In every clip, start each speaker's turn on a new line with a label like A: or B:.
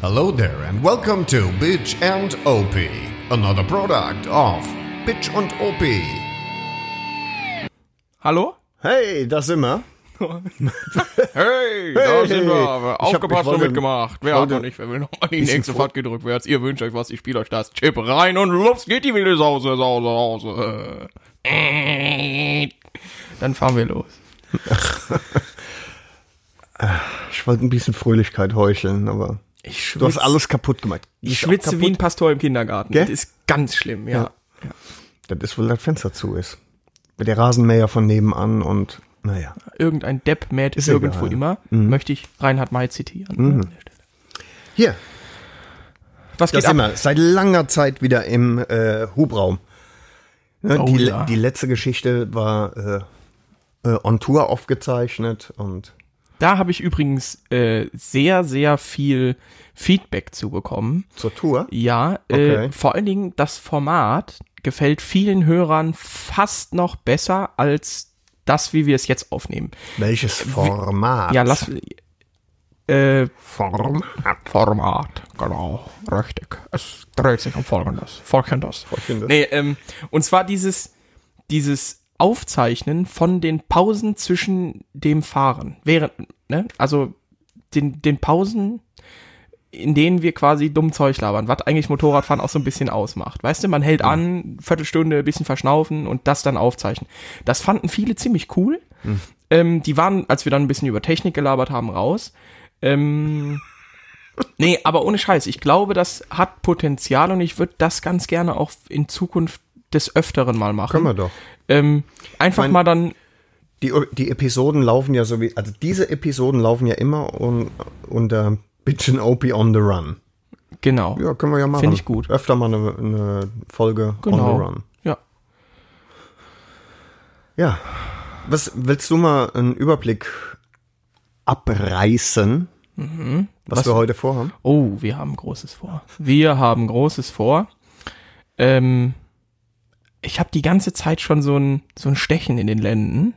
A: Hello there and welcome to Bitch and OP, another product of Bitch und OP.
B: Hallo?
C: Hey, da sind wir.
B: Hey, da sind wir. aber
C: Ich hab-
B: Aufgepasst
C: ich wollte-
B: und mitgemacht. Wer hat noch nicht, wer will noch mal die nächste Fahrt gedrückt? Wer hat's? Ihr wünscht euch was, die Spielerstars. Chip rein und los geht die wilde Sause, Sause, Sause. Dann fahren wir los.
C: Ich wollte ein bisschen Fröhlichkeit heucheln, aber
B: Ich
C: du hast alles kaputt gemacht.
B: Ich schwitze wie ein Pastor im Kindergarten.
C: Gell?
B: Das ist ganz schlimm, ja.
C: Das ist, weil das Fenster zu ist. Der Rasenmäher von nebenan und naja.
B: Irgendein Depp mäht
C: Ist
B: irgendwo
C: egal.
B: immer. Möchte ich Reinhard May zitieren.
C: Hier,
B: Was
C: da
B: geht
C: sind
B: ab?
C: wir. Seit langer Zeit wieder im äh, Hubraum. Ne,
B: Oh
C: die,
B: ja.
C: die letzte Geschichte war äh, äh, on Tour aufgezeichnet und
B: Da habe ich übrigens äh, sehr, sehr viel Feedback zu bekommen.
C: zur Tour.
B: Ja, äh,
C: Okay.
B: vor allen Dingen das Format gefällt vielen Hörern fast noch besser als das, wie wir es jetzt aufnehmen.
C: Welches Format?
B: Ja, lass. Äh,
C: Format.
B: Format, genau, richtig. Es dreht sich um Folgendes. Folgendes.
C: Folgendes.
B: Nee, ähm, und zwar dieses, dieses Aufzeichnen von den Pausen zwischen dem Fahren. Während, ne? Also den, den Pausen, in denen wir quasi dumm Zeug labern, was eigentlich Motorradfahren auch so ein bisschen ausmacht. Weißt du, man hält an, Viertelstunde, bisschen verschnaufen und das dann aufzeichnen. Das fanden viele ziemlich cool.
C: Hm.
B: Ähm, die waren, als wir dann ein bisschen über Technik gelabert haben, raus. Ähm, nee, aber ohne Scheiß. Ich glaube, das hat Potenzial und ich würde das ganz gerne auch in Zukunft des Öfteren mal machen.
C: Können wir doch.
B: Ähm, einfach
C: Mein-
B: mal dann
C: Die, die Episoden laufen ja so wie, also diese Episoden laufen ja immer un, unter Bitchin' OP on the Run.
B: Genau.
C: Ja, können wir ja machen.
B: Finde ich gut.
C: Öfter mal eine, eine Folge on the
B: Genau.
C: Run.
B: Ja.
C: Ja. Was willst du mal einen Überblick abreißen,
B: Mhm.
C: was, wir heute vorhaben?
B: Oh, wir haben Großes vor. Wir haben Großes vor. Ähm, ich habe die ganze Zeit schon so ein, so ein Stechen in den Lenden.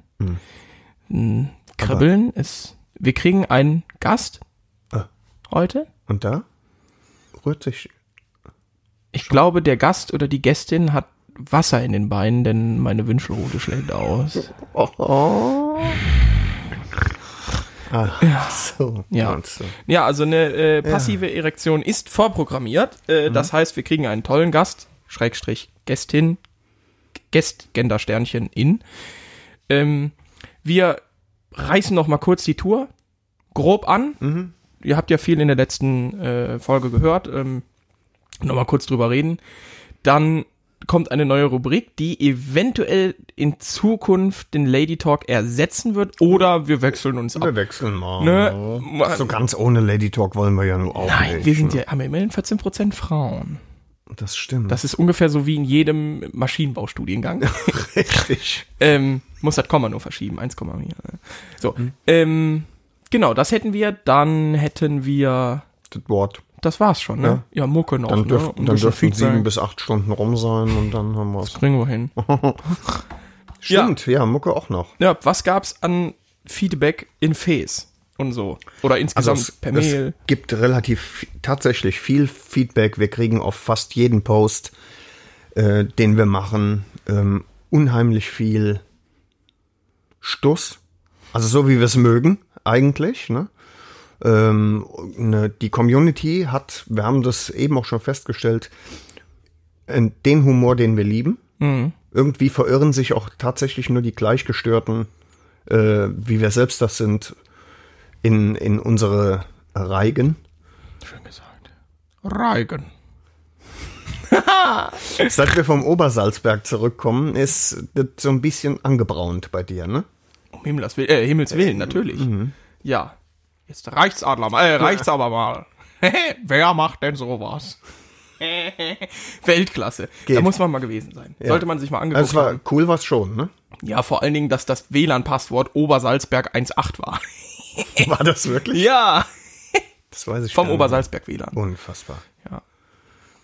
B: Ein Kribbeln ist. Wir kriegen einen Gast
C: Ah.
B: heute.
C: Und da rührt sich.
B: Ich glaube, der Gast oder die Gästin hat Wasser in den Beinen, denn meine Wünschelrute schlägt aus.
C: Ach, Ah, so.
B: Oh. Ja.
C: Und so.
B: Ja, also eine äh, passive Erektion ist vorprogrammiert. Äh, Das heißt, wir kriegen einen tollen Gast, Schrägstrich, Gästin, Gäst, Gendersternchen in. Ähm, wir reißen noch mal kurz die Tour grob an. Ihr habt ja viel in der letzten äh, Folge gehört. Ähm, noch mal kurz drüber reden. Dann kommt eine neue Rubrik, die eventuell in Zukunft den Lady Talk ersetzen wird oder wir wechseln uns ab.
C: Wir wechseln mal.
B: Ne?
C: So ganz ohne Lady Talk wollen wir ja nur auch
B: Nein,
C: nicht.
B: wir sind ja, haben ja immerhin 14% Frauen.
C: Das stimmt.
B: Das ist ungefähr so wie in jedem Maschinenbaustudiengang.
C: richtig.
B: ähm, muss das Komma nur verschieben, 1, Komma hier. ne? So, ähm, genau, das hätten wir. Dann hätten wir,
C: Das Wort.
B: das war's schon, ne? Ja, Mucke noch,
C: Dann,
B: ne?
C: dürf,
B: Und ein
C: dann
B: bisschen
C: dürfen
B: Feedback.
C: sieben bis acht Stunden rum sein und dann haben wir es.
B: Kriegen wir hin.
C: Stimmt, ja. Mucke auch noch.
B: Ja, was gab's an Feedback in Fes und so? Oder insgesamt per Mail?
C: Also es gibt relativ vi- tatsächlich viel Feedback. Wir kriegen auf fast jeden Post, äh, den wir machen, ähm, unheimlich viel Stuss. Also so wie wir es mögen eigentlich. Ne? Ähm, ne, die Community hat, wir haben das eben auch schon festgestellt, äh, den Humor, den wir lieben.
B: Mhm.
C: Irgendwie verirren sich auch tatsächlich nur die Gleichgestörten, äh, wie wir selbst das sind, in, in unsere Reigen.
B: Schön gesagt. Reigen.
C: Seit wir vom Obersalzberg zurückkommen, ist das so ein bisschen angebraunt bei dir, ne?
B: Um Himmels Willen, äh, Himmels Willen natürlich.
C: Mhm.
B: Ja. Jetzt reicht's, Adler, mal- äh, reicht's aber mal. Wer macht denn sowas? Weltklasse. Da
C: Geht.
B: muss man mal gewesen sein. Sollte man sich mal angeguckt
C: Also es war
B: haben.
C: cool was schon, ne?
B: Ja, vor allen Dingen, dass das WLAN-Passwort Obersalzberg 1.8 war.
C: War das wirklich?
B: ja,
C: Das weiß ich
B: vom
C: gar nicht.
B: Obersalzberg-WLAN.
C: Unfassbar.
B: Ja.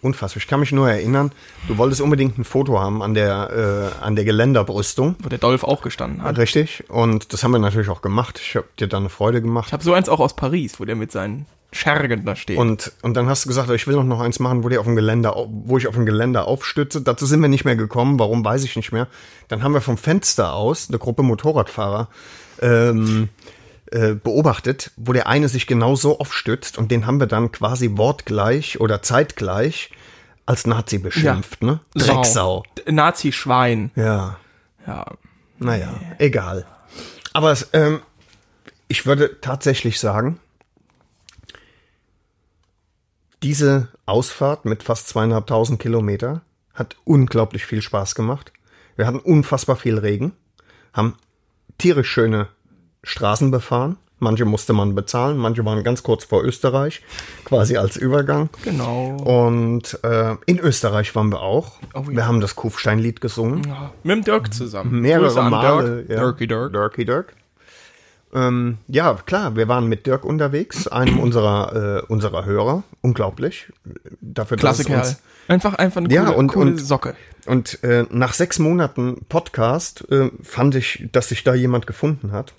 C: Unfassbar. Ich kann mich nur erinnern, du wolltest unbedingt ein Foto haben an der, äh, an der Geländerbrüstung.
B: Wo der Dolph auch gestanden hat.
C: Richtig. Und das haben wir natürlich auch gemacht. Ich habe dir dann eine Freude gemacht.
B: Ich habe so eins auch aus Paris, wo der mit seinen Schergen da steht.
C: Und, und dann hast du gesagt, ich will doch noch eins machen, wo, die auf dem Geländer, au- wo ich auf dem Geländer aufstütze. Dazu sind wir nicht mehr gekommen. Warum, weiß ich nicht mehr. Dann haben wir vom Fenster aus eine Gruppe Motorradfahrer ähm, äh, beobachtet, wo der eine sich genauso aufstützt. Und den haben wir dann quasi wortgleich oder zeitgleich als Nazi beschimpft. Ne?
B: Sau.
C: Drecksau.
B: D- Nazi-Schwein.
C: Ja.
B: Ja.
C: Naja, egal. Aber es, ähm, ich würde tatsächlich sagen, diese Ausfahrt mit fast zweieinhalbtausend Kilometer hat unglaublich viel Spaß gemacht. Wir hatten unfassbar viel Regen, haben tierisch schöne Straßen befahren. Manche musste man bezahlen, manche waren ganz kurz vor Österreich, quasi als Übergang.
B: Genau.
C: Und äh, in Österreich waren wir auch.
B: Oh ja.
C: Wir haben das Kufsteinlied gesungen
B: Ja. Mit dem Dirk zusammen.
C: mehrere
B: Grüße an
C: Male.
B: Dirk.
C: Ja.
B: Dirky Dirk.
C: Dirky Dirk. Ähm, ja, klar, wir waren mit Dirk unterwegs, einem unserer, äh, unserer Hörer. Unglaublich. Dafür, dass
B: Klasse
C: es
B: Kerl. Einfach, einfach eine
C: Ja,
B: coole,
C: und-
B: coole
C: und-
B: Socke.
C: Und äh, nach sechs Monaten Podcast äh, fand ich, dass sich da jemand gefunden hat.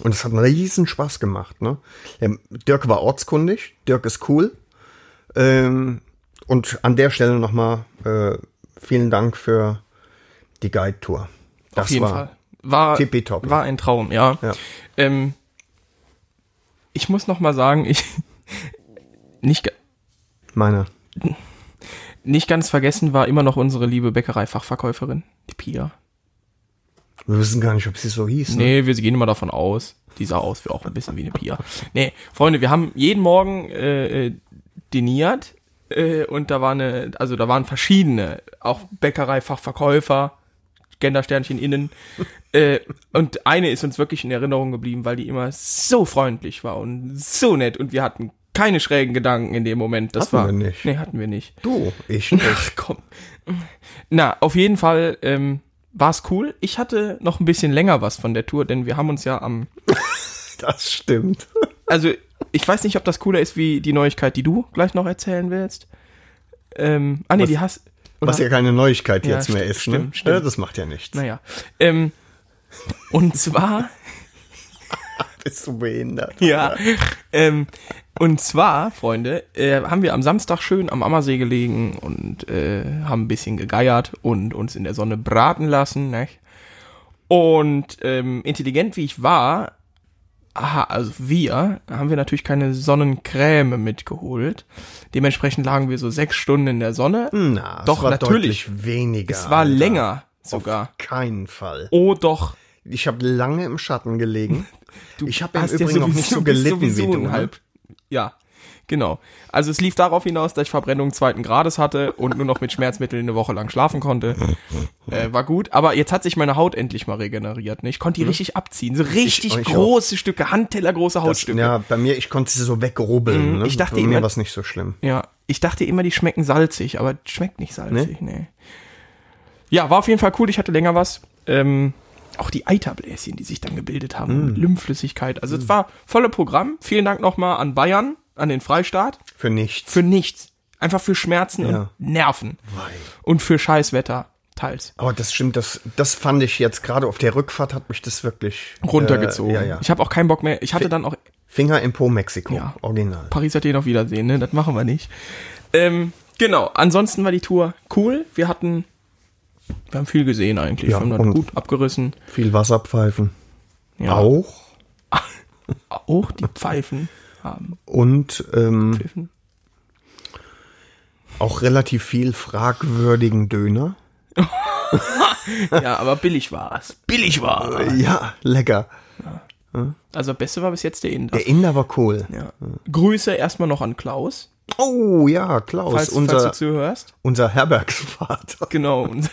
C: Und es hat einen riesen Spaß gemacht. Ne? Ähm, Dirk war ortskundig, Dirk ist cool. Ähm, und an der Stelle nochmal äh, vielen Dank für die Guide-Tour. Das
B: Auf jeden
C: war
B: Fall. War,
C: tippitoppi.
B: war ein Traum, ja.
C: Ja.
B: Ähm, ich muss noch mal sagen, ich nicht, ga-
C: meine
B: nicht ganz vergessen war immer noch unsere liebe Bäckereifachverkäuferin, die Pia.
C: Wir wissen gar nicht, ob sie so hieß. Ne?
B: Nee, wir gehen immer davon aus. Die sah aus wie auch ein bisschen wie eine Pia. Nee, Freunde, wir haben jeden Morgen äh, äh, diniert äh, und da war eine, also da waren verschiedene, auch Bäckereifachverkäufer, Gendersternchen innen. äh, und eine ist uns wirklich in Erinnerung geblieben, weil die immer so freundlich war und so nett und wir hatten keine schrägen Gedanken in dem Moment. Das
C: Hatten
B: war
C: wir nicht.
B: Nee, hatten wir nicht.
C: Du, ich nicht.
B: Ach komm. Na, auf jeden Fall ähm, war's cool. Ich hatte noch ein bisschen länger was von der Tour, denn wir haben uns ja am.
C: Das stimmt.
B: Also, ich weiß nicht, ob das cooler ist wie die Neuigkeit, die du gleich noch erzählen willst. Ähm, ah, nee,
C: Was-
B: die hast.
C: Was ja keine Neuigkeit
B: Ja,
C: jetzt mehr
B: sti-
C: ist. Ne?
B: stimmt, stimmt.
C: Ja, das macht ja nichts.
B: Naja. Ähm, und zwar.
C: Bist du behindert?
B: ja. Ähm, und zwar, Freunde, äh, haben wir am Samstag schön am Ammersee gelegen und äh, haben ein bisschen gegeiert und uns in der Sonne braten lassen. Ne? Und ähm, intelligent wie ich war, aha, also wir, haben wir natürlich keine Sonnencreme mitgeholt. Dementsprechend lagen wir so sechs Stunden in der Sonne.
C: Na, es
B: Doch,
C: war
B: natürlich.
C: Deutlich weniger.
B: Es war
C: Hm. Alter.
B: länger sogar.
C: Auf keinen Fall.
B: Oh doch.
C: Ich habe lange im Schatten gelegen.
B: Du
C: Ich hab ja im
B: hast
C: Übrigen noch nicht so
B: bist
C: gelitten wie
B: sowieso
C: du,
B: ein
C: ne?
B: Halb. Ja, genau. Also es lief darauf hinaus, dass ich Verbrennung zweiten Grades hatte und nur noch mit Schmerzmitteln eine Woche lang schlafen konnte. Äh, war gut. Aber jetzt hat sich meine Haut endlich mal regeneriert. Ne? Ich konnte die richtig abziehen. So richtig
C: ich auch.
B: große Stücke, handtellergroße
C: Das,
B: Hautstücke.
C: ja, bei mir, ich konnte sie so wegrubbeln. Ne?
B: Mhm. ich dachte
C: bei mir
B: immer-
C: war es nicht so schlimm.
B: Ja, ich dachte immer, die schmecken salzig, aber schmeckt nicht salzig, nee. Ja, war auf jeden Fall cool, ich hatte länger was. Ähm, auch die Eiterbläschen, die sich dann gebildet
C: Mm.
B: haben, mit Lymphflüssigkeit. Also es war volle Programm. Vielen Dank nochmal an Bayern, an den Freistaat.
C: Für nichts.
B: Für nichts. Einfach für Schmerzen
C: Ja.
B: und Nerven.
C: Wei.
B: Und für Scheißwetter teils.
C: Aber das stimmt, das, das fand ich jetzt gerade auf der Rückfahrt hat mich das wirklich
B: Runtergezogen.
C: Äh, ja, ja.
B: Ich habe auch keinen Bock mehr. Ich hatte dann auch
C: Finger im Po Mexiko.
B: Ja.
C: Original.
B: Paris hat den auf Wiedersehen, ne? Das machen wir nicht. Ähm, genau, ansonsten war die Tour cool. Wir hatten, wir haben viel gesehen eigentlich.
C: Ja,
B: wir haben das
C: und-
B: gut abgerissen.
C: Viel Wasserpfeifen.
B: Ja,
C: Auch.
B: auch die Pfeifen haben.
C: Und ähm,
B: Pfiffen.
C: auch relativ viel fragwürdigen Döner.
B: Ja, aber billig war es. Billig war es.
C: Ja, lecker.
B: Also beste war bis jetzt der Inder.
C: Der Inder war cool.
B: Ja. Grüße erstmal noch an Klaus,
C: Oh ja, Klaus,
B: falls, falls du
C: unser,
B: zuhörst.
C: unser Herbergsvater.
B: Genau. Und-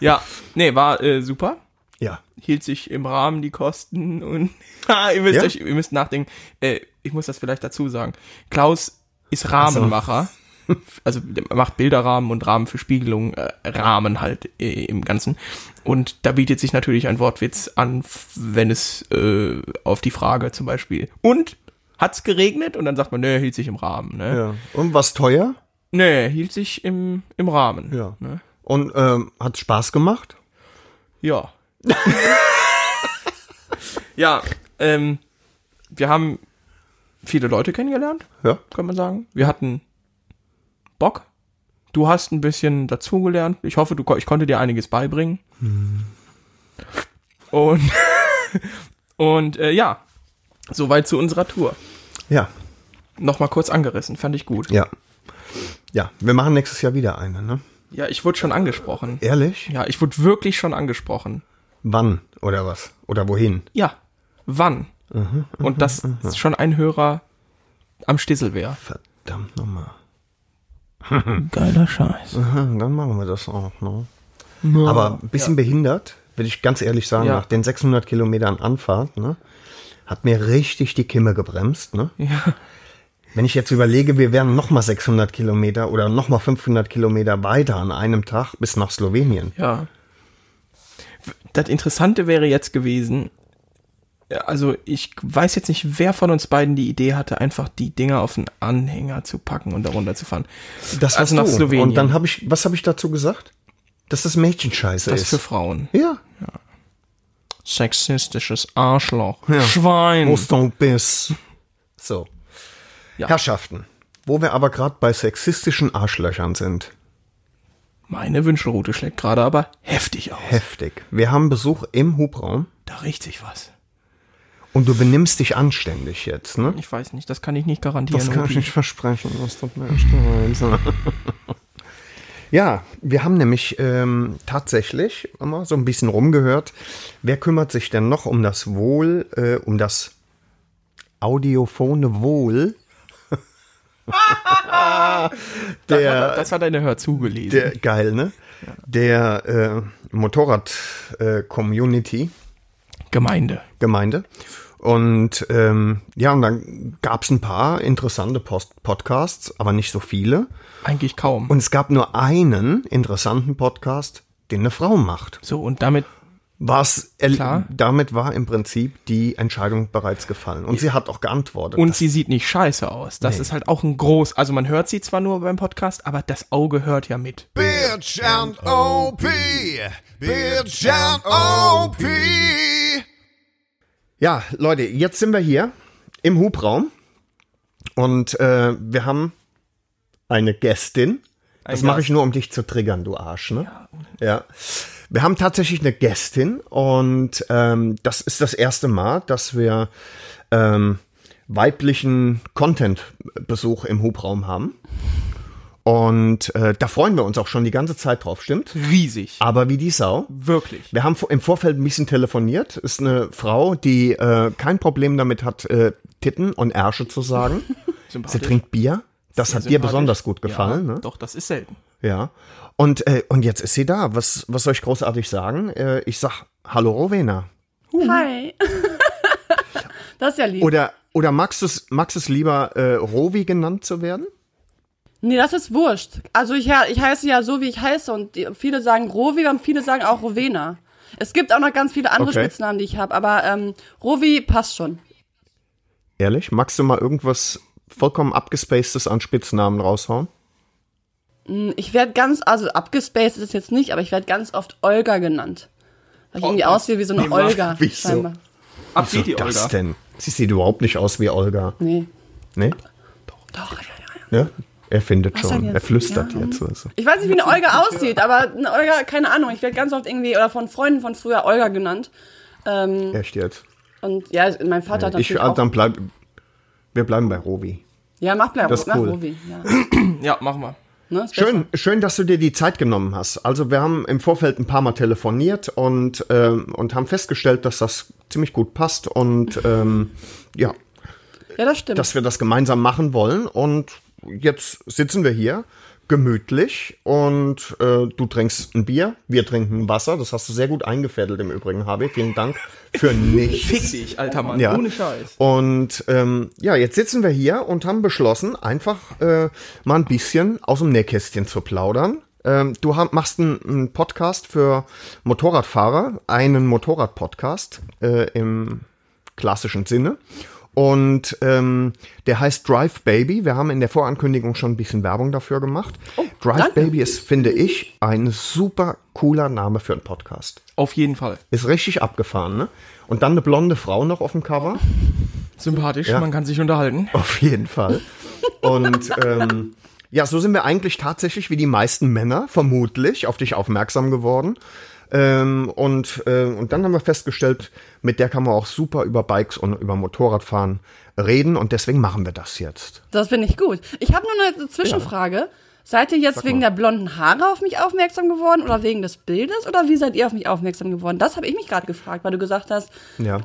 B: ja, nee, war äh, super.
C: Ja,
B: hielt sich im Rahmen die Kosten und ha, ihr, müsst
C: Ja?
B: euch, ihr müsst nachdenken. Äh, ich muss das vielleicht dazu sagen. Klaus ist Rahmenmacher. Also der macht Bilderrahmen und Rahmen für Spiegelung, äh, Rahmen halt äh, im Ganzen. Und da bietet sich natürlich ein Wortwitz an, f- wenn es äh, auf die Frage zum Beispiel. Und hat's geregnet? Und dann sagt man, nö, hielt sich im Rahmen. Ne?
C: ja. Und was teuer?
B: Nee, hielt sich im, im Rahmen.
C: Ja.
B: Ne?
C: Und ähm, hat Spaß gemacht?
B: Ja. ja, ähm, wir haben viele Leute kennengelernt,
C: Ja.
B: kann man sagen. Wir hatten Bock. Du hast ein bisschen dazugelernt. Ich hoffe, du, ko- ich konnte dir einiges beibringen. Und, und äh, ja, soweit zu unserer Tour.
C: Ja.
B: Nochmal kurz angerissen, fand ich gut.
C: Ja. Ja, wir machen nächstes Jahr wieder eine, ne?
B: Ja, ich wurde schon angesprochen.
C: Ehrlich?
B: Ja, ich wurde wirklich schon angesprochen.
C: Wann oder was? Oder wohin?
B: Ja, wann? Und dass schon ein Hörer am Stissel wäre.
C: Verdammt nochmal.
B: Geiler Scheiß.
C: Aha, Dann machen wir das auch, ne? Aber ein bisschen behindert, will ich ganz ehrlich sagen,
B: Ja.
C: nach den 600 Kilometern Anfahrt, ne? Hat mir richtig die Kimme gebremst, ne?
B: Ja,
C: Wenn ich jetzt überlege, wir wären nochmal 600 Kilometer oder nochmal 500 Kilometer weiter an einem Tag bis nach Slowenien.
B: ja. Das Interessante wäre jetzt gewesen, ja, also ich weiß jetzt nicht, wer von uns beiden die Idee hatte, einfach die Dinger auf den Anhänger zu packen und da runterzufahren.
C: Das
B: Also
C: warst
B: nach
C: du.
B: Slowenien.
C: Und dann habe ich, was habe ich dazu gesagt? Dass das Mädchenscheiße
B: Das
C: ist.
B: für Hm. Frauen.
C: ja.
B: Sexistisches Arschloch. Schwein.
C: Ostern bis. So.
B: Ja.
C: Herrschaften. Wo wir aber gerade bei sexistischen Arschlöchern sind.
B: Meine Wünschelrute schlägt gerade aber heftig aus.
C: Heftig. Wir haben Besuch im Hubraum
B: Da riecht sich was.
C: und du benimmst dich anständig jetzt, ne?
B: Ich weiß nicht, das kann ich nicht garantieren.
C: Das kann ich
B: Opi.
C: nicht versprechen. Das tut mir echt leid. Ja, wir haben nämlich ähm, tatsächlich mal so ein bisschen rumgehört, wer kümmert sich denn noch um das Wohl, äh, um das audiophone Wohl der,
B: das hat eine Hör zugelesen.
C: der geil, ne? Der äh, Motorrad-Community. Äh, Community.
B: Gemeinde.
C: Gemeinde. Und ähm, ja, und dann gab es ein paar interessante Post Podcasts, aber nicht so viele.
B: Eigentlich kaum.
C: Und es gab nur einen interessanten Podcast, den eine Frau macht.
B: so, und damit,
C: Was er-
B: Klar.
C: damit war im Prinzip die Entscheidung bereits gefallen. Und sie hat auch geantwortet.
B: und
C: Das-
B: sie sieht nicht scheiße aus. Das ist halt auch ein groß, also man hört sie zwar nur beim Podcast, aber das Auge hört ja mit.
A: Bitch and OP. Bitch and OP.
C: ja, Leute, jetzt sind wir hier im Hubraum und äh, wir haben eine Gästin. Das
B: Ein
C: mache
B: Gast.
C: ich nur, um dich zu triggern, du Arsch, ne? Ja. Wir haben tatsächlich eine Gästin und ähm, das ist das erste Mal, dass wir ähm, weiblichen Content-Besuch im Hubraum haben. Und äh, da freuen wir uns auch schon die ganze Zeit drauf, stimmt?
B: Riesig.
C: Aber wie die Sau.
B: Wirklich.
C: Wir haben vor- im Vorfeld ein bisschen telefoniert. Ist eine Frau, die äh, kein Problem damit hat, äh, Titten und Ärsche zu sagen. Sie
B: Sympathisch.
C: trinkt Bier. Das
B: Sehr
C: hat dir
B: sympathisch.
C: besonders gut gefallen.
B: ja,
C: ne?
B: Doch, das ist selten.
C: ja. Und, äh, und jetzt ist sie da. Was, was soll ich großartig sagen? Äh, ich sag Hallo Rowena. Mhm.
D: Hi. das ist ja lieb.
C: Oder, oder magst du es magst du's lieber äh, Rovi genannt zu werden?
D: nee, das ist wurscht. Also ich, ja, ich heiße ja so, wie ich heiße und die, viele sagen Rovi und viele sagen auch Rowena. Es gibt auch noch ganz viele andere
C: Okay.
D: Spitznamen, die ich habe, aber ähm, Rovi passt schon.
C: Ehrlich? Magst du mal irgendwas vollkommen abgespacedes an Spitznamen raushauen?
D: Hm, Ich werde ganz, also abgespaced ist es jetzt nicht, aber ich werde ganz oft Olga genannt. Weil ich irgendwie aussehe wie so eine Olga.
C: Oh, Wieso?
D: scheinbar.
B: Ab geht die
C: das
B: Olga.
C: denn? Sie sieht überhaupt nicht aus wie Olga.
D: Nee.
C: Nee?
D: Doch, ja, ja, ja.
C: Ne? Er findet
D: Was
C: schon.
D: denn
C: Er
D: jetzt?
C: flüstert
D: Ja.
C: jetzt. Also.
D: Ich weiß nicht, wie eine Olga aussieht, aber eine Olga, keine Ahnung. Ich werde ganz oft irgendwie, oder von Freunden von früher Olga genannt. Ähm,
C: Echt jetzt.
D: Und ja, mein Vater hat natürlich
C: Ich, halt also,
D: auch
C: dann bleib, wir bleiben bei Rovi.
D: Ja, mach bleib,
C: Das ist
D: mach
C: cool.
D: Rovi. Ja.
B: Ja, machen wir.
D: Ne, ist
C: Schön, schön, dass du dir die Zeit genommen hast. Also wir haben im Vorfeld ein paar Mal telefoniert und, ähm, und haben festgestellt, dass das ziemlich gut passt und ähm, ja,
D: besser. Ja, das stimmt.
C: dass wir das gemeinsam machen wollen. Und jetzt sitzen wir hier gemütlich und äh, du trinkst ein Bier, wir trinken Wasser. Das hast du sehr gut eingefädelt im Übrigen, HB. Vielen Dank für nichts.
B: Fick dich, alter Mann.
C: Ja.
B: Ohne Scheiß.
C: Und ähm, ja, jetzt sitzen wir hier und haben beschlossen, einfach äh, mal ein bisschen aus dem Nähkästchen zu plaudern. Ähm, du ha- machst einen, einen Podcast für Motorradfahrer, einen Motorrad-Podcast äh, im klassischen Sinne. Und ähm, der heißt Drive Baby. Wir haben in der Vorankündigung schon ein bisschen Werbung dafür gemacht.
B: Oh,
C: Drive
D: danke.
C: Baby ist, finde ich, ein super cooler Name für einen Podcast.
B: Auf jeden Fall.
C: Ist richtig abgefahren, ne? Und dann eine blonde Frau noch auf dem Cover.
B: Sympathisch, man kann sich unterhalten.
C: Auf jeden Fall. Und ähm, ja, so sind wir eigentlich tatsächlich wie die meisten Männer vermutlich auf dich aufmerksam geworden. Ähm, und, äh, und dann haben wir festgestellt, mit der kann man auch super über Bikes und über Motorradfahren reden und deswegen machen wir das jetzt.
D: Das finde ich gut. Ich habe nur eine Zwischenfrage. Seid ihr jetzt wegen der blonden Haare auf mich aufmerksam geworden oder wegen des Bildes oder wie seid ihr auf mich aufmerksam geworden? Das habe ich mich gerade gefragt, weil du gesagt hast,
C: Ja.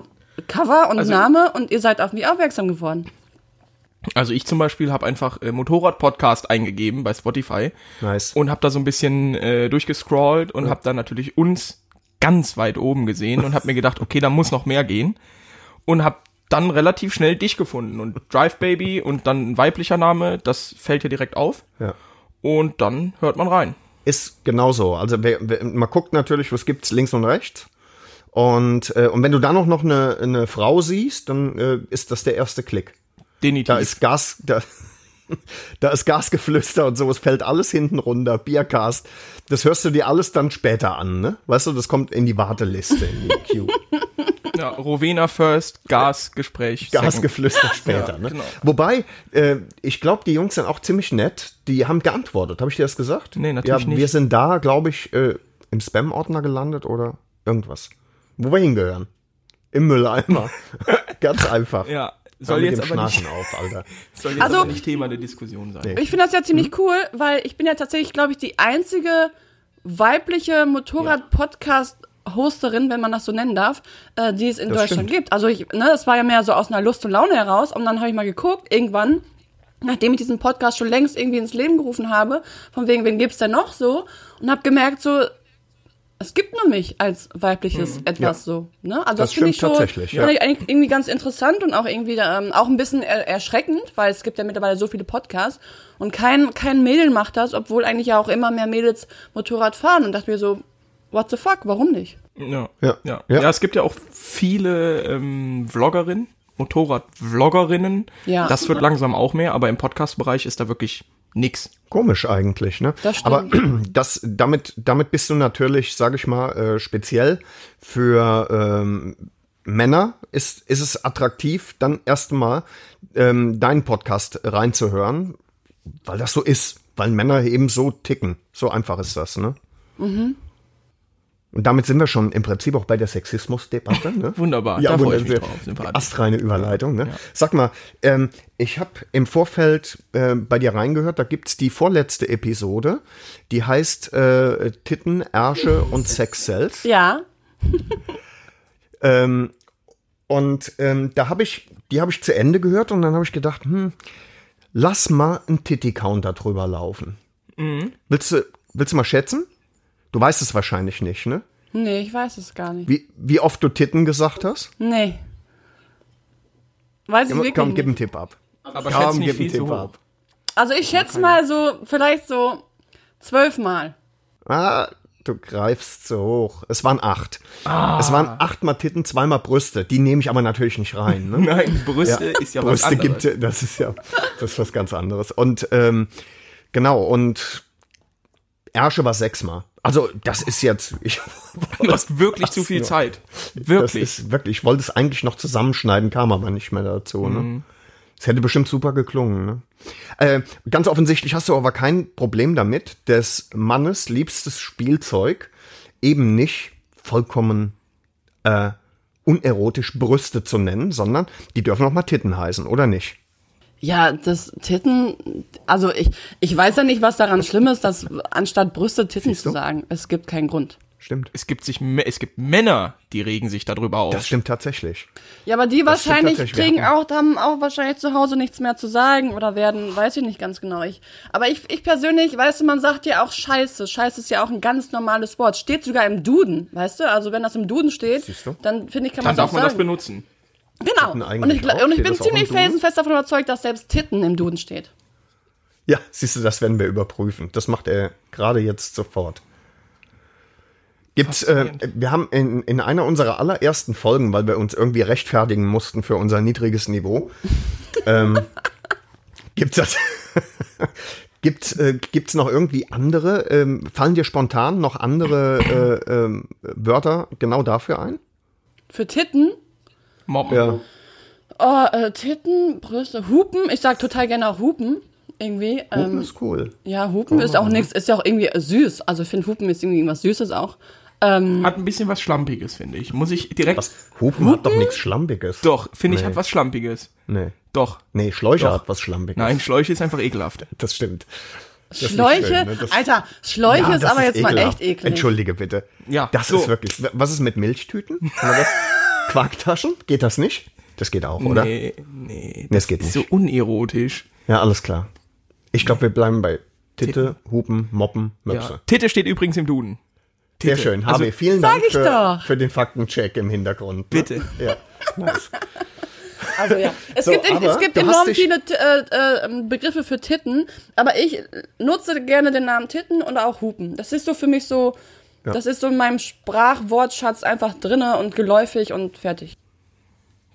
D: Cover
C: Also
D: und Name und ihr seid auf mich aufmerksam geworden.
B: Also ich zum Beispiel habe einfach äh, Motorrad-Podcast eingegeben bei Spotify
C: Nice.
B: und habe da so ein bisschen äh, durchgescrollt und habe dann natürlich uns ganz weit oben gesehen und habe mir gedacht, okay, da muss noch mehr gehen und habe dann relativ schnell dich gefunden und Drive Baby und dann ein weiblicher Name, das fällt dir direkt auf
C: ja.
B: und dann hört man rein.
C: Ist genauso. Also wer, wer, man guckt natürlich, was gibt's links und rechts. Und, äh, und wenn du dann auch noch eine, eine Frau siehst, dann äh, ist das der erste Klick. Da
B: Definitiv.
C: ist Gas, da, da ist Gasgeflüster und so, es fällt alles hinten runter, Biercast. Das hörst du dir alles dann später an, ne? Weißt du, das kommt in die Warteliste, in die Queue.
B: Ja, Rowena First, Gasgespräch. Second.
C: Gasgeflüster später, ne?
B: genau.
C: Wobei, äh, ich glaube, die Jungs sind auch ziemlich nett, die haben geantwortet. Habe ich dir das gesagt?
B: Nee, natürlich
C: ja,
B: nicht.
C: Wir sind da, glaube ich, äh, im Spam-Ordner gelandet oder irgendwas. Wo wir hingehören. Im Mülleimer. Ganz einfach.
B: Ja,
C: Hör
B: soll
C: mit
B: jetzt,
C: dem
B: aber
C: Schnarchen
B: nicht,
C: auf, Alter.
B: soll jetzt
D: Also-
B: aber nicht Thema der Diskussion sein.
D: Ich finde das ja
C: Mhm.
D: ziemlich cool, weil ich bin ja tatsächlich, glaube ich, die einzige weibliche Motorrad-Podcast-Hosterin, wenn man das so nennen darf, äh, die es in
C: Das
D: Deutschland
C: stimmt.
D: gibt. Also ich, ne, das war ja mehr so aus einer Lust und Laune heraus und dann habe ich mal geguckt, irgendwann, nachdem ich diesen Podcast schon längst irgendwie ins Leben gerufen habe, von wegen, wen gibt's denn noch so? Und habe gemerkt so, es gibt nur mich als weibliches etwas
C: Mhm. Ja.
D: so. Ne?
C: Das
D: Also das,
C: stimmt
D: finde ich schon,
C: tatsächlich, ja.
D: Finde ich eigentlich irgendwie ganz interessant und auch irgendwie ähm, auch ein bisschen er erschreckend, weil es gibt ja mittlerweile so viele Podcasts und kein kein Mädel macht das, obwohl eigentlich ja auch immer mehr Mädels Motorrad fahren und dachte mir so, what the fuck, warum nicht?
B: Ja.
C: Ja.
B: Ja. Ja.
C: Ja.
B: es gibt ja auch viele ähm, Vloggerinnen, Motorrad-Vloggerinnen.
D: Ja.
B: Das wird langsam auch mehr, aber im Podcast-Bereich ist da wirklich nix.
C: Komisch eigentlich, ne?
D: Das stimmt.
C: Aber das, damit, damit bist du natürlich, sage ich mal, äh, speziell für ähm, Männer ist, ist es attraktiv, dann erstmal ähm, deinen Podcast reinzuhören, weil das so ist, weil Männer eben so ticken. So einfach ist das, ne?
D: Mhm.
C: Und damit sind wir schon im Prinzip auch bei der Sexismusdebatte. Ne?
B: Wunderbar, da freue ich mich drauf, sympathisch.
C: Astreine Überleitung. Ne? Sag mal, ähm, ich habe im Vorfeld äh, bei dir reingehört, da gibt's die vorletzte Episode, die heißt äh, Titten, Ärsche und Sex Sells.
D: Ja,
C: Ähm, und ähm, da habe ich, die habe ich zu Ende gehört und dann habe ich gedacht, hm, lass mal einen Titty-Counter drüber laufen.
B: Mhm.
C: Willst, du, willst du mal schätzen? Du weißt es wahrscheinlich nicht, ne?
D: nee, ich weiß es gar nicht.
C: Wie, wie oft du Titten gesagt hast?
D: Nee. Weiß ich wirklich
C: Komm,
D: nicht.
C: gib einen Tipp ab.
B: Aber
C: Komm,
B: nicht
C: gib einen
B: viel zu
C: Tipp
B: hoch.
C: ab.
D: Also ich schätze mal so, vielleicht so zwölfmal.
C: Ah, du greifst zu hoch. Es waren acht.
B: Ah.
C: Es waren achtmal Titten, zweimal Brüste. Die nehme ich aber natürlich nicht rein. Ne?
B: Nein, Brüste ist ja was
C: Brüste
B: anderes.
C: gibt ja- das ist ja das ist was ganz anderes. Und ähm, genau, und Ärsche war sechsmal. Also das ist jetzt, ich,
B: Du hast wirklich zu viel Zeit.
C: das
B: Wirklich.
C: ist wirklich, ich wollte es eigentlich noch zusammenschneiden, kam aber nicht mehr dazu. Ne? Es hätte bestimmt super geklungen. Ne? Äh, ganz offensichtlich hast du aber kein Problem damit, des Mannes liebstes Spielzeug eben nicht vollkommen äh, unerotisch Brüste zu nennen, sondern die dürfen auch mal Titten heißen, oder nicht?
D: Ja, das Titten, also ich, ich weiß ja nicht, was daran schlimm ist, dass anstatt Brüste Titten zu sagen, es gibt keinen Grund.
C: Stimmt.
B: Es gibt sich, mä- es gibt Männer, die regen sich darüber auf.
C: Das stimmt tatsächlich.
D: Ja, aber die
C: Das stimmt
D: wahrscheinlich
C: tatsächlich,
D: kriegen
C: wir
D: auch, haben auch wahrscheinlich zu Hause nichts mehr zu sagen oder werden, weiß ich nicht ganz genau. Ich, aber ich, ich persönlich, weißt du, man sagt ja auch Scheiße. Scheiße ist ja auch ein ganz normales Wort. Steht sogar im Duden, weißt du? Also wenn das im Duden steht,
C: Siehst du?
D: dann finde ich, kann
B: Dann
D: man es
B: darf
D: auch
B: man das
D: sagen.
B: benutzen.
D: Genau.
C: Titten
D: Und
C: eigentlich
D: ich, gla-
C: auch?
D: und ich
C: Steht
D: bin
C: das auch im
D: ziemlich
C: Duden?
D: felsenfest davon überzeugt, dass selbst Titten im Duden steht.
C: Ja, siehst du, das werden wir überprüfen. Das macht er gerade jetzt sofort. Gibt's, äh, wir haben in, in einer unserer allerersten Folgen, weil wir uns irgendwie rechtfertigen mussten für unser niedriges Niveau, ähm, gibt's das. Gibt's, äh, gibt's noch irgendwie andere, ähm, fallen dir spontan noch andere äh, ähm, Wörter genau dafür ein?
D: Für Titten?
B: Mobben.
D: Oh, äh, Titten, Brüste, Hupen. Ich sag total gerne auch Hupen. Irgendwie.
C: Hupen Oh, ne?
D: Ähm,
C: ist cool.
D: ja, Hupen ist auch nichts, ist ja auch irgendwie süß. Also ich finde Hupen ist irgendwie irgendwas Süßes auch. Ähm,
B: Hat ein bisschen was Schlampiges, finde ich. Muss ich direkt.
C: Was? Hupen, hat doch nichts Schlampiges.
B: Doch, finde ich,
C: Nee.
B: hat was Schlampiges.
C: Nee.
B: Doch.
C: Nee, Schläucher
B: Doch.
C: hat was Schlampiges.
B: Nein, Schläuche ist einfach ekelhaft.
C: Das stimmt. Das ist nicht
D: Schläuche,
C: schön, ne? Das-
D: Alter, Schläuche
C: Ja,
D: ist
C: das
D: aber jetzt mal
C: ekelhaft.
D: echt eklig.
C: Entschuldige bitte.
B: Ja,
C: Das
B: so.
C: ist wirklich. Was ist mit Milchtüten? Haben wir das? Quarktaschen? Geht das nicht? Das geht auch, oder?
B: Nee, nee.
C: das geht
B: ist
C: nicht.
B: so unerotisch.
C: Ja, alles klar. Ich glaube, wir bleiben bei Titte, Hupen, Moppen, Möpse.
B: Ja. Titte steht übrigens im Duden.
C: Sehr
B: Titte.
C: schön.
B: Also-
C: HB, vielen
D: Sag
C: Dank
D: ich
C: für,
D: doch.
C: für den Faktencheck im Hintergrund. ne?
B: Bitte.
C: Ja, nice.
D: Also ja, es
C: So,
D: gibt,
C: aber
D: es gibt
C: du hast
D: enorm
C: dich-
D: viele äh, äh, Begriffe für Titten, aber ich nutze gerne den Namen Titten und auch Hupen. Das ist so für mich so, das ist so in meinem Sprachwortschatz einfach drinne und geläufig und fertig.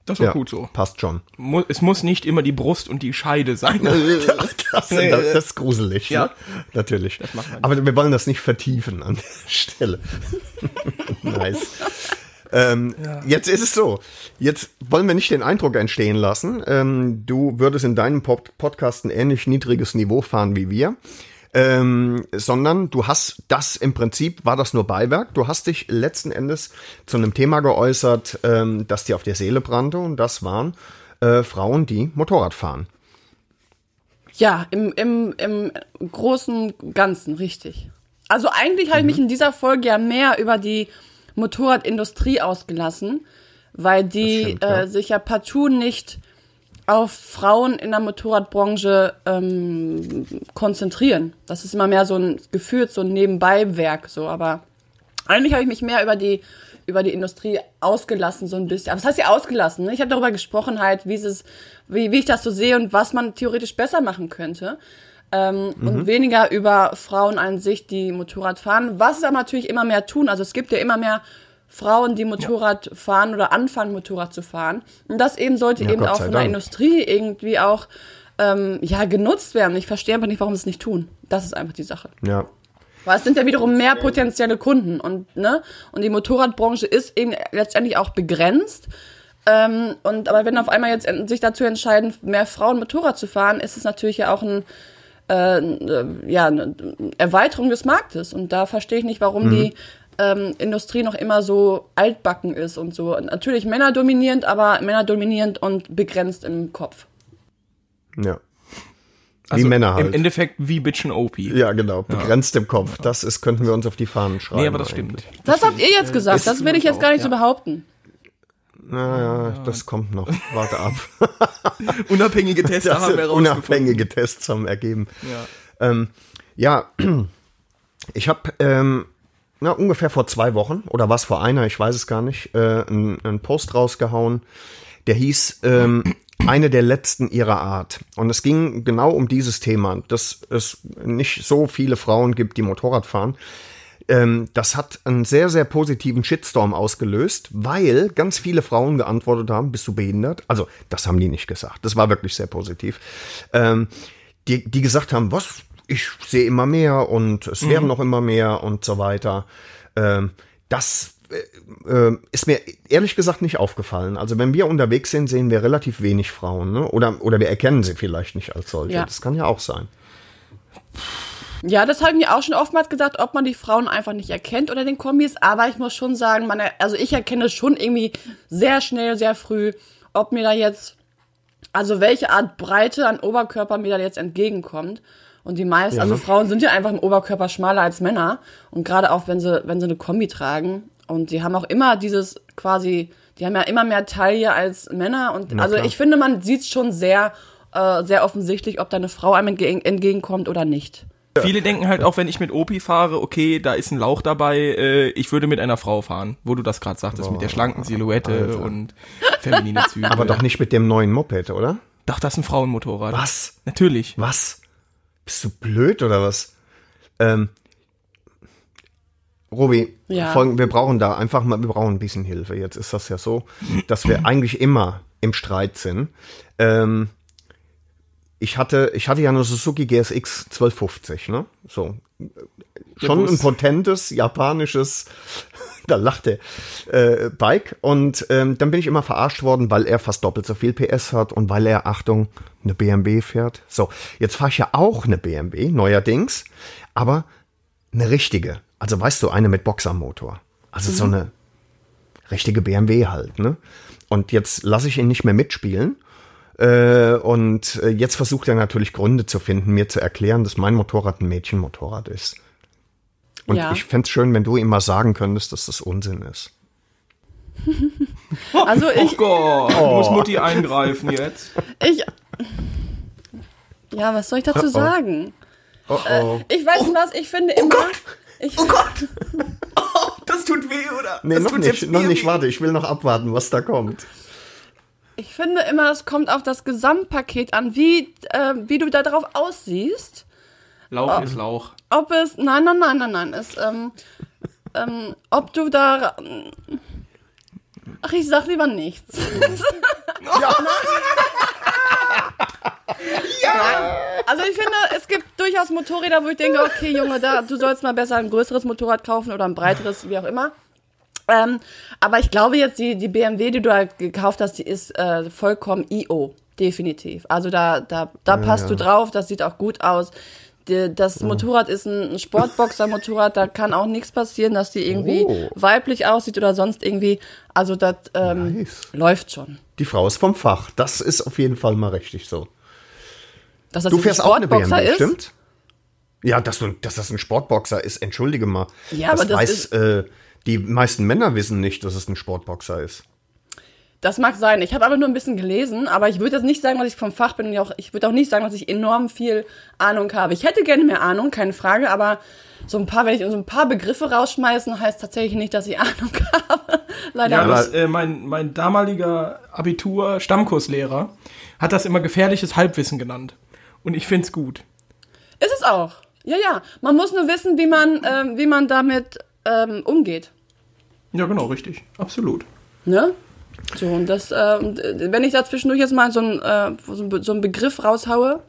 B: Das ist
C: Ja,
B: auch gut so.
C: Passt schon.
B: Mu- Es muss nicht immer die Brust und die Scheide sein.
C: Das, das, das ist gruselig,
B: äh, Ja.
C: ne? Natürlich.
B: macht man nicht.
C: Aber wir wollen das nicht vertiefen an der Stelle. nice. Ähm, Jetzt ist es so. Jetzt wollen wir nicht den Eindruck entstehen lassen, ähm, du würdest in deinem Pod Podcast ein ähnlich niedriges Niveau fahren wie wir, ähm, sondern du hast das im Prinzip, war das nur Beiwerk, du hast dich letzten Endes zu einem Thema geäußert, ähm, das dir auf der Seele brannte und das waren äh, Frauen, die Motorrad fahren.
D: Ja, im, im, im großen Ganzen, richtig. Also eigentlich habe ich
C: Mhm.
D: mich in dieser Folge ja mehr über die Motorradindustrie ausgelassen, weil die
C: stimmt,
D: äh,
C: ja.
D: sich ja partout nicht auf Frauen in der Motorradbranche ähm, konzentrieren. Das ist immer mehr so ein gefühlt so ein Nebenbeiwerk, so, aber eigentlich habe ich mich mehr über die über die Industrie ausgelassen so ein bisschen. Aber was heißt ja ausgelassen? Ne? Ich habe darüber gesprochen halt, wie es, wie, wie ich das so sehe und was man theoretisch besser machen könnte. Ähm,
C: Mhm.
D: Und weniger über Frauen an sich, die Motorrad fahren. Was es aber natürlich immer mehr tun. Also es gibt ja immer mehr Frauen, die Motorrad fahren oder anfangen, Motorrad zu fahren. Und das eben sollte eben
C: Gott
D: auch
C: sei
D: von der
C: Dank.
D: Industrie irgendwie auch ähm, ja, genutzt werden. Ich verstehe einfach nicht, warum sie es nicht tun. Das ist einfach die Sache.
C: Ja,
D: Weil es sind ja wiederum mehr potenzielle Kunden und ne und die Motorradbranche ist eben letztendlich auch begrenzt. Ähm, und aber wenn auf einmal jetzt en- sich dazu entscheiden, mehr Frauen Motorrad zu fahren, ist es natürlich ja auch ein, äh, ein, äh, ja, eine Erweiterung des Marktes. Und da verstehe ich nicht, warum die ähm, Industrie noch immer so altbacken ist und so. Natürlich männerdominierend, aber männerdominierend und begrenzt im Kopf.
C: ja.
B: Also
C: Männer halt.
B: Im Endeffekt wie Bitchen OP.
C: Ja, genau. Begrenzt im Kopf. Das ist, könnten wir uns auf die Fahnen schreiben.
B: nee, aber das stimmt.
D: Das habt ihr jetzt gesagt.
C: ist-
D: Das will ich jetzt gar nicht so behaupten.
C: Naja, das kommt noch. Warte ab.
B: Unabhängige Teste
C: Das
B: haben
C: sind
B: wir rausgefunden.
C: unabhängige Tests haben ergeben.
B: Ja.
C: Ähm, ja, ich habe ähm, na, ungefähr vor zwei Wochen oder was vor einer, ich weiß es gar nicht, äh, einen einen Post rausgehauen, der hieß ähm, eine der letzten ihrer Art. Und es ging genau um dieses Thema, dass es nicht so viele Frauen gibt, die Motorrad fahren. Ähm, das hat einen sehr, sehr positiven Shitstorm ausgelöst, weil ganz viele Frauen geantwortet haben, bist du behindert? Also, das haben die nicht gesagt. Das war wirklich sehr positiv. Ähm, die, die gesagt haben, was, ich sehe immer mehr und es werden noch immer mehr und so weiter. Ähm, das äh, äh, ist mir ehrlich gesagt nicht aufgefallen. Also wenn wir unterwegs sind, sehen wir relativ wenig Frauen, ne? Oder, oder wir erkennen sie vielleicht nicht als solche.
D: Ja.
C: Das kann ja auch sein.
D: Ja, das habe ich mir auch schon oftmals gesagt, ob man die Frauen einfach nicht erkennt oder den Kombis. Aber ich muss schon sagen, man, er- also ich erkenne schon irgendwie sehr schnell, sehr früh, ob mir da jetzt, also welche Art Breite an Oberkörper mir da jetzt entgegenkommt. Und die meisten, also
C: ne?
D: Frauen sind ja einfach im Oberkörper schmaler als Männer. Und gerade auch, wenn sie, wenn sie eine Kombi tragen. Und die haben auch immer dieses quasi, die haben ja immer mehr Taille als Männer. Und also
C: klar.
D: ich finde, man sieht schon sehr, äh, sehr offensichtlich, ob da eine Frau einem entge entgegenkommt oder nicht.
B: Viele denken halt auch, wenn ich mit Opi fahre, okay, da ist ein Lauch dabei, äh, ich würde mit einer Frau fahren, wo du das gerade sagtest, mit der schlanken Silhouette und feminine Züge.
C: Aber doch nicht mit dem neuen Moped, oder?
B: Doch, das ist ein Frauenmotorrad.
C: Was?
B: Natürlich.
C: Was? Bist du blöd oder was? Ähm, Robi,
D: Ja.
C: folgen, wir brauchen da einfach mal, wir brauchen ein bisschen Hilfe. Jetzt ist das ja so, dass wir eigentlich immer im Streit sind. Ähm, ich hatte, ich hatte ja eine Suzuki GSX 1250, ne? So. Schon
B: Bus.
C: ein potentes japanisches, da lachte, äh, Bike. Und ähm, dann bin ich immer verarscht worden, weil er fast doppelt so viel PS hat und weil er, Achtung, eine BMW fährt. So, jetzt fahre ich ja auch eine BMW, neuerdings, aber eine richtige. Also weißt du, eine mit Boxermotor. Also
B: Mhm.
C: so eine richtige BMW halt, ne? Und jetzt lasse ich ihn nicht mehr mitspielen. Äh, und äh, jetzt versucht er natürlich Gründe zu finden, mir zu erklären, dass mein Motorrad ein Mädchenmotorrad ist. Und
D: Ja.
C: ich fänd's schön, wenn du ihm mal sagen könntest, dass das Unsinn ist.
D: Also ich,
B: Oh Gott, muss Mutti eingreifen jetzt.
D: ich. Ja, was soll ich dazu sagen?
B: Äh,
C: Oh oh.
D: Ich weiß nicht was, ich finde immer. Ich, oh Gott!
B: Das tut weh, oder?
C: Nee,
B: das
C: noch
B: tut
C: nicht,
B: jetzt
C: noch
B: mir
C: nicht,
B: weh.
C: warte, ich will noch abwarten, was da kommt.
D: Ich finde immer, es kommt auf das Gesamtpaket an, wie, äh, wie du da drauf aussiehst.
B: Lauch
C: Ah.
B: ist Lauch.
D: Ob es. Nein, nein, nein, nein, nein. Es, ähm, ähm, ob du da. Ach, ich sag lieber nichts. Also ich finde, es gibt durchaus Motorräder, wo ich denke, okay, Junge, da, du sollst mal besser ein größeres Motorrad kaufen oder ein breiteres, wie auch immer. Ähm, aber ich glaube jetzt, die, die BMW, die du halt gekauft hast, die ist äh, vollkommen IO, definitiv. Also da, da, da passt du drauf, das sieht auch gut aus. Die, das Motorrad ist ein ein Sportboxer-Motorrad, da kann auch nichts passieren, dass die irgendwie
C: Oh.
D: weiblich aussieht oder sonst irgendwie. Also das ähm,
C: Nice.
D: läuft schon.
C: Die Frau ist vom Fach. Das ist auf jeden Fall mal richtig so.
D: Dass das
C: Du
D: Also ein
C: fährst auch eine
D: Sportboxer
C: BMW,
D: ist.
C: stimmt? Ja, dass, du, dass das ein Sportboxer ist, entschuldige mal.
D: Ja, aber das
C: weiß,
D: ist-
C: äh, die meisten Männer wissen nicht, dass es ein Sportboxer ist.
D: Das mag sein. Ich habe aber nur ein bisschen gelesen, aber ich würde jetzt nicht sagen, dass ich vom Fach bin und auch, ich würde auch nicht sagen, dass ich enorm viel Ahnung habe. Ich hätte gerne mehr Ahnung, keine Frage, aber so ein paar, wenn ich so ein paar Begriffe rausschmeißen, heißt tatsächlich nicht, dass ich Ahnung habe. Leider.
B: Ja,
C: aber-
B: das, äh, mein, mein damaliger Abitur-Stammkurslehrer hat das immer gefährliches Halbwissen genannt. Und ich find's gut.
D: Ist es auch. Ja, ja. Man muss nur wissen, wie man, ähm, wie man damit ähm, umgeht.
B: Ja, genau, richtig. Absolut.
D: Ne? So, und das, äh, und, äh, wenn ich da zwischendurch jetzt mal so einen äh, so einen Be- so einen Begriff raushaue,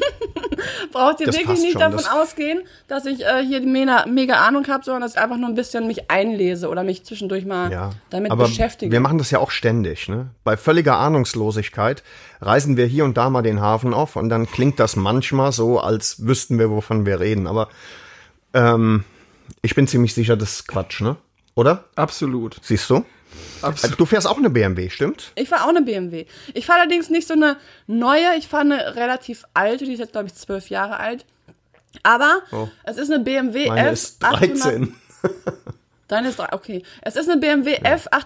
D: braucht ihr
C: Das
D: wirklich
C: passt
D: nicht
C: schon,
D: davon
C: das-
D: ausgehen, dass ich äh, hier die mega, mega Ahnung habe, sondern dass ich einfach nur ein bisschen mich einlese oder mich zwischendurch mal
C: Ja.
D: damit
C: aber
D: beschäftige.
C: Wir machen das ja auch ständig. Ne? Bei völliger Ahnungslosigkeit reißen wir hier und da mal den Hafen auf und dann klingt das manchmal so, als wüssten wir, wovon wir reden. Aber ähm, ich bin ziemlich sicher, das ist Quatsch, ne? Oder?
B: Absolut.
C: Siehst du? Also,
B: Absolut.
C: Du fährst auch eine BMW, stimmt?
D: ich fahre auch eine BMW. Ich fahre allerdings nicht so eine neue, ich fahre eine relativ alte, die ist jetzt, glaube ich, zwölf Jahre alt. Aber es ist eine BMW
C: Oh. Meine
D: F
C: ist
D: 800
C: 13.
D: Deine ist drei, okay. Es ist eine BMW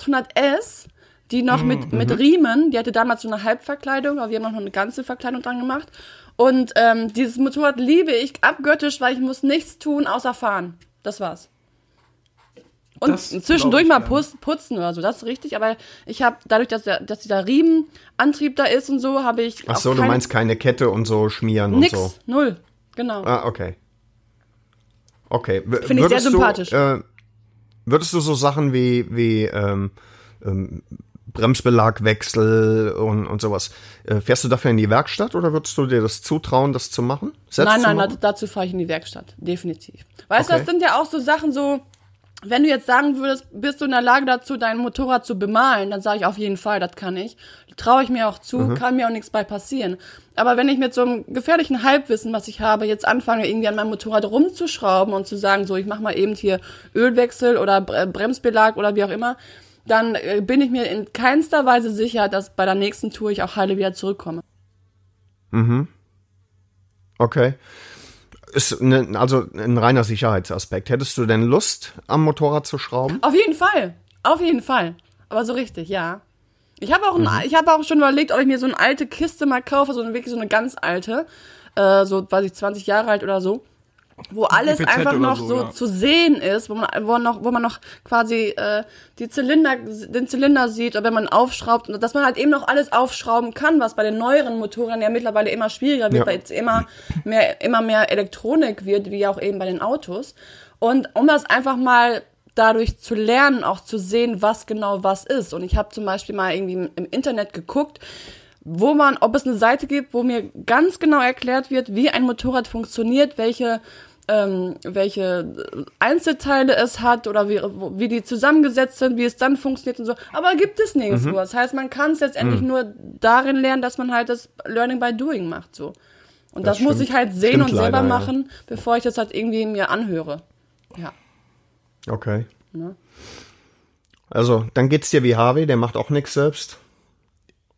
D: F800S, die
C: Mhm,
D: noch mit, mit Riemen, die hatte damals so eine Halbverkleidung, aber wir haben auch noch eine ganze Verkleidung dran gemacht. Und ähm, dieses Motorrad liebe ich abgöttisch, weil ich muss nichts tun, außer fahren. Das war's. Und
B: Das
D: zwischendurch mal
B: glaub ich, ja.
D: pus- putzen oder so, das ist richtig. Aber ich habe dadurch, dass, der, dass dieser Riemenantrieb da ist und so, habe ich
C: Ach so,
D: auch
C: du
D: keine-
C: meinst keine Kette und so schmieren
D: nix,
C: und so.
D: null, genau.
C: Ah, okay. Okay. W-
D: Finde ich sehr
C: würdest
D: sympathisch.
C: Du, äh, würdest du so Sachen wie, wie ähm, ähm, Bremsbelagwechsel und, und sowas, äh, fährst du dafür in die Werkstatt oder würdest du dir das zutrauen, das zu machen? Selbst
D: Nein,
C: zu
D: nein,
C: machen?
D: da- dazu fahre ich in die Werkstatt, definitiv. Weißt du,
C: Okay.
D: das sind ja auch so Sachen so, wenn du jetzt sagen würdest, bist du in der Lage dazu, dein Motorrad zu bemalen, dann sage ich auf jeden Fall, das kann ich. Traue ich mir auch zu, kann mir auch nichts bei passieren. Aber wenn ich mit so einem gefährlichen Halbwissen, was ich habe, jetzt anfange, irgendwie an meinem Motorrad rumzuschrauben und zu sagen, so, ich mache mal eben hier Ölwechsel oder Bre- Bremsbelag oder wie auch immer, dann äh, bin ich mir in keinster Weise sicher, dass bei der nächsten Tour ich auch heile wieder zurückkomme.
C: Okay. Ist ne, also ein reiner Sicherheitsaspekt. Hättest du denn Lust, am Motorrad zu schrauben?
D: Auf jeden Fall. Auf jeden Fall. Aber so richtig, ja. Ich habe auch, ein,
B: Mhm.
D: ich habe auch schon überlegt, ob ich mir so eine alte Kiste mal kaufe, so eine, wirklich so eine ganz alte, äh, so, weiß ich, 20 Jahre alt oder so. wo alles
B: PZ
D: einfach
B: oder
D: noch
B: so,
D: so,
B: ja.
D: zu sehen ist, wo man, wo noch, wo man noch quasi äh, die Zylinder, den Zylinder sieht, oder wenn man aufschraubt, und dass man halt eben noch alles aufschrauben kann, was bei den neueren Motoren ja mittlerweile immer schwieriger wird,
C: Ja.
D: weil jetzt immer mehr, immer mehr Elektronik wird, wie auch eben bei den Autos. Und um das einfach mal dadurch zu lernen, auch zu sehen, was genau was ist. Und ich habe zum Beispiel mal irgendwie im- im Internet geguckt, wo man, ob es eine Seite gibt, wo mir ganz genau erklärt wird, wie ein Motorrad funktioniert, welche ähm, welche Einzelteile es hat oder wie, wo- wie die zusammengesetzt sind, wie es dann funktioniert und so. Aber gibt es nirgendwo.
C: Mhm.
D: Das heißt, man kann es letztendlich nur darin lernen, dass man halt das Learning by Doing macht. So. Und das,
C: Das
D: muss
C: stimmt.
D: ich halt sehen
C: Stimmt
D: und selber
C: leider, ja.
D: machen, bevor ich das halt irgendwie mir anhöre. Ja.
C: Okay.
D: Ne?
C: Also, dann geht's dir wie Harvey, der macht auch nichts selbst.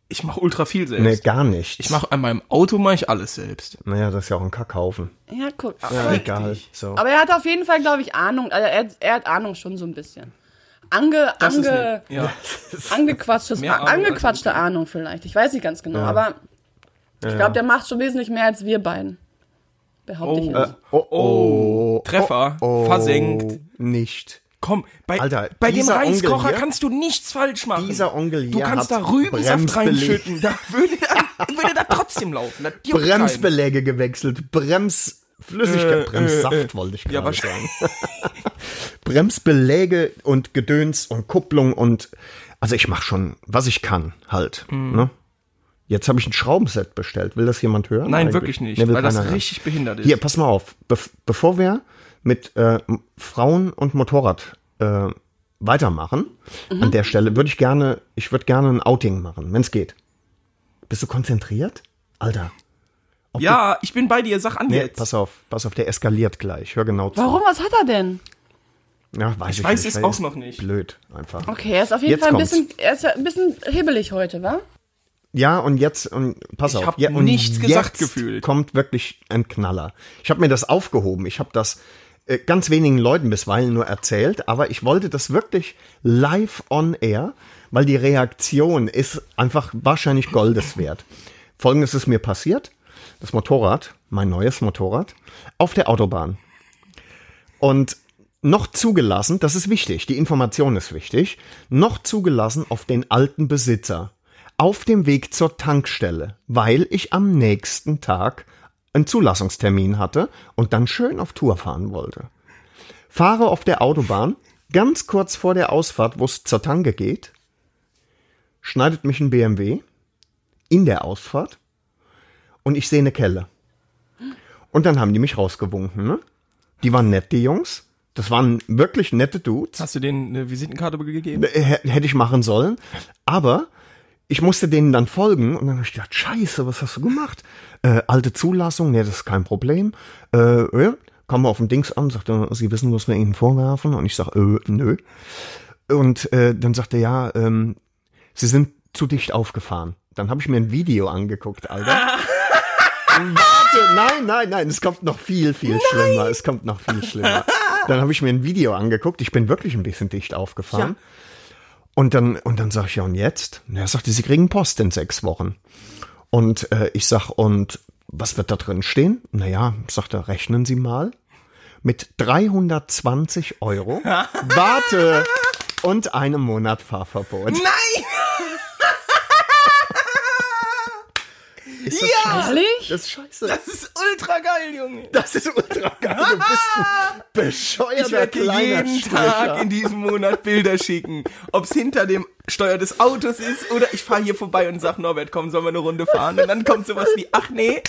B: Ich mache ultra viel
C: Nee,
B: selbst.
C: gar nichts.
B: Ich mache an meinem Auto mache ich alles selbst.
C: Naja, das ist ja auch ein Kackhaufen.
D: Ja, guck.
C: Ja,
D: Aber,
C: egal. So.
D: aber er hat auf jeden Fall, glaube ich, Ahnung. Also er, er hat Ahnung schon so ein bisschen. Ange,
B: Das ist
D: ange,
B: ne- ja.
D: angequatschtes,
B: Mehr Ahnung
D: angequatschte Ahnung vielleicht. Ich weiß nicht ganz genau, aber ich glaube, der macht schon wesentlich mehr als wir beiden. Behaupte ich
B: Oh.
D: jetzt.
C: oh, oh,
B: Treffer, versenkt.
C: Nicht.
B: Komm, bei,
C: Alter,
B: bei dem
C: dieser Onkel
B: Reiskocher
C: hier-
B: kannst du nichts falsch machen.
C: Dieser Onkel hier
B: Du kannst da
C: hat
B: Rübensaft
C: Bremsbeleg.
B: reinschütten. Da würde, da würde da trotzdem laufen. Das juckt keinen.
C: Bremsbeläge gewechselt, Bremsflüssigkeit,
B: Äh,
C: Bremssaft
B: äh, äh.
C: wollte ich
B: Ja,
C: gerade sagen.
B: wahrscheinlich.
C: Bremsbeläge und Gedöns und Kupplung und also ich mache schon, was ich kann, halt.
B: Mhm.
C: Ne? Jetzt habe ich ein Schraubenset bestellt. Will das jemand hören?
B: Nein,
C: Eigentlich?
B: wirklich nicht,
C: Nee, will
B: weil das
C: keiner hören.
B: richtig behindert ist.
C: Hier, pass mal auf. Bef- bevor wir mit äh, M- Frauen und Motorrad äh, weitermachen,
B: Mhm.
C: an der Stelle würde ich gerne, ich würde gerne ein Outing machen, wenn es geht. Bist du konzentriert? Alter. Ob
B: Ja, ich bin bei dir, sag an
C: Du, nee,
B: jetzt.
C: pass auf, pass auf, der eskaliert gleich. Hör genau zu.
D: Warum? Was hat er denn?
C: Ja, weiß ich,
B: weiß
C: nicht.
B: es
C: Der
B: auch
C: ist
B: noch nicht.
C: Blöd, einfach.
D: Okay, er ist auf jeden
C: Jetzt
D: Fall ein
C: kommt's.
D: bisschen, er ist ja ein bisschen hibbelig heute, wa?
C: Ja, und jetzt, und pass
B: Ich
C: auf.
B: hab
C: ja, und
B: nichts
C: jetzt
B: gesagt gefühlt.
C: kommt wirklich ein Knaller. Ich habe mir das aufgehoben. Ich habe das äh, ganz wenigen Leuten bisweilen nur erzählt, aber ich wollte das wirklich live on air, weil die Reaktion ist einfach wahrscheinlich Goldes wert. Folgendes ist mir passiert. Das Motorrad, mein neues Motorrad, auf der Autobahn. Und noch zugelassen, das ist wichtig, die Information ist wichtig, noch zugelassen auf den alten Besitzer. Auf dem Weg zur Tankstelle, weil ich am nächsten Tag einen Zulassungstermin hatte und dann schön auf Tour fahren wollte. Fahre auf der Autobahn, ganz kurz vor der Ausfahrt, wo es zur Tanke geht, schneidet mich ein BMW in der Ausfahrt und ich sehe eine Kelle. Und dann haben die mich rausgewunken, ne? Die waren nett, die Jungs. Das waren wirklich nette Dudes.
B: Hast du denen eine Visitenkarte gegeben?
C: Äh, hä- Hätte ich machen sollen. Aber ich musste denen dann folgen und dann habe ich gedacht, scheiße, was hast du gemacht? Äh, alte Zulassung, nee, das ist kein Problem. Äh, ja, kam mal auf den Dings an, sagte, sie wissen, was wir ihnen vorwerfen. Und ich sage, äh, nö. Und äh, dann sagte er, ja, ähm, sie sind zu dicht aufgefahren. Dann habe ich mir ein Video angeguckt, Alter. Warte, nein, nein, nein, es kommt noch viel, viel schlimmer. Es kommt noch viel schlimmer. Dann habe ich mir ein Video angeguckt. Ich bin wirklich ein bisschen dicht aufgefahren. Und dann, und dann sag ich, ja, und jetzt? Und er sagte, sie kriegen Post in sechs Wochen. Und äh, ich sag, und was wird da drin stehen? Naja, sagt er, rechnen Sie mal. Mit 320 Euro. Warte! Und einem Monat Fahrverbot.
B: Nein!
C: Ist das ja! Scheiße?
D: Ehrlich?
C: Das ist scheiße.
B: Das ist ultra geil, Junge.
C: Das ist ultra geil. Du bist ein
B: Ich
C: bescheuerter
B: werde dir
C: kleiner
B: jeden Tag
C: Stricher.
B: in diesem Monat Bilder schicken. Ob's hinter dem Steuer des Autos ist oder ich fahre hier vorbei und sag Norbert, komm, sollen wir eine Runde fahren? Und dann kommt sowas wie, ach nee.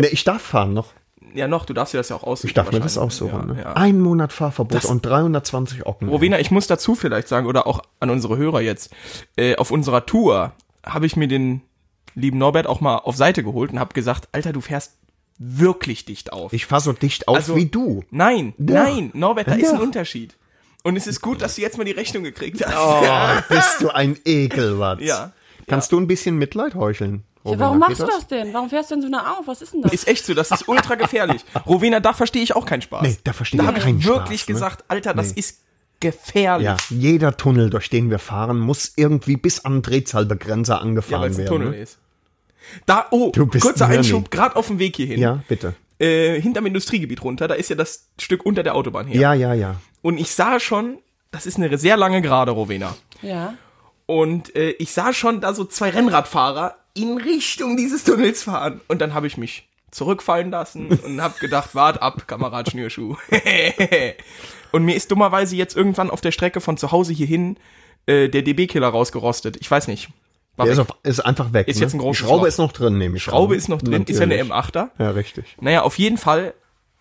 C: Nee, ich darf fahren noch.
B: Ja noch, du darfst dir das ja auch aussuchen.
C: Ich darf mir das
B: wahrscheinlich.
C: aussuchen.
B: Ja,
C: ne?
B: ja.
C: Ein Monat Fahrverbot und 320 Ocken.
B: Rowena, ich muss dazu vielleicht sagen, oder auch an unsere Hörer jetzt, äh, auf unserer Tour habe ich mir den lieben Norbert auch mal auf Seite geholt und habe gesagt, Alter, du fährst wirklich dicht auf.
C: Ich fahr so dicht auf
B: Also-
C: wie du.
B: nein, nein, Norbert, da ist ein
C: Doch.
B: Unterschied. Und es ist gut, dass du jetzt mal die Rechnung gekriegt hast.
C: Oh, bist du ein Ekelwatz.
B: Ja.
C: Kannst du ein bisschen Mitleid heucheln?
D: Ja,
C: Robin?
D: warum
C: Geht
D: machst du das denn? Warum fährst du denn so nah auf? Was ist denn das?
B: Ist echt so, das ist ultra gefährlich. Rowena, da verstehe ich auch keinen Spaß.
C: Nee, da verstehe
B: Da
C: ich
B: habe
C: keinen
B: ich wirklich
C: Spaß, ne?
B: gesagt, Alter, das ist gefährlich.
C: Ja, jeder Tunnel, durch den wir fahren, muss irgendwie bis an den Drehzahlbegrenzer
B: ja weil
C: angefahren
B: es ein
C: werden.
B: Tunnel
C: ne?
B: ist. Da, oh,
C: Du bist
B: kurzer
C: ein Hirni.
B: Einschub, gerade auf dem Weg hierhin.
C: Ja, bitte.
B: äh, hinterm Industriegebiet runter. Da ist ja das Stück unter der Autobahn her.
C: Ja, ja, ja.
B: Und ich sah schon, das ist eine sehr lange Gerade, Rowena.
D: Ja.
B: Und äh, ich sah schon da so zwei Rennradfahrer in Richtung dieses Tunnels fahren. Und dann habe ich mich zurückfallen lassen und habe gedacht, wart ab, Kamerad Schnürschuh. und mir ist dummerweise jetzt irgendwann auf der Strecke von zu Hause hierhin äh, der DB-Killer rausgerostet. Ich weiß nicht. War
C: Der ist,
B: weg.
C: auf, ist einfach weg.
B: Ist
C: ne?
B: jetzt ein
C: Die
B: großes
C: Schraube
B: Loch.
C: ist noch drin, nehme ich
B: Schraube
C: an.
B: ist noch drin, ist ja eine
C: Natürlich.
B: M8er.
C: Ja, richtig.
B: Naja, auf jeden Fall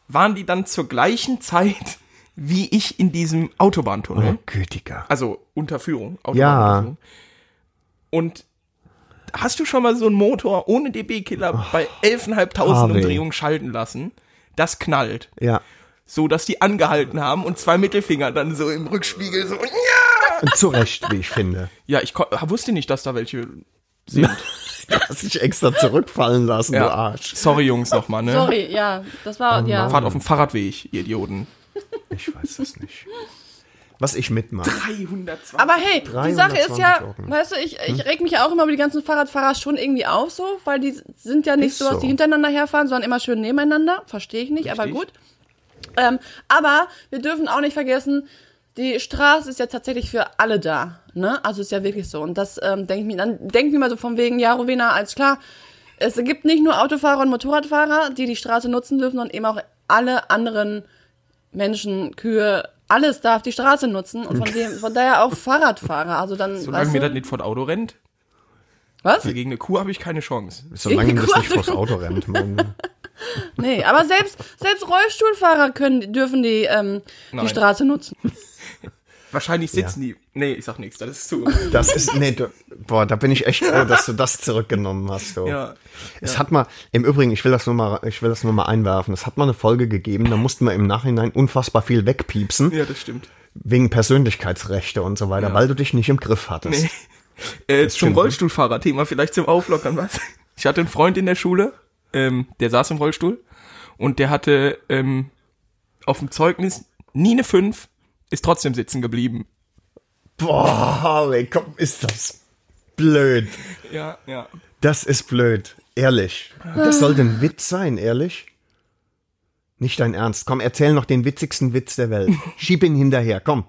B: waren die dann zur gleichen Zeit wie ich in diesem Autobahntunnel.
C: Gütiger.
B: Also Unterführung,
C: Mhm. Ja.
B: Autobahnunterführung. Und hast du schon mal so einen Motor ohne DB-Killer bei 11.500
C: Oh, Harvey.
B: Umdrehungen schalten lassen? Das knallt.
C: Ja.
B: So, dass die angehalten haben und zwei Mittelfinger dann so im Rückspiegel so. Ja,
C: Und Zu Recht, wie ich finde.
B: ja ich ko- ah, wusste nicht, dass da welche.
C: Du hast dich extra zurückfallen lassen,
B: Ja.
C: du Arsch.
B: Sorry, Jungs, nochmal, ne?
D: Sorry, ja. Das war, ja.
B: Fahrt auf dem Fahrradweg, ihr Idioten.
C: Ich weiß es nicht. Was ich mitmache.
B: 320.
D: Aber hey, die Sache ist ja,
C: 320 Socken.
D: weißt du, ich,
C: Hm?
D: ich reg mich ja auch immer über die ganzen Fahrradfahrer schon irgendwie auf, so, weil die sind ja nicht
C: Ist
D: so, dass
C: so.
D: die hintereinander herfahren, sondern immer schön nebeneinander. Verstehe ich nicht, aber
B: Richtig.
D: gut. Ähm, aber wir dürfen auch nicht vergessen, die Straße ist ja tatsächlich für alle da. Ne? Also ist ja wirklich so. Und das ähm, denke ich mir, dann denke ich mir mal so von wegen, ja, Rowena, alles klar. Es gibt nicht nur Autofahrer und Motorradfahrer, die die Straße nutzen dürfen, sondern eben auch alle anderen Menschen, Kühe, alles darf die Straße nutzen und von, dem, von daher auch Fahrradfahrer. Also dann,
B: Solange
D: weißt
B: mir
D: du,
B: das nicht vor das Auto rennt,
D: was?
B: gegen eine Kuh habe ich keine Chance.
C: Solange das
D: Quatsch.
C: nicht vors Auto rennt. Mann.
D: Nee, aber selbst, selbst Rollstuhlfahrer können, dürfen die, ähm, die
B: Nein.
D: Straße nutzen.
B: Wahrscheinlich sitzen die. Nee, ich sag nichts, das ist zu.
C: Das ist, nee, du, boah, da bin ich echt froh, dass du das zurückgenommen hast. Du.
B: Ja.
C: Es hat mal, im Übrigen, ich will das nur mal, ich will das nur mal einwerfen. Es hat mal eine Folge gegeben, da mussten wir im Nachhinein unfassbar viel wegpiepsen,
B: Ja, das stimmt. Äh,
C: wegen Persönlichkeitsrechte und so weiter, weil du dich nicht im Griff hattest.
B: Nee. Äh, zum
C: stimmt, ne?
B: Rollstuhlfahrerthema, vielleicht zum Auflockern was. Ich hatte einen Freund in der Schule, ähm, der saß im Rollstuhl und der hatte ähm, auf dem Zeugnis nie eine 5, ist trotzdem sitzen geblieben.
C: Boah, ey, komm, ist das blöd.
B: Ja, ja.
C: Das ist blöd. Ehrlich. Das sollte ein Witz sein, ehrlich. Nicht dein Ernst. Komm, erzähl noch den witzigsten Witz der Welt. Schieb ihn hinterher, komm.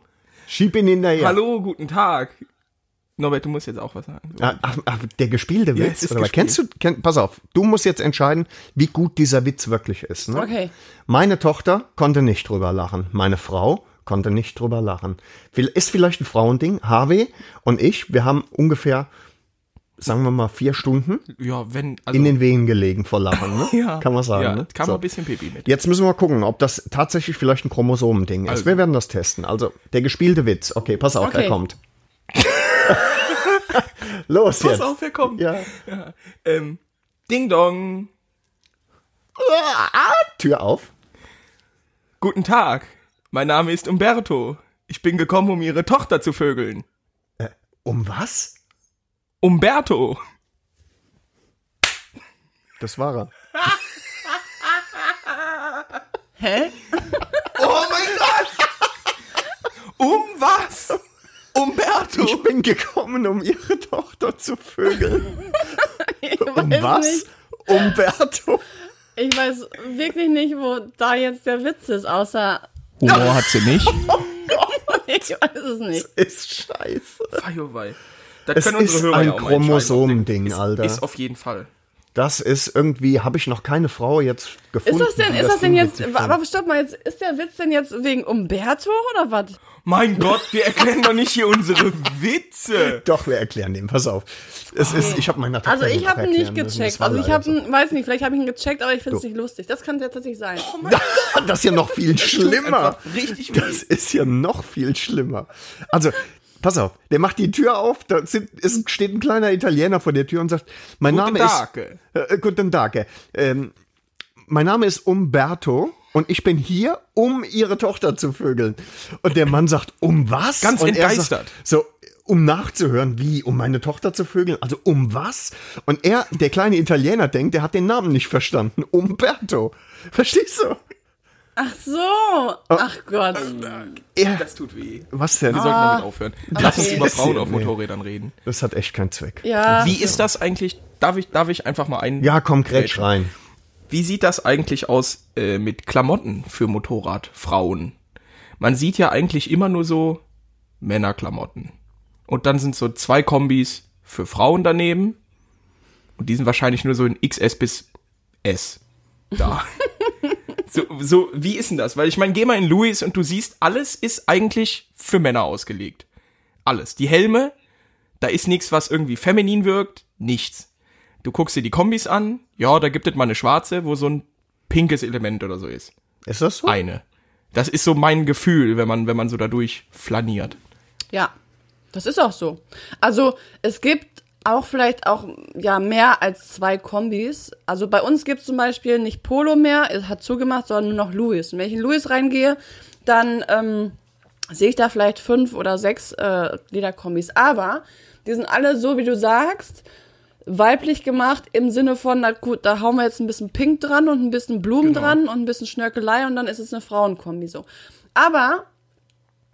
C: Schieb ihn hinterher.
B: Hallo, guten Tag. Norbert, du musst jetzt auch was sagen.
C: Ah, Ach, ach, der gespielte
B: Ja, es
C: Witz.
B: ist
C: Oder was?
B: gespielt.
C: Kennst du, kenn, pass auf, du musst jetzt entscheiden, wie gut dieser Witz wirklich ist. Ne?
D: Okay.
C: Meine Tochter konnte nicht drüber lachen. Meine Frau konnte nicht drüber lachen. Viel- Ist vielleicht ein Frauending. Harvey und ich, wir haben ungefähr, sagen wir mal, vier Stunden
B: Ja, wenn, also.
C: in den Wehen gelegen vor Lachen. Ne?
B: ja,
C: Kann man sagen.
B: Ja,
C: ne?
B: kam
C: So.
B: ein bisschen Pipi mit.
C: Jetzt müssen wir mal gucken, ob das tatsächlich vielleicht ein Chromosomending ist.
B: Also.
C: Wir werden das testen. Also, der gespielte Witz. Okay, pass auf,
D: Okay.
C: er kommt. Los
B: Pass
C: jetzt.
B: auf, wer kommt.
C: Ja.
B: Ähm, Ding Dong,
C: Ah, Tür auf.
B: guten Tag. Mein Name ist Umberto. Ich bin gekommen, um Ihre Tochter zu vögeln.
C: Um was?
B: Umberto.
C: Das war er.
D: Hä?
B: Oh mein Gott! Um was? Umberto!
C: Ich bin gekommen, um ihre Tochter zu vögeln.
D: Ich
C: Um
D: weiß
C: was?
D: Nicht.
C: Umberto.
D: Ich weiß wirklich nicht, wo da jetzt der Witz ist, außer
B: Humor hat sie nicht.
D: ich weiß es nicht.
C: Ist scheiße.
B: Ah, Das
C: Es
B: können unsere
C: ist
B: Hörer
C: ein
B: ja auch mal entscheiden, ob
C: Chromosomending,
B: der- ist-
C: Alter.
B: Ist auf jeden Fall.
C: Das ist irgendwie, habe ich noch keine Frau jetzt
D: Ist
C: gefunden.
D: das denn,
C: die
D: ist das denn jetzt,
C: unwitzig findet.
D: aber stopp mal, jetzt, ist der Witz denn jetzt wegen Umberto oder was?
B: Mein Gott, wir erklären doch nicht hier unsere Witze.
C: Doch, wir erklären den, pass auf. Es ist, ich habe meiner Tochter
D: Also ich
C: den auch
D: habe ihn nicht
C: erklären müssen.
D: gecheckt.
C: Das war
D: Also ich
C: leider
D: habe, ihn- weiß nicht, vielleicht habe ich ihn gecheckt, aber ich finde es
C: Du.
D: nicht lustig. Das kann ja tatsächlich sein.
C: so. Das ist ja noch viel schlimmer.
B: Einfach Richtig
C: Das ist ja noch viel schlimmer. Also, pass auf, der macht die Tür auf, da sind, ist, steht ein kleiner Italiener vor der Tür und sagt, mein
B: Guten
C: Name
B: Tag.
C: ist... Äh, guten Tag. Ähm, mein Name ist Umberto und ich bin hier, um ihre Tochter zu vögeln. Und der Mann sagt, um was?
B: Ganz
C: und er
B: entgeistert.
C: Sagt, so, um nachzuhören, wie, um meine Tochter zu vögeln, also um was? Und er, der kleine Italiener, denkt, der hat den Namen nicht verstanden. Umberto. Verstehst du?
D: Ach
C: Oh.
D: so. Ach Gott.
C: Er,
B: Das tut weh.
C: was denn?
B: Wir sollten damit aufhören. Lass uns
D: Okay.
B: über Frauen auf
C: Nee.
B: Motorrädern reden.
C: Das hat echt keinen Zweck.
D: Ja.
B: Wie ist das eigentlich? Darf ich, darf ich einfach mal einen?
C: Ja, komm, grätsch rein.
B: wie sieht das eigentlich aus äh, mit Klamotten für Motorradfrauen? Man sieht ja eigentlich immer nur so Männerklamotten. Und dann sind so zwei Kombis für Frauen daneben. Und die sind wahrscheinlich nur so in XS bis S. Da. so, so, wie ist denn das? Weil ich meine, geh mal in Louis und du siehst, alles ist eigentlich für Männer ausgelegt. Alles. Die Helme, da ist nichts, was irgendwie feminin wirkt, nichts. Du guckst dir die Kombis an, ja, da gibt es mal eine schwarze, wo so ein pinkes Element oder so ist.
C: Ist das so?
B: Eine. Das ist so mein Gefühl, wenn man, wenn man so dadurch flaniert.
D: Ja, das ist auch so. Also es gibt auch vielleicht auch ja mehr als zwei Kombis. Also bei uns gibt es zum Beispiel nicht Polo mehr, es hat zugemacht, sondern nur noch Louis. Und wenn ich in Louis reingehe, dann ähm, sehe ich da vielleicht fünf oder sechs äh, Lederkombis. Aber die sind alle so, wie du sagst, weiblich gemacht im Sinne von, na gut, da hauen wir jetzt ein bisschen Pink dran und ein bisschen Blumen dran und ein bisschen Schnörkelei und dann ist es eine Frauenkombi so. Aber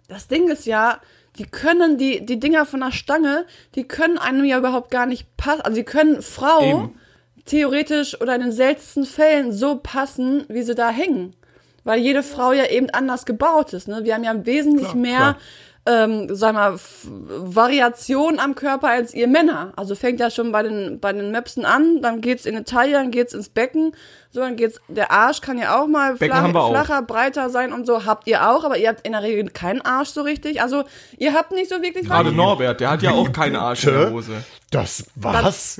D: das Ding ist ja, die können die, die Dinger von der Stange, die können einem ja überhaupt gar nicht passen. Also die können Frau
B: Eben.
D: theoretisch oder in den seltensten Fällen so passen, wie sie da hängen. Weil jede Frau ja eben anders gebaut ist. Ne? Wir haben ja wesentlich mehr, ähm, sag mal, F- Variation am Körper als ihr Männer. Also fängt ja schon bei den, bei den Möpsen an, dann geht's in die Taille, dann geht's ins Becken, so, dann geht's, der Arsch kann ja auch mal
B: Becken
D: flach,
B: haben wir auch.
D: flacher, breiter sein und so. Habt ihr auch, aber ihr habt in der Regel keinen Arsch so richtig. Also ihr habt nicht so wirklich
B: Gerade
D: was.
B: Norbert, der hat ja auch keinen Arsch in der Hose.
C: Das was?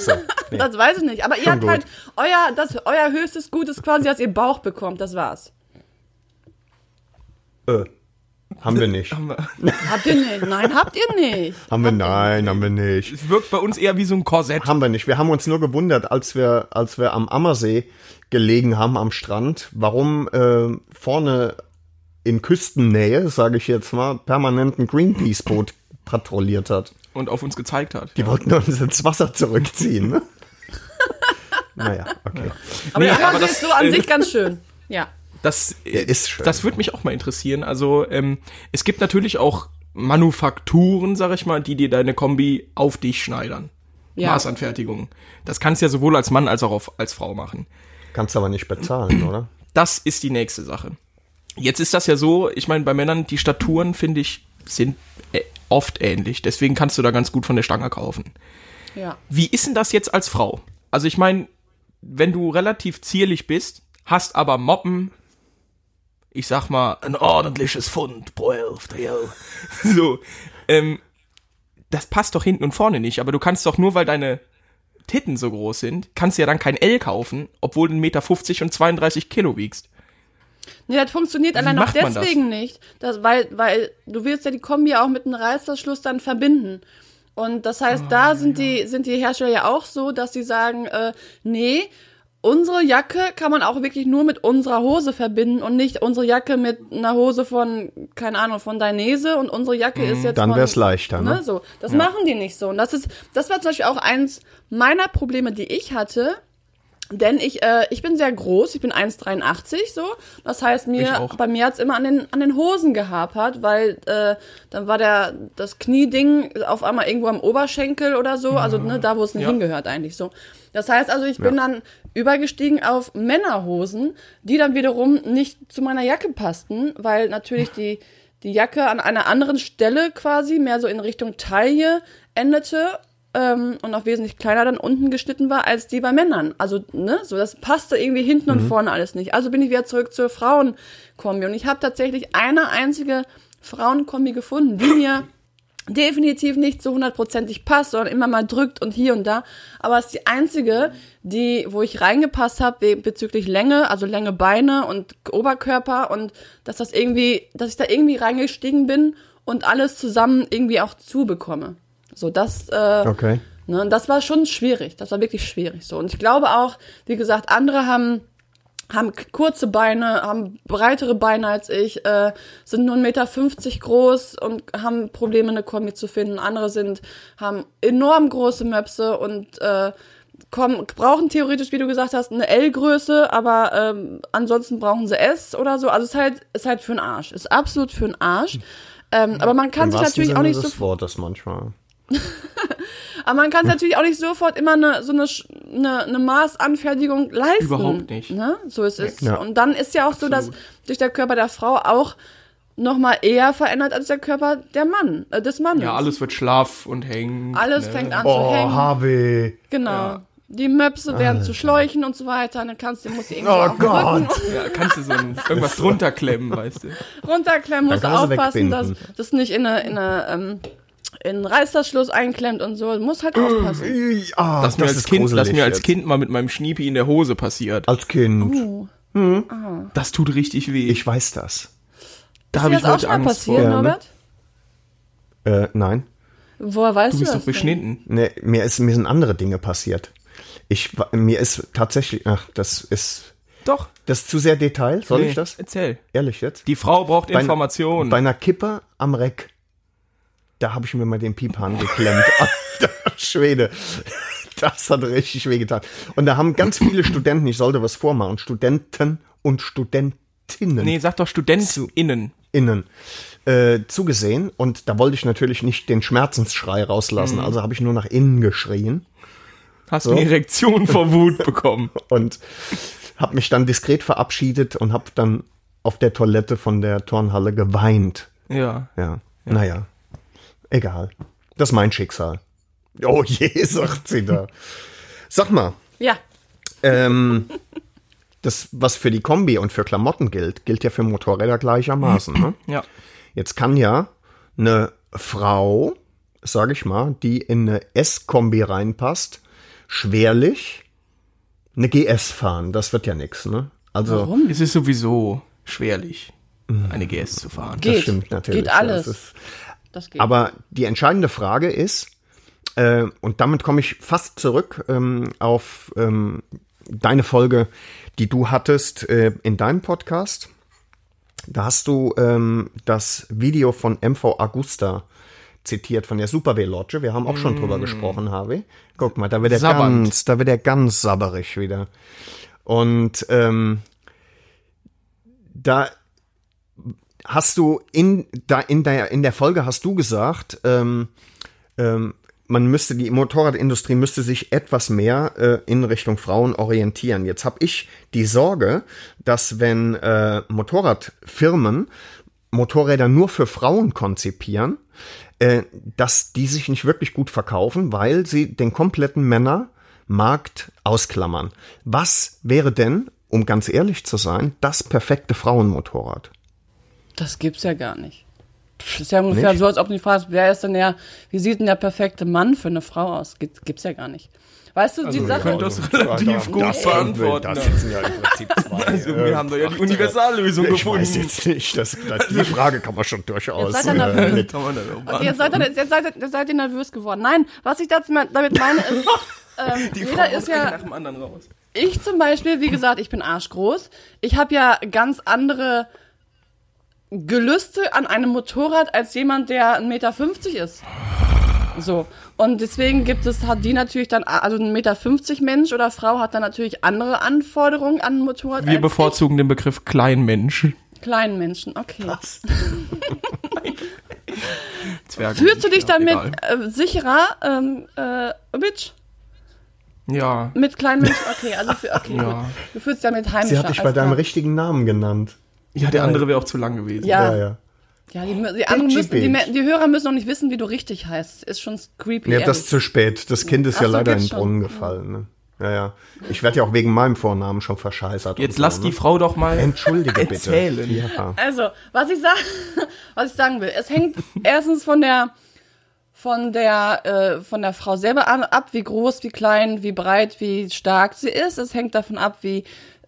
C: so, nee.
D: Das weiß ich nicht. Aber ihr
C: Schon
D: habt
C: gut.
D: halt euer, das, euer höchstes Gut ist quasi, dass ihr Bauch bekommt. Das war's.
C: äh, haben wir nicht.
D: Habt ihr nicht? Nein, habt ihr nicht.
C: Haben wir nein, haben wir nicht.
B: Es wirkt bei uns eher wie so ein Korsett.
C: Haben wir nicht. Wir haben uns nur gewundert, als wir, als wir am Ammersee gelegen haben am Strand, warum äh, vorne in Küstennähe, sage ich jetzt mal, permanent ein Greenpeace-Boot patrouilliert hat.
B: Und auf uns gezeigt hat.
C: Die wollten uns ins Wasser zurückziehen. Ne? naja, okay.
D: Aber
B: Nee,
D: der
B: aber
D: Hörnsee
B: das-
D: ist so an
B: äh,
D: sich ganz schön. Ja.
B: Das äh,
C: ist schön.
B: Das würde mich auch mal interessieren. Also ähm, es gibt natürlich auch Manufakturen, sag ich mal, die dir deine Kombi auf dich schneidern.
D: Ja.
B: Maßanfertigungen. Das kannst du ja sowohl als Mann als auch auf, als Frau machen.
C: Kannst aber nicht bezahlen, oder?
B: Das ist die nächste Sache. Jetzt ist das ja so, ich meine, bei Männern, die Staturen, finde ich, sind äh, oft ähnlich. Deswegen kannst du da ganz gut von der Stange kaufen.
D: Ja.
B: Wie ist denn das jetzt als Frau? Also ich meine, wenn du relativ zierlich bist, hast aber Moppen, ich sag mal, ein ordentliches Pfund pro Hälfte, yo. So, ähm, das passt doch hinten und vorne nicht, aber du kannst doch nur, weil deine Titten so groß sind, kannst du ja dann kein L kaufen, obwohl du 1,50 Meter und 32 Kilo wiegst.
D: Nee, das funktioniert allein auch
B: macht man das?
D: deswegen nicht. Das, weil, weil du willst ja die Kombi auch mit einem Reißverschluss dann verbinden. Und das heißt,
B: Ah,
D: da sind, die, sind die Hersteller ja auch so, dass sie sagen, äh, nee, unsere Jacke kann man auch wirklich nur mit unserer Hose verbinden und nicht unsere Jacke mit einer Hose von, keine Ahnung, von Dainese und unsere Jacke
B: Mhm.
D: ist jetzt
C: Dann
D: von-
C: wär's leichter, ne?
D: So, das machen die nicht so. Und das ist, das war zum Beispiel auch eins meiner Probleme, die ich hatte. Denn ich, äh, ich bin sehr groß, ich bin 1,83 so. Das heißt,
B: Ich
D: mir,
B: auch.
D: bei mir hat's immer an den, an den Hosen gehapert, weil äh, dann war der, das Knieding auf einmal irgendwo am Oberschenkel oder so, also ne, da, wo es nicht
B: Ja.
D: hingehört eigentlich so. Das heißt also, ich bin dann übergestiegen auf Männerhosen, die dann wiederum nicht zu meiner Jacke passten, weil natürlich die, die Jacke an einer anderen Stelle quasi mehr so in Richtung Taille endete ähm, und auch wesentlich kleiner dann unten geschnitten war als die bei Männern. Also, ne, so das passte irgendwie hinten und vorne alles nicht. Also bin ich wieder zurück zur Frauenkombi und ich habe tatsächlich eine einzige Frauenkombi gefunden, die mir definitiv nicht so hundertprozentig passt, sondern immer mal drückt und hier und da. Aber es ist die einzige, die, wo ich reingepasst habe we- bezüglich Länge, also Länge Beine und Oberkörper und dass das irgendwie, dass ich da irgendwie reingestiegen bin und alles zusammen irgendwie auch zubekomme. So, das, äh,
C: Okay.
D: ne, und das war schon schwierig. Das war wirklich schwierig. So. Und ich glaube auch, wie gesagt, andere haben haben k- kurze Beine, haben breitere Beine als ich, äh, sind nur 1,50 Meter groß und haben Probleme, eine Kombi zu finden. Andere sind, haben enorm große Möpse und äh, kommen, brauchen theoretisch, wie du gesagt hast, eine L-Größe, aber ähm, ansonsten brauchen sie S oder so. Also ist halt, ist halt für den Arsch. Ist absolut für den Arsch. Ähm, aber man kann
C: Im
D: sich
C: wahrsten
D: natürlich auch
C: Sinne
D: nicht so
C: des Wortes manchmal.
D: Aber man kann es natürlich auch nicht sofort immer eine, so eine, Sch- eine, eine Maßanfertigung leisten.
B: Überhaupt nicht.
D: Ne? So ist es.
C: Ja.
D: Und dann ist ja auch so, dass sich der Körper der Frau auch noch mal eher verändert als der Körper der Mann, äh, des Mannes.
B: Ja, alles wird schlaff und hängen. ne?
D: Alles fängt an zu
C: Oh,
D: hängen.
C: Harvey.
D: Genau. Die Möpse werden zu Schläuchen und so weiter. Und dann kannst du, musst du irgendwie
C: Oh
D: auf den Rücken
C: Gott.
B: Ja, kannst du so ein, irgendwas drunter klemmen, weißt du.
D: runterklemmen, musst du
C: kannst du
D: aufpassen, dass
C: wegbinden.
D: das nicht in eine, in eine ähm, in einen Reißverschluss einklemmt und so. Du musst halt aufpassen.
C: Ih, Ah,
B: Das, mir als
C: ist
B: Kind, das
C: gruselig
B: mir als
C: jetzt.
B: Kind mal mit meinem Schniepi in der Hose passiert.
C: Als Kind.
D: Oh.
B: Das tut richtig weh.
C: Ich weiß das.
B: da
D: Ist
B: habe
D: dir
B: ich
D: das auch
B: heute
D: schon mal
B: Angst
D: passiert,
B: vor.
C: Ja, ne?
D: Norbert?
C: Äh, nein.
D: Woher weißt
B: Du
D: du,
B: bist
D: das
B: doch
D: denn?
B: beschnitten.
C: Nee, Ne, mir, ist, mir sind andere Dinge passiert. Ich, wa- mir ist tatsächlich, ach, das ist,
B: Doch.
C: das ist zu sehr Detail. Soll ich das?
B: Erzähl.
C: Ehrlich jetzt?
B: Die Frau braucht
C: Bei-
B: Informationen.
C: Bei einer Kippe am Reck. Da habe ich mir mal den Piephahn geklemmt. Alter Schwede. Das hat richtig wehgetan. Und da haben ganz viele Studenten, ich sollte was vormachen, Studenten und Studentinnen
B: nee, sag doch StudentInnen.
C: innen äh, zugesehen. Und da wollte ich natürlich nicht den Schmerzensschrei rauslassen.
B: Mhm.
C: Also habe ich nur nach innen geschrien
B: Hast eine Erektion vor Wut bekommen.
C: und habe mich dann diskret verabschiedet und habe dann auf der Toilette von der Turnhalle geweint.
B: Ja.
C: Ja. Naja. Egal. Das ist mein Schicksal. Oh je, sagt sie da. Sag mal,
D: Ja.
C: ähm, das, was für die Kombi und für Klamotten gilt, gilt ja für Motorräder gleichermaßen. Ne?
B: Ja.
C: Jetzt kann ja eine Frau, sage ich mal, die in eine S-Kombi reinpasst, schwerlich eine GS fahren. Das wird ja nichts, ne? Also,
D: Warum?
B: Es ist sowieso schwerlich,
C: Hm.
B: eine GS zu fahren.
D: Geht.
C: stimmt natürlich.
D: Geht
C: ja,
D: alles.
C: es ist-
D: Das geht.
C: Aber die entscheidende Frage ist, äh, und damit komme ich fast zurück ähm, auf ähm, deine Folge, die du hattest äh, in deinem Podcast. Da hast du ähm, das Video von MV Augusta zitiert von der Super V-Lodge. Wir haben auch schon drüber gesprochen, Harvey. Guck mal, da wird er
B: Sabbernd.
C: ganz, da wird er ganz sabberig wieder. Und ähm, da hast du in, da in, der, in der Folge hast du gesagt, ähm, ähm, man müsste, die Motorradindustrie müsste sich etwas mehr äh, in Richtung Frauen orientieren. Jetzt habe ich die Sorge, dass wenn äh, Motorradfirmen Motorräder nur für Frauen konzipieren, äh, dass die sich nicht wirklich gut verkaufen, weil sie den kompletten Männermarkt ausklammern. Was wäre denn, um ganz ehrlich zu sein, das perfekte Frauenmotorrad?
D: das gibt's ja gar nicht. Pff, ist ja ungefähr
C: Nicht?
D: so, als ob du mich fragst, wer ist denn der, wie sieht denn der perfekte Mann für eine Frau aus? Gibt, gibt's ja gar nicht. Weißt du, die Sache.
B: das relativ gut beantworten.
C: sind ja im Prinzip zwei.
B: Also, wir haben da ja die Universallösung
C: ich
B: gefunden.
C: weiß jetzt nicht, das, das, die Frage kann man schon durchaus.
D: Jetzt seid ihr
C: äh,
D: nervös.
C: mit-
B: Kann man da noch
D: Jetzt seid, ihr, jetzt, seid ihr, jetzt seid ihr nervös geworden. Nein, was ich dazu- damit meine ist, ähm, jeder ist ja.
B: nach dem anderen raus.
D: Ich zum Beispiel, wie gesagt, ich bin arschgroß. Ich habe ja ganz andere Gelüste an einem Motorrad als jemand, der 1,50 Meter ist. So. Und deswegen gibt es, hat die natürlich dann, also ein 1,50 Meter Mensch oder Frau hat dann natürlich andere Anforderungen an ein Motorrad
B: Wir
D: als
B: bevorzugen den Begriff Kleinmensch.
D: kleinen Menschen. Okay.
B: Zwerge.
D: Fühlst du dich
B: Ja,
D: damit
B: egal.
D: äh, sicherer, ähm, äh, Bitch?
B: Ja.
D: Mit kleinen Menschen? Okay, also für, okay.
B: Ja.
D: Du fühlst dich damit heimischer.
C: Sie hat dich bei
D: alles
C: deinem
D: klar.
C: richtigen Namen genannt.
B: Ja, der andere wäre auch zu lang gewesen.
D: Ja.
C: ja. ja.
D: Ja, die, mü- die, anderen
C: Bitchy
D: müssen, die,
C: bitch.
D: Me- die Hörer müssen noch nicht wissen, wie du richtig heißt. Ist schon creepy.
C: Nee,
D: ehrlich.
C: das ist zu spät. Das Kind ist
D: Ach
C: ja
D: so,
C: leider in
D: gibt's
C: den Brunnen
D: schon.
C: gefallen. Ne? Ja, ja. Ich werde ja auch wegen meinem Vornamen schon verscheißert.
B: Jetzt
C: und
B: lass
C: so,
B: die
C: ne?
B: Frau doch mal
C: Entschuldige bitte.
B: erzählen.
C: Ja.
D: also, was ich, sag, was ich sagen will, es hängt erstens von der, von, der, äh, von der Frau selber an, ab, wie groß, wie klein, wie breit, wie stark sie ist. Es hängt davon ab, wie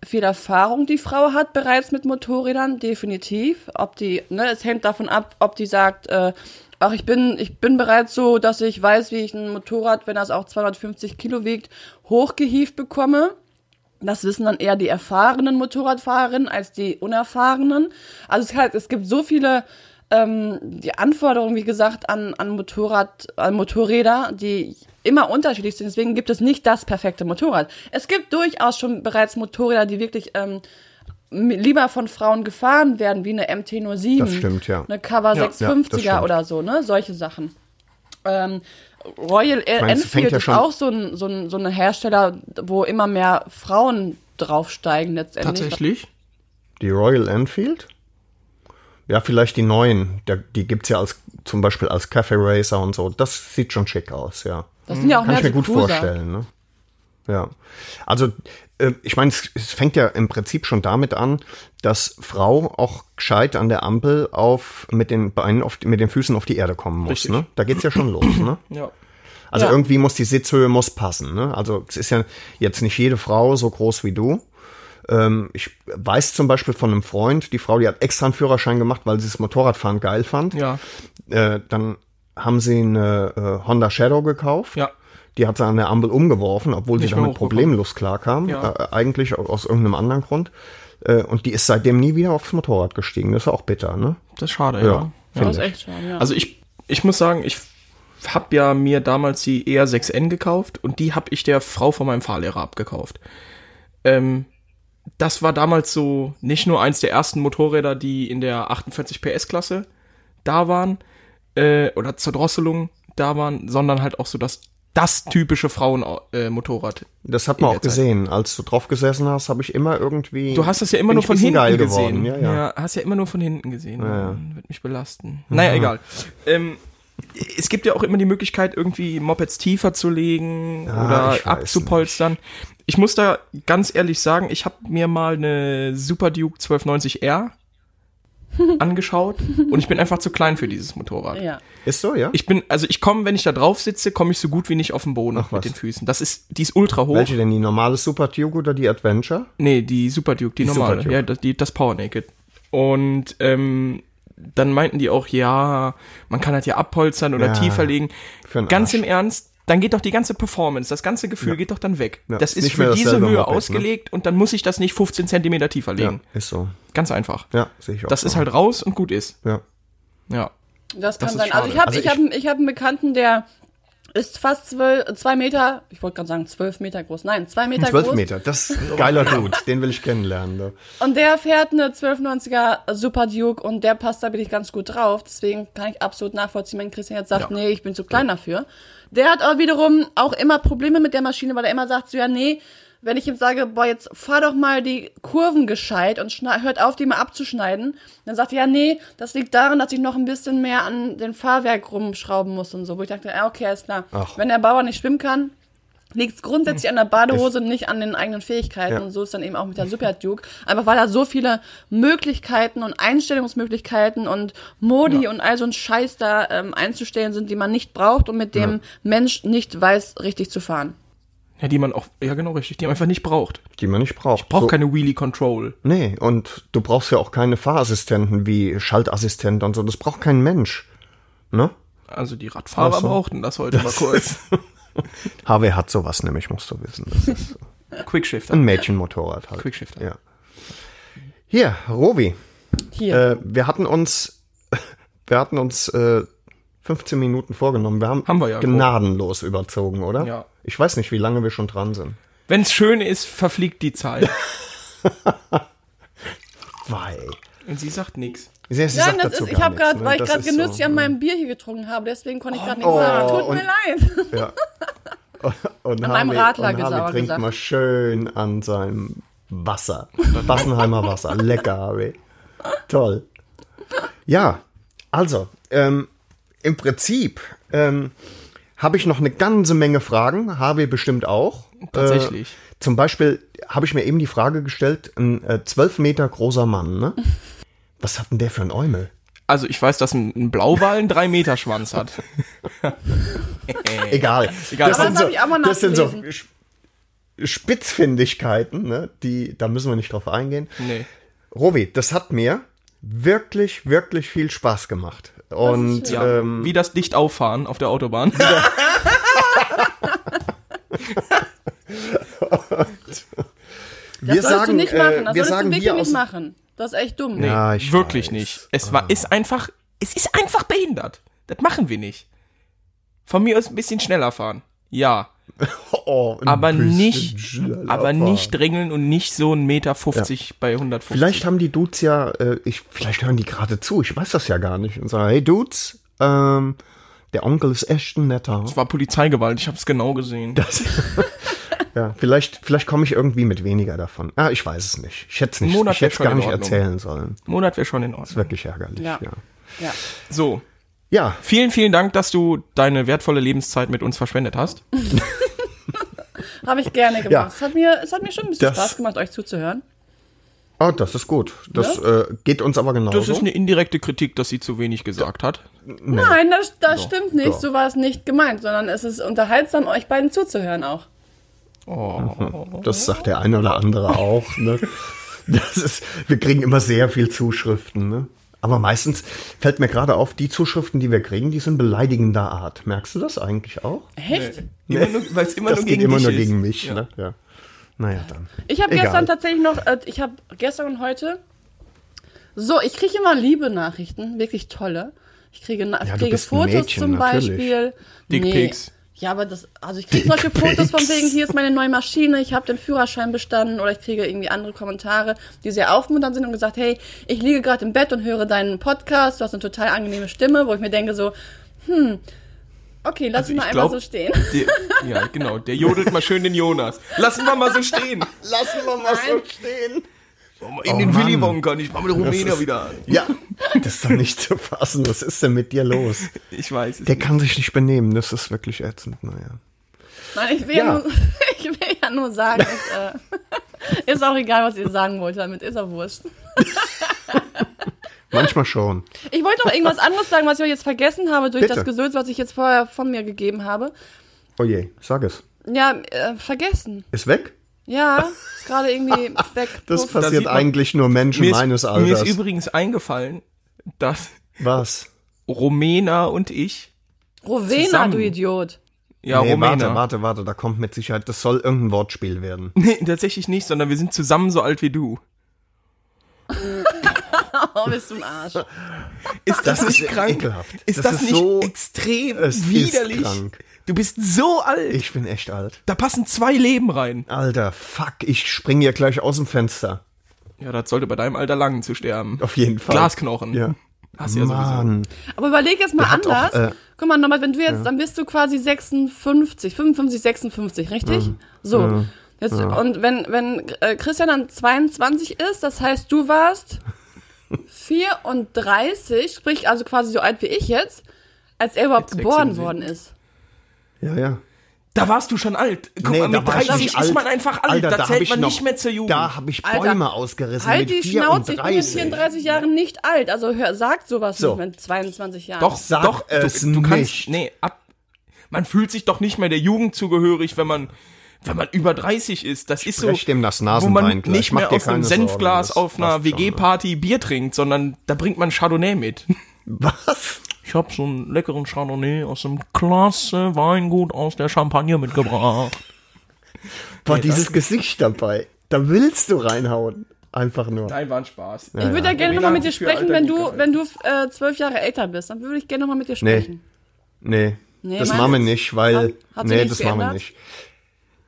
D: viel Erfahrung die Frau hat bereits mit Motorrädern, definitiv. Ob die, ne, es hängt davon ab, ob die sagt, äh, ach, ich bin, ich bin bereits so, dass ich weiß, wie ich ein Motorrad, wenn das auch 250 Kilo wiegt, hochgehievt bekomme. Das wissen dann eher die erfahrenen Motorradfahrerinnen als die unerfahrenen. Also es, halt, es gibt so viele ähm, die Anforderungen, wie gesagt, an, an Motorrad, an Motorräder, die immer unterschiedlich sind. Deswegen gibt es nicht das perfekte Motorrad. Es gibt durchaus schon bereits Motorräder, die wirklich ähm, m- lieber von Frauen gefahren werden, wie eine MT-07.
C: Das stimmt, ja.
D: Eine Cover
B: Ja, ja, das
D: 650er
C: stimmt.
D: oder so, ne? Solche Sachen. Ähm, Royal
C: meine, es fängt
D: Enfield
C: ja
D: ist
C: schon-
D: auch so ein, so, ein, so ein Hersteller, wo immer mehr Frauen draufsteigen letztendlich.
B: Tatsächlich?
C: Die Royal Enfield? Ja, vielleicht die neuen. Da, die gibt es ja als, zum Beispiel als Cafe Racer und so. Das sieht schon schick aus, ja.
D: Das sind ja auch
C: Kann
D: mehr
C: ich mir
D: so
C: gut
D: Cruiser.
C: vorstellen, ne? Ja. Also, äh, ich meine, es, es fängt ja im Prinzip schon damit an, dass Frau auch gescheit an der Ampel auf, mit den Beinen, auf, mit den Füßen auf die Erde kommen muss,
B: Richtig.
C: ne? Da geht's ja schon los, ne?
B: Ja.
C: Also
D: Ja.
C: irgendwie muss die Sitzhöhe muss passen. Ne? Also es ist ja jetzt nicht jede Frau so groß wie du. Ähm, ich weiß zum Beispiel von einem Freund, die Frau, die hat extra einen Führerschein gemacht, weil sie das Motorradfahren geil fand.
B: Ja.
C: Äh, dann haben sie eine äh, Honda Shadow gekauft.
B: Ja.
C: Die hat sie an der Ampel umgeworfen, obwohl
B: Nicht
C: sie
B: mehr
C: damit
B: hochbekommen.
C: problemlos klarkam.
B: Ja.
C: Äh, eigentlich au- aus irgendeinem anderen Grund. Äh, und die ist seitdem nie wieder aufs Motorrad gestiegen. Das ist auch bitter, ne?
B: Das ist schade,
C: Ja,
B: ja.
D: Das
B: ja.
D: ist echt schade, ja.
B: Also ich, ich muss sagen, ich habe ja mir damals die E ER6N gekauft und die habe ich der Frau von meinem Fahrlehrer abgekauft. Ähm, das war damals so nicht nur eins der ersten Motorräder, die in der 48 PS-Klasse da waren äh, oder zur Drosselung da waren, sondern halt auch so das, das typische äh, Frauen-Motorrad.
C: Das hat man
B: In
C: auch
B: der Zeit.
C: gesehen. Als du drauf gesessen hast, habe ich immer irgendwie.
B: Du hast das ja immer
C: bin
B: nur
C: ich
B: von
C: ein bisschen
B: hinten
C: geil
B: gesehen.
C: geworden. Ja, ja.
B: hast ja immer nur von hinten gesehen. Wird mich belasten.
C: Mhm.
B: Naja, egal. Ähm, es gibt ja auch immer die Möglichkeit, irgendwie Mopeds tiefer zu legen
C: Ah, ich weiß
B: oder abzupolstern. Ich muss da ganz ehrlich sagen, ich habe mir mal eine Super Duke 1290R angeschaut und ich bin einfach zu klein für dieses Motorrad.
D: ja.
C: Ist so, ja?
B: Ich bin, also ich komme, wenn ich da drauf sitze, komme ich so gut wie nicht auf den Boden
C: was.
B: mit den Füßen. Das ist, die ist ultra hoch.
C: Welche denn? Die normale Super Duke oder die Adventure?
B: Nee, die Super Duke, die,
C: Die
B: normale.
C: Super Duke.
B: Ja, das, die, das Power Naked. Und ähm, dann meinten die auch, ja, man kann halt ja abpolstern oder
C: Ja,
B: tiefer legen.
C: für einen
B: Ganz
C: Arsch.
B: im Ernst, dann geht doch die ganze Performance, das ganze Gefühl geht doch dann weg.
C: Ja,
B: Das
C: ist
B: ist
C: nicht
B: für
C: mehr
B: diese
C: dasselbe
B: Höhe
C: Moped, ne?
B: ausgelegt und dann muss ich das nicht 15 Zentimeter tiefer
C: Ja,
B: legen.
C: ist so.
B: Ganz einfach.
C: Ja, sehe ich auch.
B: Das
C: so.
B: ist halt raus und gut ist.
C: Ja.
B: Ja.
D: Das kann
B: ist
D: sein. Also
B: schade.
D: ich habe
C: Also
D: ich
C: ich-
D: hab, einen- ich hab einen Bekannten, der ist fast zwölf, zwei Meter, ich wollte gerade sagen zwölf Meter groß, nein, zwei Meter
C: Zwölf
D: groß.
C: Meter, das ist ein geiler Dude, den will ich kennenlernen. Da.
D: Und der fährt eine 1290er Super Duke und der passt da wirklich ganz gut drauf. Deswegen kann ich absolut nachvollziehen, wenn Christian jetzt sagt, nee, ich bin zu klein dafür. Der hat aber wiederum auch immer Probleme mit der Maschine, weil er immer sagt so, ja, nee, wenn ich ihm sage, boah, jetzt fahr doch mal die Kurven gescheit und schna- hört auf, die mal abzuschneiden, dann sagt er, ja, nee, das liegt daran, dass ich noch ein bisschen mehr an den Fahrwerk rumschrauben muss und so. Wo ich dachte, ja, okay, alles klar.
C: Ach.
D: Wenn der Bauer nicht schwimmen kann, liegt grundsätzlich an der Badehose und nicht an den eigenen Fähigkeiten.
C: Ja.
D: Und so ist dann eben auch mit der Super Duke. Einfach weil da so viele Möglichkeiten und Einstellungsmöglichkeiten und Modi und all so ein Scheiß da ähm, einzustellen sind, die man nicht braucht und mit dem Mensch nicht weiß, richtig zu fahren.
B: Ja, die man auch, ja genau richtig, die man einfach nicht braucht.
C: Die man nicht braucht.
B: Braucht
C: so,
B: keine Wheelie Control.
C: Nee, und du brauchst ja auch keine Fahrassistenten wie Schaltassistent und so. Das braucht kein Mensch. Ne?
B: Also die Radfahrer
C: Ach so.
B: brauchten das heute mal kurz.
C: HW hat sowas nämlich, musst du wissen. Das ist
B: Quickshifter.
C: ein Mädchenmotorrad halt.
B: Quickshifter.
C: Ja. Hier, Rovi.
D: Hier.
C: Äh, wir hatten uns, wir hatten uns äh, 15 Minuten vorgenommen. Wir haben,
B: Haben wir ja, Gro.
C: gnadenlos überzogen, oder?
B: Ja.
C: Ich weiß nicht, wie lange wir schon dran sind.
B: Wenn es schön ist, verfliegt die Zeit.
C: Weil.
B: Und sie sagt nichts.
C: Sie, sie
D: Nein,
C: sagt
D: das
C: dazu
D: ist,
C: gar
D: ich habe
C: nichts,
D: gerade,
C: ne?
D: weil ich
C: Das
D: gerade
C: ist
D: genüsslich
C: so.
D: an meinem Bier hier getrunken habe, deswegen konnte ich gerade nichts sagen.
C: oh,
D: Tut mir
C: und-
D: leid.
C: Und
D: an meinem
C: Harvey-
D: Radler
C: und Harvey
D: gesauert
C: trinkt
D: gesagt.
C: mal schön an seinem Wasser. Bassenheimer Wasser. Lecker, Harvey. Toll. Ja, also, ähm, im Prinzip ähm, habe ich noch eine ganze Menge Fragen. Harvey bestimmt auch.
B: Tatsächlich.
C: Äh, zum Beispiel habe ich mir eben die Frage gestellt, ein äh, 12 Meter großer Mann, ne? Was hat denn der für ein Eumel?
B: Also ich weiß, dass ein, ein Blauwal einen 3-Meter-Schwanz hat.
C: Egal.
B: Egal.
C: Das
B: Aber
C: sind
D: das
C: so,
D: hab ich auch mal
C: das sind so
D: nachgelesen.
C: Sch- Spitzfindigkeiten, ne? die, da müssen wir nicht drauf eingehen.
B: Nee.
C: Robi, das hat mir wirklich, wirklich viel Spaß gemacht. Und
B: Ja.
C: ähm,
B: Wie das dicht auffahren auf der Autobahn.
D: Das
C: wir
D: solltest
C: sagen,
D: du nicht machen.
C: äh,
D: Das
C: wir
D: solltest
C: sagen
D: du
C: hier
D: wirklich
C: aus,
D: nicht machen. Das ist echt dumm.
B: Nee,
C: Ja, ich
B: wirklich
C: weiß. Ah.
B: nicht. Es war, ist einfach, es ist einfach behindert. Das machen wir nicht. Von mir aus ein bisschen schneller fahren. Ja.
C: Oh, ein
B: Aber
C: bisschen
B: nicht,
C: schneller
B: aber
C: fahren.
B: nicht drängeln und nicht so 1,50 Meter 50 bei 150.
C: Vielleicht haben die Dudes ja, äh, ich, vielleicht hören die gerade zu. Ich weiß das ja gar nicht und sagen, hey Dudes, ähm, Der Onkel ist echt ein netter.
B: Es war Polizeigewalt, ich habe es genau gesehen.
C: Ja, vielleicht, vielleicht komme ich irgendwie mit weniger davon. Ah, ich weiß es nicht. Ich hätte es nicht,
B: Monat
C: ich hätte es
B: wär schon
C: gar
B: in
C: nicht
B: Ordnung.
C: erzählen sollen.
B: Monat wäre schon in Ordnung.
C: Wirklich ärgerlich, ja.
D: Ja.
C: Ja,
D: Ja.
B: So,
C: ja
B: vielen, vielen Dank, dass du deine wertvolle Lebenszeit mit uns verschwendet hast.
D: Habe ich gerne gemacht.
C: Ja.
D: Es, hat mir, es hat mir schon ein bisschen
C: Das-
D: Spaß gemacht, euch zuzuhören.
C: oh, das ist gut. Das äh, geht uns aber genauso.
B: Ne? Das ist eine indirekte Kritik, dass sie zu wenig gesagt hat.
D: Nein, das, das stimmt nicht.
C: doch.
D: So war es nicht gemeint, sondern es ist unterhaltsam, euch beiden zuzuhören auch.
C: Das sagt der eine oder andere auch. Ne? Das ist, wir kriegen immer sehr viel Zuschriften. Ne? Aber meistens fällt mir gerade auf, die Zuschriften, die wir kriegen, die sind beleidigender Art. Merkst du das eigentlich auch?
D: Echt?
B: Immer nur- Weil es immer
C: das geht immer
B: dich
C: nur
B: ist.
C: gegen mich. Ne? Ja. Naja, dann.
D: Ich habe
C: Egal.
D: gestern tatsächlich noch, äh, ich habe gestern und heute. So, ich kriege immer liebe Nachrichten, wirklich tolle. Ich kriege, Na ich
C: du
D: kriege
C: bist ein
D: Fotos
C: Mädchen,
D: zum
C: natürlich.
D: Beispiel.
B: Dickpics.
D: Ja, aber das, also ich kriege solche Fotos von wegen, hier ist meine neue Maschine, ich habe den Führerschein bestanden oder ich kriege irgendwie andere Kommentare, die sehr aufmunternd sind und gesagt, hey, ich liege gerade im Bett und höre deinen Podcast, du hast eine total angenehme Stimme, wo ich mir denke so, hm, okay, lass es
B: Also ich
D: mal einfach
B: glaub-
D: so stehen.
B: Der, ja, genau. Der jodelt mal schön den Jonas. Lassen wir mal so stehen.
C: Lassen wir mal so stehen.
B: In
C: Oh,
B: den
C: Mann.
B: Willy Wonka, ich mach mal den Rumäner
C: ist-
B: wieder an.
C: Ja, das ist doch nicht zu fassen. Was ist denn mit dir los?
B: Ich weiß es
C: Der
B: nicht.
C: kann sich nicht benehmen. Das ist wirklich ätzend. Naja.
D: Nein, ich will
C: Ja.
D: ja, nur, ich will ja nur sagen, es, äh, ist auch egal, was ihr sagen wollt, damit ist er wurscht.
C: Manchmal schon.
D: Ich wollte noch irgendwas anderes sagen, was ich jetzt vergessen habe durch
C: Bitte.
D: das Gesülz, was ich jetzt vorher von mir gegeben habe.
C: Oh je, sag es.
D: Ja, äh, vergessen.
C: Ist weg?
D: Ja, ist gerade irgendwie weg.
C: Das
D: Puff.
C: passiert
B: sieht man-
C: eigentlich nur Menschen meines
B: mir
C: Alters.
B: ist übrigens eingefallen, dass
C: Was?
B: Rumäner und ich,
D: Rowena,
B: zusammen.
D: du Idiot.
B: ja,
C: nee,
B: Rumäner.
C: warte, warte, warte, da kommt mit Sicherheit, das soll irgendein Wortspiel werden.
B: Nee, tatsächlich nicht, sondern wir sind zusammen so alt wie du.
D: Oh, bist du ein Arsch.
B: Ist das,
C: Das ist
B: nicht krank?
C: ekelhaft.
B: Ist
C: Das
B: das,
C: ist
B: nicht
C: so-
B: extrem
C: es ist
B: widerlich?
C: krank.
B: Du bist so alt.
C: Ich bin echt alt.
B: da passen zwei Leben rein.
C: Alter, fuck, ich spring hier gleich aus dem Fenster.
B: Ja, das sollte bei deinem Alter langen zu sterben.
C: Auf jeden Fall.
B: Glasknochen.
C: Ja.
B: Hast du ja sowieso.
C: Mann.
D: Aber überleg jetzt mal
C: hat auch,
D: anders.
C: äh,
D: Guck mal, Norbert, wenn du jetzt, dann bist du quasi 56, 55, 56, richtig? So. Jetzt, Und wenn, wenn äh, Christian dann 22 ist, das heißt, du warst 34, sprich also quasi so alt wie ich jetzt, als er überhaupt
B: Jetzt
D: geboren
B: 76.
D: worden ist.
C: Ja, ja.
B: Da warst du schon alt. Guck mal,
C: da
B: mit
C: war ich
B: 30
C: nicht
B: ist man einfach alt.
C: Alter,
B: da
C: hab
B: zählt
C: ich
B: man
C: noch-
B: nicht mehr zur Jugend.
C: Da habe ich Bäume ausgerissen
D: halt
C: mit
D: die Schnauze, ich bin mit
C: 34.
D: 34 Jahren nicht alt. Also hör, sagt sowas
C: So.
D: nicht mit 22 Jahren.
B: Doch,
C: Sag
B: doch,
C: es
B: du, du kannst,
C: nicht.
B: nee, ab, man fühlt sich doch nicht mehr der Jugend zugehörig, wenn man, wenn man über 30 ist. Das ist so,
C: Brech dem das
B: wo man
C: Nasenbein gleich.
B: nicht
C: Mach
B: mehr
C: dir
B: aus einem
C: keine Sorgen,
B: Senfglas
C: das
B: auf einer
C: passt schon, ne?
B: WG-Party Bier trinkt, sondern da bringt man Chardonnay mit.
C: Was?
B: Ich habe so einen leckeren Chardonnay aus einem klasse Weingut aus der Champagne mitgebracht.
C: Boah, dieses Gesicht dabei. Da willst du reinhauen. Einfach nur.
B: Nein, war ein Spaß.
D: ich würde ja, gerne
B: Rowena
D: nochmal
B: hat
D: mit dir
B: sich für
D: sprechen,
B: Alter
D: wenn
B: gut
D: du,
B: gehalten.
D: wenn du äh, 12 Jahre älter bist. Dann würde ich gerne nochmal mit dir
C: Nee.
D: sprechen.
C: Nee,
D: Nee,
C: das
D: meinst
C: machen wir
D: du?
C: nicht, weil.
D: Hat- hat sie
C: nee,
D: nichts
C: das machen wir
D: geändert?
C: nicht.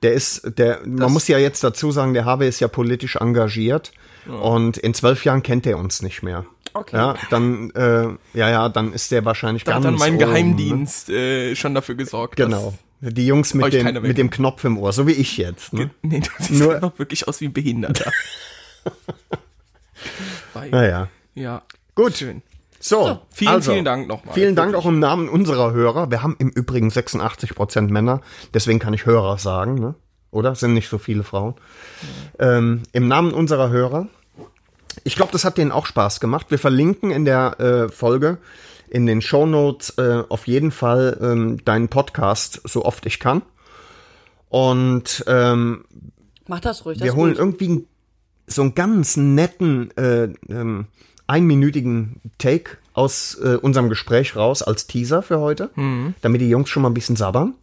C: Der ist, der, man muss ja jetzt dazu sagen, der Habe ist ja politisch engagiert und in zwölf Jahren kennt er uns nicht mehr.
D: Okay.
C: Ja, dann, äh, ja, ja, dann ist der wahrscheinlich
B: Da
C: ganz.
B: hat dann mein
C: oben, ne?
B: Geheimdienst äh, schon dafür gesorgt. dass-
C: Genau. Die Jungs mit
B: Euch
C: dem,
B: keiner
C: mit
B: weg.
C: dem Knopf im Ohr, so wie ich jetzt. Ne?
B: Nee, du siehst
C: Nur-
B: einfach wirklich aus wie ein Behinderter. Weil-
C: Naja.
B: ja.
C: Gut.
B: Schön.
C: So,
B: vielen,
C: also,
B: vielen Dank nochmal.
C: Vielen Dank auch im Namen unserer Hörer. Wir haben im Übrigen 86% Männer, deswegen kann ich Hörer sagen, ne? oder? Sind nicht so viele Frauen. Ähm, Im Namen unserer Hörer. Ich glaube, das hat denen auch Spaß gemacht. Wir verlinken in der äh, Folge, in den Shownotes äh, auf jeden Fall ähm, deinen Podcast, so oft ich kann. Und ähm,
D: Mach das ruhig. das
C: wir
D: ist
C: holen
D: gut.
C: irgendwie so einen ganz netten, äh, ähm, einminütigen Take aus äh, unserem Gespräch raus als Teaser für heute,
D: Mhm.
C: damit die Jungs schon mal ein bisschen sabbern.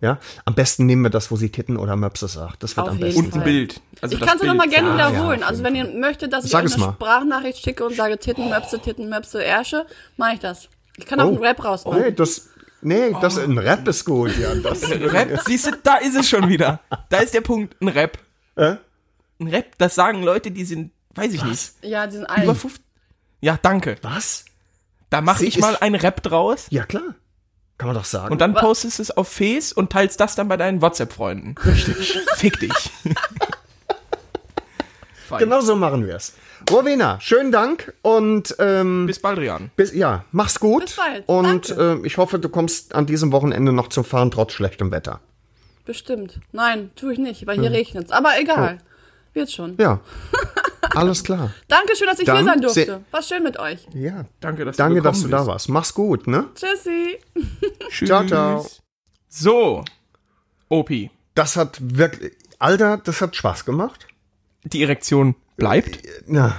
C: Ja, am besten nehmen wir das, wo sie Titten oder Möpse sagt. Das wird
D: Auf
C: am
D: jeden
C: besten.
B: Und ein
D: Fall.
B: Bild. Also
D: ich
B: das
D: kann es
B: Bild.
D: noch mal gerne
C: Ja, Ah,
D: wiederholen.
C: ja, auf
D: also wenn ihr möchtet, dass ich
C: Sag
D: euch
C: es
D: eine
C: mal.
D: Sprachnachricht schicke und sage Titten, Möpse, Titten, Möpse, Ärsche, mache ich das. Ich kann auch
C: Oh.
D: einen Rap Oh. rausmachen.
C: Nee, das, nee, das ein Rap ist gut. Ja, das,
B: Rap, siehst du, da ist es schon wieder. Da ist der Punkt, ein Rap. Ein Rap, das sagen Leute, die sind, weiß ich
C: Oh.
B: nicht,
D: Ja, die sind alt.
B: über 50. Ja, danke.
C: was?
B: Da mache
C: Sie
B: ich
C: ist-
B: mal ein Rap draus.
C: Ja, klar. Kann man doch sagen.
B: Und dann postest es auf Face und teilst das dann bei deinen WhatsApp-Freunden. Richtig. Fick dich. Fein.
C: genau so machen wir es. Rowena, schönen Dank und ähm,
B: Bis bald, Rian.
C: bis, ja, mach's gut.
D: Bis bald.
C: Und äh,
D: Danke.
C: ich hoffe, du kommst an diesem Wochenende noch zum Fahren trotz schlechtem Wetter.
D: Bestimmt. Nein, tue ich nicht,
C: Hm.
D: weil hier regnet's. Aber egal.
C: Oh.
D: Wird schon.
C: Ja. Alles klar.
D: Dankeschön, dass ich
C: Dann
D: hier sein
C: se-
D: durfte. War schön mit euch.
C: Ja.
B: Danke, dass
C: Danke,
B: du,
C: dass du
B: gekommen
C: da warst. Mach's gut, ne?
D: Tschüssi.
B: bist. Tschüss.
C: Ciao, ciao.
B: So, Opi,
C: Das hat wirklich. Alter, das hat Spaß gemacht.
B: die Erektion bleibt.
C: Äh, Na.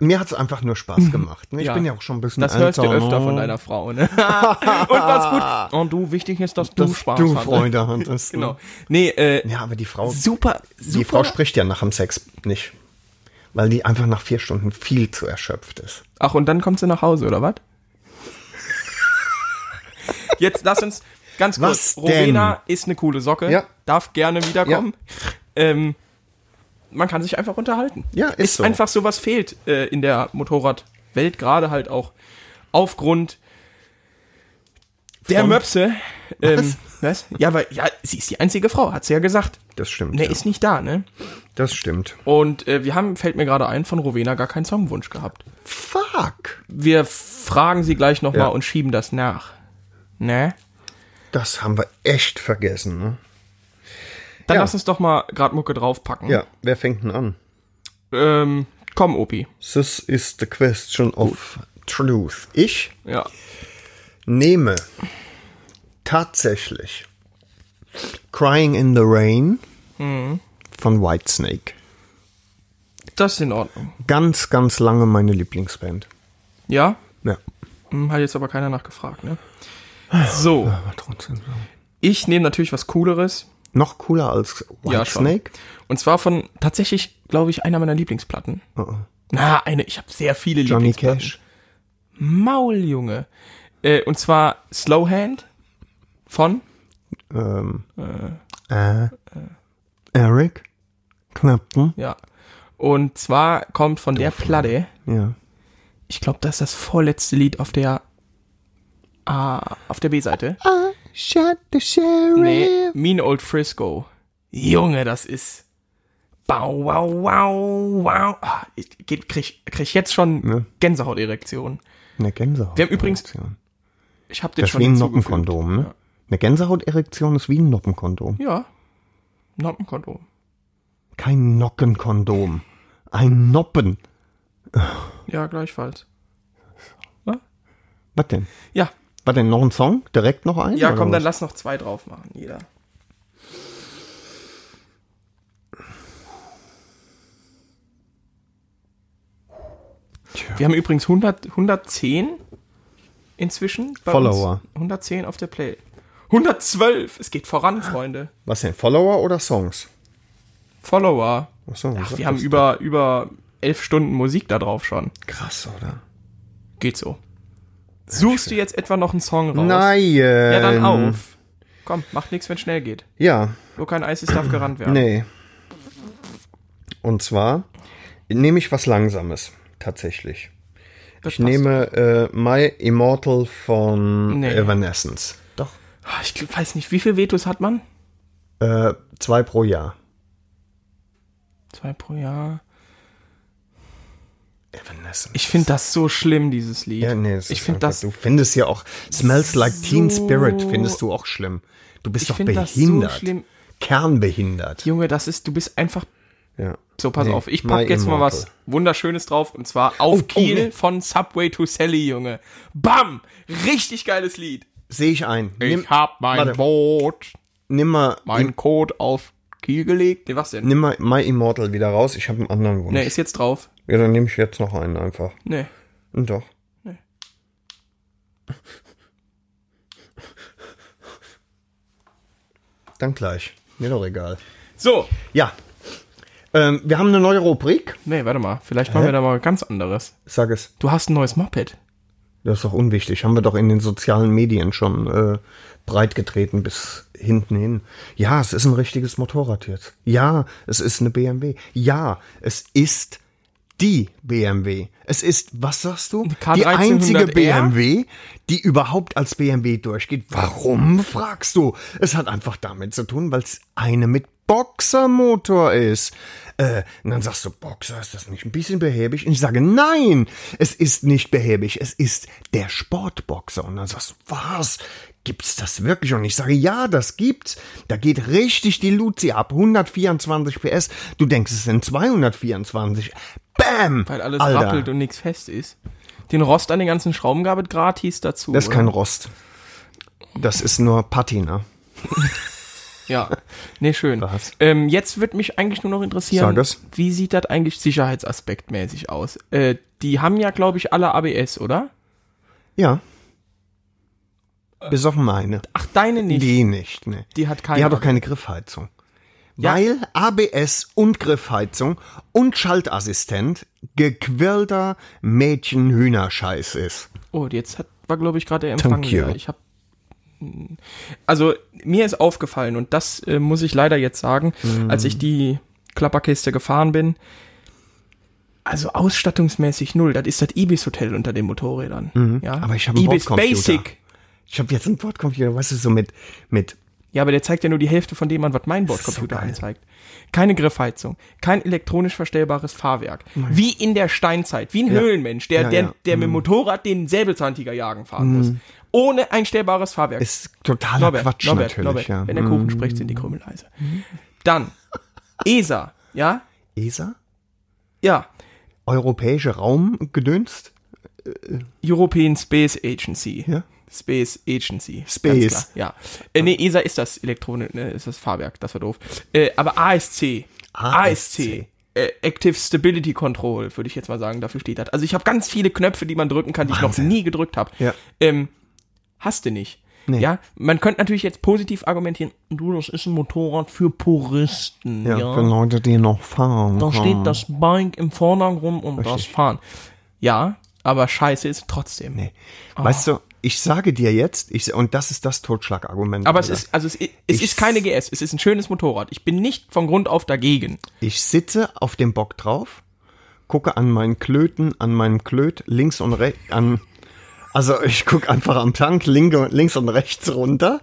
C: Mir hat's einfach nur Spaß gemacht. Ne? Ich
B: Mhm. Ja.
C: bin ja auch schon ein bisschen
B: Das hörst du
C: älter,
B: öfter
C: ne?
B: von deiner Frau, ne? Und was gut. Und du, wichtig ist, dass du
C: Dass
B: Spaß
C: du
B: hast.
C: Freude hattest. ne?
B: Genau. Nee, äh,
C: Ja, aber die Frau,
B: super, super.
C: die Frau spricht ja nach dem Sex nicht. Weil die einfach nach vier Stunden viel zu erschöpft ist.
B: Ach, und dann kommt sie nach Hause, oder was? Jetzt lass uns ganz kurz.
C: Was denn?
B: Rowena ist eine coole Socke.
C: Ja.
B: Darf gerne wiederkommen. Ähm, man kann sich einfach unterhalten.
C: Ja, ist so.
B: Einfach sowas fehlt äh, in der Motorradwelt, gerade halt auch aufgrund der
C: Von-
B: Möpse. Ähm,
C: Was?
B: was? Ja, weil ja, sie ist die einzige Frau, hat sie ja gesagt.
C: Das stimmt.
B: Ne,
C: ja.
B: ist nicht da, ne?
C: das stimmt.
B: Und äh, wir haben, fällt mir gerade ein, von Rowena gar keinen Songwunsch gehabt.
C: Fuck.
B: Wir fragen sie gleich nochmal
C: Ja.
B: mal und schieben das nach. Ne?
C: Das haben wir echt vergessen. Ne?
B: Dann
C: Ja.
B: lass uns doch mal gerade Mucke draufpacken.
C: Ja, wer fängt denn an?
B: Ähm, komm, Opi.
C: This is the question of truth. Ich
B: Ja.
C: nehme tatsächlich Crying in the Rain Mhm. von Whitesnake.
B: Das ist in Ordnung.
C: Ganz, ganz lange meine Lieblingsband.
B: Ja?
C: Ja.
B: Hm, Hat jetzt aber keiner nachgefragt, ne? So,
C: Aber trotzdem.
B: ich nehme natürlich was Cooleres.
C: Noch cooler als
B: Ja, schon.
C: Whitesnake?
B: Und zwar von tatsächlich, glaube ich, einer meiner Lieblingsplatten.
C: oh.
B: Na, eine, ich habe sehr viele
C: Johnny
B: Lieblingsplatten.
C: Cash.
B: Maul, Junge. Äh, und zwar Slowhand von
C: Ähm, äh, Eric Clapton.
B: Ja. Und zwar kommt von der Platte,
C: Ja.
B: ich glaube, das ist das vorletzte Lied auf der ah, auf der B-Seite.
C: Shut the sheriff.
B: Nee, Mean Old Frisco. Junge, das ist Bau, wow, wow, wow. Ah, Ich krieg, krieg, krieg jetzt schon
C: Ne?
B: Gänsehaut-Erektion.
C: Eine Gänsehaut.
B: Wir haben übrigens-
C: Erektion.
B: Ich hab den
C: Das ist
B: schon
C: wie ein
B: hinzugefügt.
C: Noppenkondom, ne? Eine Gänsehaut-Erektion ist wie ein Noppenkondom.
B: Ja. Noppenkondom.
C: Kein Nockenkondom. Ein Noppen.
B: Ja, gleichfalls. Ja,
C: Was denn?
B: ja,
C: War denn noch ein Song? Direkt noch ein?
B: ja
C: oder
B: komm, dann lass
C: was?
B: noch zwei drauf machen, jeder.
C: Tja.
B: Wir haben übrigens 100, 110 inzwischen. bei
C: Follower.
B: Uns. 110 auf der Play. 112! Es geht voran, Freunde.
C: Was denn? Follower oder Songs?
B: Follower.
C: Achso, was
B: Ach,
C: sagt
B: wir haben
C: das
B: über, über elf Stunden Musik da drauf schon.
C: denn? Krass, oder?
B: Geht so. Suchst du jetzt etwa noch einen Song raus?
C: Nein.
B: Ja, dann auf. Komm, macht nichts, wenn schnell geht.
C: Ja,
B: Wo kein Eis ist, darf gerannt werden.
C: nee. Und zwar nehme ich was Langsames, tatsächlich.
B: Das
C: Ich
B: passt.
C: nehme äh, My Immortal von
B: Nee.
C: Evanescence. Doch.
B: Ah, Ich gl- weiß nicht, wie viel Vetos hat man?
C: Äh, zwei pro Jahr.
B: Zwei pro Jahr.
C: Evanescence.
B: Ich finde das so schlimm, dieses Lied.
C: Ja, nee, das
B: ich
C: ist
B: finde
C: einfach-
B: das,
C: Du findest ja auch Smells Like Teen
B: so-
C: Spirit findest du auch schlimm. Du bist
B: Ich
C: doch
B: find das so
C: behindert.
B: schlimm.
C: Kernbehindert.
B: Junge, das ist, du bist einfach
C: Ja.
B: So, pass
C: Nee,
B: auf, ich
C: My
B: pack jetzt mal was
C: Immortal.
B: Wunderschönes drauf und zwar auf
C: oh,
B: Kiel
C: nee.
B: von Subway to Sally, Junge. Bam! Richtig geiles Lied.
C: Sehe ich ein. Nimm,
B: ich hab mein
C: warte.
B: Boot,
C: nimm mal,
B: mein Code auf Kiel gelegt. Nee, was denn?
C: nimm mal My Immortal wieder raus. Ich habe einen anderen Wunsch.
B: Nee, ist jetzt drauf.
C: Ja, dann nehme ich jetzt noch einen einfach.
B: Nee.
C: Und doch. Dann gleich. Mir doch egal.
B: So,
C: Ja. Ähm, wir haben eine neue Rubrik.
B: nee, warte mal. Vielleicht machen wir da mal ganz anderes.
C: Sag es.
B: Du hast ein neues Moped.
C: Das ist doch unwichtig. Haben wir doch in den sozialen Medien schon äh, breitgetreten bis hinten hin. Ja, es ist ein richtiges Motorrad jetzt. Ja, es ist eine BMW. Ja, es ist die BMW. Es ist, was sagst du?
B: K1300R?
C: Die einzige BMW, die überhaupt als BMW durchgeht. Warum, fragst du? Es hat einfach damit zu tun, weil es eine mit Boxermotor ist. Äh, und dann sagst du, Boxer, ist das nicht ein bisschen behäbig? Und ich sage, nein, es ist nicht behäbig, es ist der Sportboxer. Und dann sagst du, was? Gibt's das wirklich? Und ich sage, ja, das gibt's. Da geht richtig die Luzi ab. 124 PS. Du denkst, es sind 224. Bam!
B: Weil halt alles rappelt und nichts fest ist. Den Rost an den ganzen Schrauben gab es gratis dazu.
C: das ist
B: oder?
C: kein Rost. Das ist nur ne? Patina.
B: Ja. Nee, schön.
C: Was?
B: Ähm, jetzt würde mich eigentlich nur noch interessieren,
C: Sag es.
B: wie sieht das eigentlich sicherheitsaspektmäßig aus? Äh, die haben ja, glaube ich, alle ABS, oder?
C: Ja. Bis auf meine.
B: Ach, deine nicht.
C: Die nicht, ne.
B: Die hat keine
C: Die hat doch
B: ABS.
C: keine Griffheizung.
B: Ja.
C: Weil ABS und Griffheizung und Schaltassistent gequirlter Mädchenhühnerscheiß ist.
B: Oh, jetzt hat, war, glaube ich, gerade der Empfang
C: Thank you.
B: wieder. Ich hab, also, mir ist aufgefallen, und das äh, muss ich leider jetzt sagen,
C: Mhm.
B: als ich die Klapperkiste gefahren bin, also ausstattungsmäßig null, das ist das Ibis-Hotel unter den Motorrädern. Ja?
C: Mhm. Aber ich hab einen
B: Ibis
C: Bordcomputer.
B: Basic.
C: Ich habe jetzt einen Bordcomputer, weißt du, so mit, mit
B: Ja, aber der zeigt ja nur die Hälfte von dem an, was mein
C: so
B: Bordcomputer
C: geil.
B: anzeigt. Keine Griffheizung, kein elektronisch verstellbares Fahrwerk. Wie in der Steinzeit, wie ein Höhlenmensch, der,
C: Ja, Mhm.
B: der,
C: ja.
B: der mit dem Motorrad den Säbelzahntiger jagen fahren muss. Ohne einstellbares Fahrwerk.
C: ist totaler Quatsch natürlich, ja. Hm. Mhm.
B: Wenn der Kuchen spricht, sind die Krümel leise. Dann, ESA, ja?
C: ESA?
B: Ja,
C: Europäische Raum gedönst?
B: European Space Agency.
C: Ja.
B: Space Agency. ganz
C: Space.
B: Klar, ja. Äh, nee, ESA ist das Elektronik, ne, ist das Fahrwerk, das war doof. Äh, aber ASC. ASC.
C: ASC.
B: Äh, Active Stability Control, würde ich jetzt mal sagen, dafür steht das. Also ich habe ganz viele Knöpfe, die man drücken kann, die ich
C: Wahnsinn.
B: noch nie gedrückt habe.
C: Ja.
B: Ähm, hast du nicht.
C: Nee.
B: Ja, man könnte natürlich jetzt positiv argumentieren, du, das ist ein Motorrad für Puristen.
C: Ja, genau. für Leute, die noch fahren.
B: Da
C: können.
B: steht das Bike im Vordergrund und das
C: Richtig.
B: Fahren. Ja, aber scheiße ist trotzdem.
C: Nee.
B: Oh.
C: Weißt du, ich sage dir jetzt, ich, und das ist das Totschlagargument.
B: Aber es
C: Alter.
B: ist, also es, i- es
C: Ich-
B: ist keine GS, es ist ein schönes Motorrad. Ich bin nicht von Grund auf dagegen.
C: Ich sitze auf dem Bock drauf, gucke an meinen Klöten, an meinem Klöt, links und rechts, an. Also ich gucke einfach am Tank linke, links und rechts runter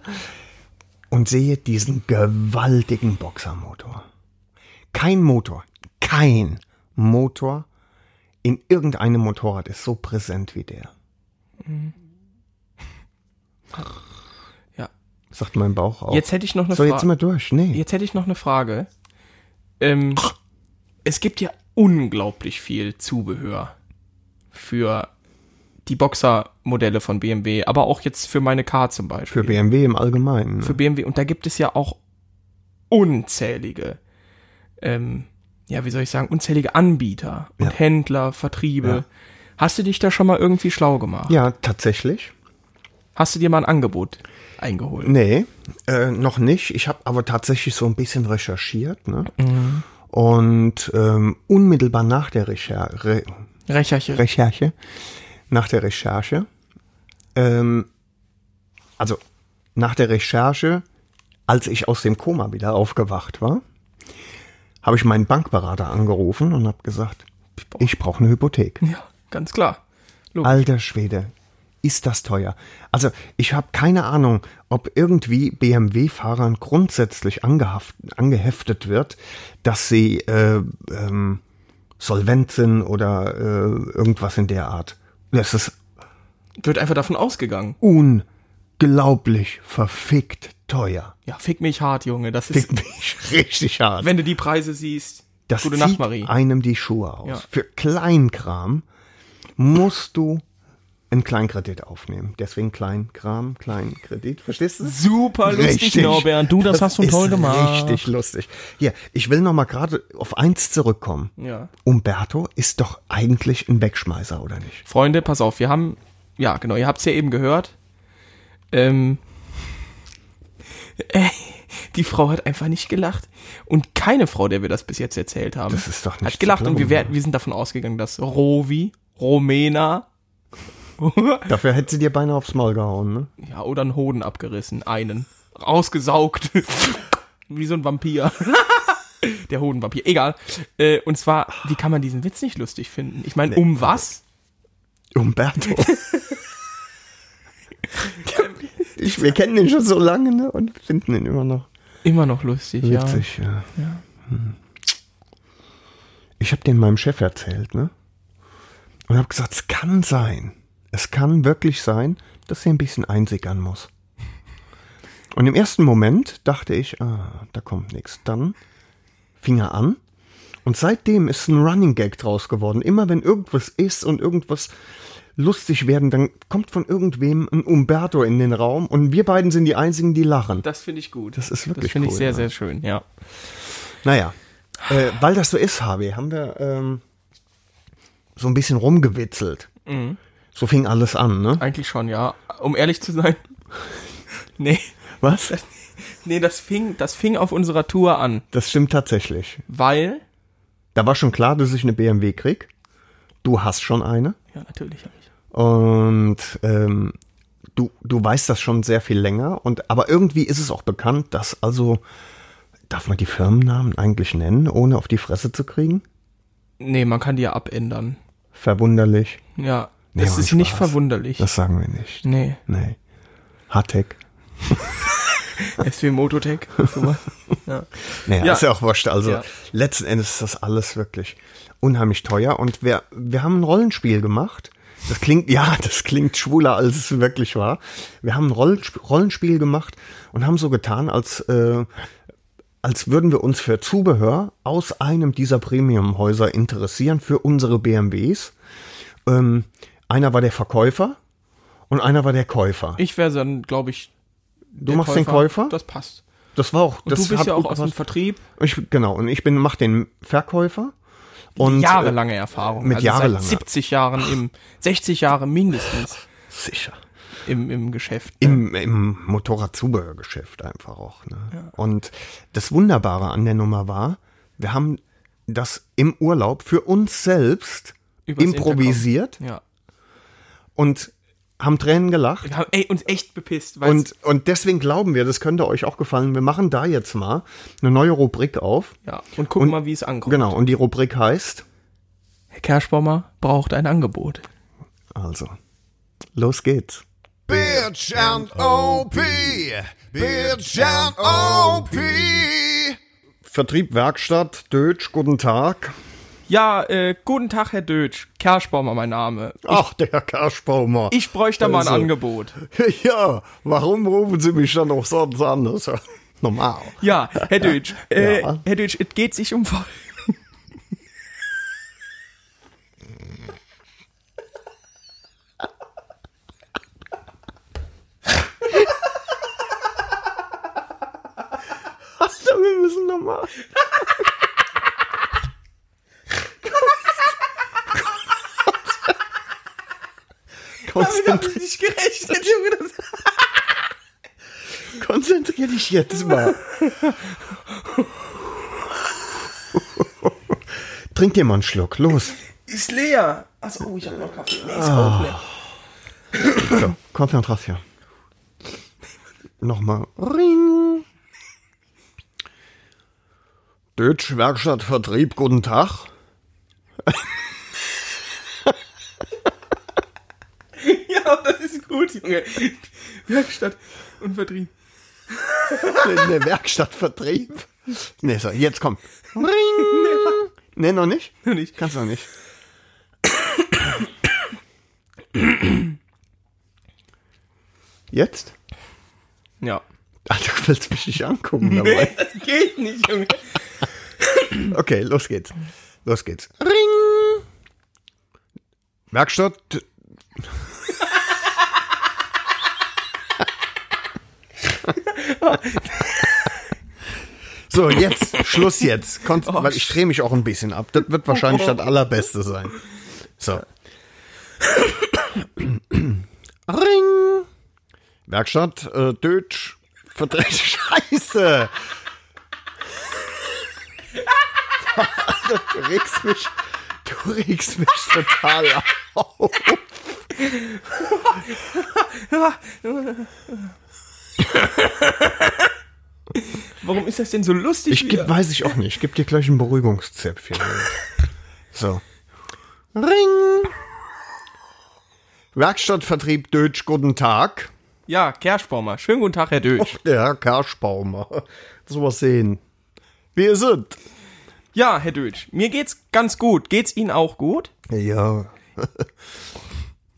C: und sehe diesen gewaltigen Boxermotor. Kein Motor, kein Motor in irgendeinem Motorrad ist so präsent wie der.
B: Ja.
C: Sagt mein Bauch auch.
B: Jetzt hätte ich noch eine
C: so, jetzt sind
B: Frage.
C: wir durch. Nee.
B: Jetzt hätte ich noch eine Frage. Ähm, es gibt ja unglaublich viel Zubehör für die Boxer-Modelle von BMW, aber auch jetzt für meine K zum Beispiel.
C: Für BMW im Allgemeinen. ne?
B: für BMW. Und da gibt es ja auch unzählige, ähm, ja, wie soll ich sagen, unzählige Anbieter und
C: Ja.
B: Händler, Vertriebe. Hast du dich da schon mal irgendwie schlau gemacht?
C: ja, tatsächlich.
B: Hast du dir mal ein Angebot eingeholt?
C: Nee, äh, noch nicht. Ich habe aber tatsächlich so ein bisschen recherchiert. Ne? Und ähm, unmittelbar nach der Recher Re
B: Recherche.
C: Recherche, nach der Recherche, ähm, also nach der Recherche, als ich aus dem Koma wieder aufgewacht war, habe ich meinen Bankberater angerufen und habe gesagt, ich brauche eine Hypothek.
B: ja, ganz klar.
C: Alter Schwede, ist das teuer. Also ich habe keine Ahnung, ob irgendwie BMW-Fahrern grundsätzlich angehaft, angeheftet wird, dass sie äh, ähm, solvent sind oder äh, irgendwas in der Art. Das ist
B: Wird einfach davon ausgegangen.
C: unglaublich verfickt teuer.
B: Ja, fick mich hart, Junge. Das ist,
C: Fickt mich richtig hart.
B: wenn du die Preise siehst.
C: Das
B: Gute
C: zieht
B: Nacht, Marie.
C: einem die Schuhe aus.
B: Ja.
C: Für Kleinkram musst du einen Kleinkredit aufnehmen. Deswegen Kleinkram, Kleinkredit. Verstehst du?
B: Super lustig, Norbert. Du, das hast du
C: ist
B: toll gemacht.
C: Richtig lustig. Hier, ich will noch mal gerade auf eins zurückkommen.
B: Ja.
C: Umberto ist doch eigentlich ein Wegschmeißer, oder nicht?
B: Freunde, pass auf, wir haben, ja genau, ihr habt es ja eben gehört. Ähm, äh, die Frau hat einfach nicht gelacht. Und keine Frau, der wir das bis jetzt erzählt haben,
C: Das ist doch nicht
B: hat gelacht.
C: zu
B: Und wir,
C: glauben.
B: wer- wir sind davon ausgegangen, dass Rovi, Romena
C: Dafür hätte sie dir beinahe aufs Maul gehauen, ne?
B: ja, oder einen Hoden abgerissen, einen, rausgesaugt, wie so ein Vampir. Der Hodenpapier. Egal. Äh, und zwar, wie kann man diesen Witz nicht lustig finden? Ich meine, um was?
C: Umberto. ich, wir kennen ihn schon so lange ne? und finden ihn immer noch
B: Immer noch lustig, ja.
C: witzig. Ja. Hm. Ich habe den meinem Chef erzählt ne? und habe gesagt, es kann sein, es kann wirklich sein, dass er ein bisschen einsickern muss. Und im ersten Moment dachte ich, ah, da kommt nichts. Dann fing er an. Und seitdem ist ein Running Gag draus geworden. Immer wenn irgendwas ist und irgendwas lustig werden, dann kommt von irgendwem ein Umberto in den Raum und wir beiden sind die einzigen, die lachen.
B: Das finde ich gut.
C: Das ist
B: Das
C: wirklich
B: finde ich
C: cool,
B: sehr,
C: ja.
B: sehr schön, ja.
C: Naja, äh, weil das so ist, HB, haben wir ähm, so ein bisschen rumgewitzelt.
B: Mhm.
C: So fing alles an, ne?
B: Eigentlich schon, ja. Um ehrlich zu sein. Nee.
C: Was?
B: Nee, das fing, das fing auf unserer Tour an,
C: Das stimmt tatsächlich.
B: weil.
C: Da war schon klar, dass ich eine BMW krieg. Du hast schon eine.
B: Ja, natürlich habe ich.
C: Und ähm, du, du weißt das schon sehr viel länger. Und aber irgendwie ist es auch bekannt, dass also darf man die Firmennamen eigentlich nennen, ohne auf die Fresse zu kriegen?
B: Nee, man kann die ja abändern.
C: Verwunderlich.
B: Ja.
C: Nee,
B: das
C: war
B: ist
C: ein
B: nicht
C: Spaß.
B: verwunderlich.
C: Das sagen wir nicht.
B: nee.
C: Nee. Hardtech.
B: SW Mototech. sowas. ja.
C: Naja,
B: Ja.
C: ist ja auch wurscht. Also
B: Ja.
C: letzten Endes ist das alles wirklich unheimlich teuer. Und wir, wir haben ein Rollenspiel gemacht. Das klingt, ja, das klingt schwuler, als es wirklich war. Wir haben ein Rollensp Rollenspiel gemacht und haben so getan, als, äh, als würden wir uns für Zubehör aus einem dieser Premiumhäuser interessieren für unsere BMWs. Ähm, einer war der Verkäufer und einer war der Käufer.
B: Ich wäre dann, glaube ich.
C: du machst den Käufer?
B: Das
C: Das,
B: passt.
C: war auch,
B: Und
C: das
B: du bist
C: hat
B: ja auch
C: gut
B: aus dem
C: gepasst.
B: Vertrieb.
C: Ich, genau, und ich bin mach den Verkäufer. Und, äh,
B: jahrelange Erfahrung. Also
C: mit jahrelanger-
B: Seit 70 Jahren im, 60 Jahre mindestens
C: Äh, sicher.
B: im, im Geschäft.
C: Im, im Motorradzubehörgeschäft einfach auch. Ne? Und das Wunderbare an der Nummer war, wir haben das im Urlaub für uns selbst
B: Übers
C: improvisiert
B: ja.
C: und haben Tränen gelacht.
B: Wir haben ey, uns echt bepisst. Weißt
C: Und, und deswegen glauben wir, das könnte euch auch gefallen. Wir machen da jetzt mal eine neue Rubrik auf.
B: ja. und gucken
C: und-
B: mal, wie es ankommt.
C: Genau, und die Rubrik heißt,
B: Herr Kerschbaumer braucht ein Angebot.
C: also, los geht's.
A: Bitch and OP. Bitch and OP.
C: Vertrieb Werkstatt, Dötsch, guten Tag.
B: Ja, äh, guten Tag, Herr Dötsch. Kerschbaumer mein Name.
C: Ach, der Kerschbaumer.
B: Ich bräuchte da mal ein
C: Also.
B: Angebot.
C: ja, warum rufen Sie mich dann auch sonst an? Das ist ja normal.
B: Ja, Herr Dötsch. Äh,
C: Ja.
B: Herr Dötsch, es geht sich um Folgendes.
C: Alter, wir müssen nochmal. Konzentrier,
B: nicht gerechnet, Junge. Das
C: konzentrier dich jetzt mal. Trink dir mal einen Schluck, los.
B: ist leer. Achso, oh, ich hab noch Kaffee. Nee, ist
C: Ah.
B: auch leer.
C: So, Konzentration. Nochmal. Ring. Deutsch Werkstatt Vertrieb, guten Tag.
B: Ja, das ist gut, Junge. Werkstatt und Vertrieb.
C: Ne Werkstatt Vertrieb. Ne, so, jetzt komm. Ring. Ne, noch nicht?
B: Noch nicht.
C: Kannst noch nicht. Jetzt?
B: Ja.
C: Ach, du willst mich nicht angucken dabei.
B: Das geht nicht, Junge.
C: Okay, los geht's. Los geht's. Ring! Werkstatt. so, jetzt, Schluss jetzt. Konz weil ich drehe mich auch ein bisschen ab. Das wird wahrscheinlich das Allerbeste sein. So. Ring! Werkstatt, äh, Deutsch, Verdreht, Scheiße! Du regst mich, du regst mich total auf.
B: Warum ist das denn so lustig?
C: Ich geb,
B: wieder?
C: weiß ich auch nicht. Ich gebe dir gleich ein Beruhigungszäpfchen. so. Ring. Werkstattvertrieb Dötsch, guten Tag.
B: ja, Kerschbaumer. Schönen guten Tag, Herr Dötsch.
C: Ja, Kerschbaumer. Sowas sehen. Wir sind.
B: Oh. Ja, Herr Dötsch, mir geht's ganz gut. Geht's Ihnen auch gut?
C: Ja.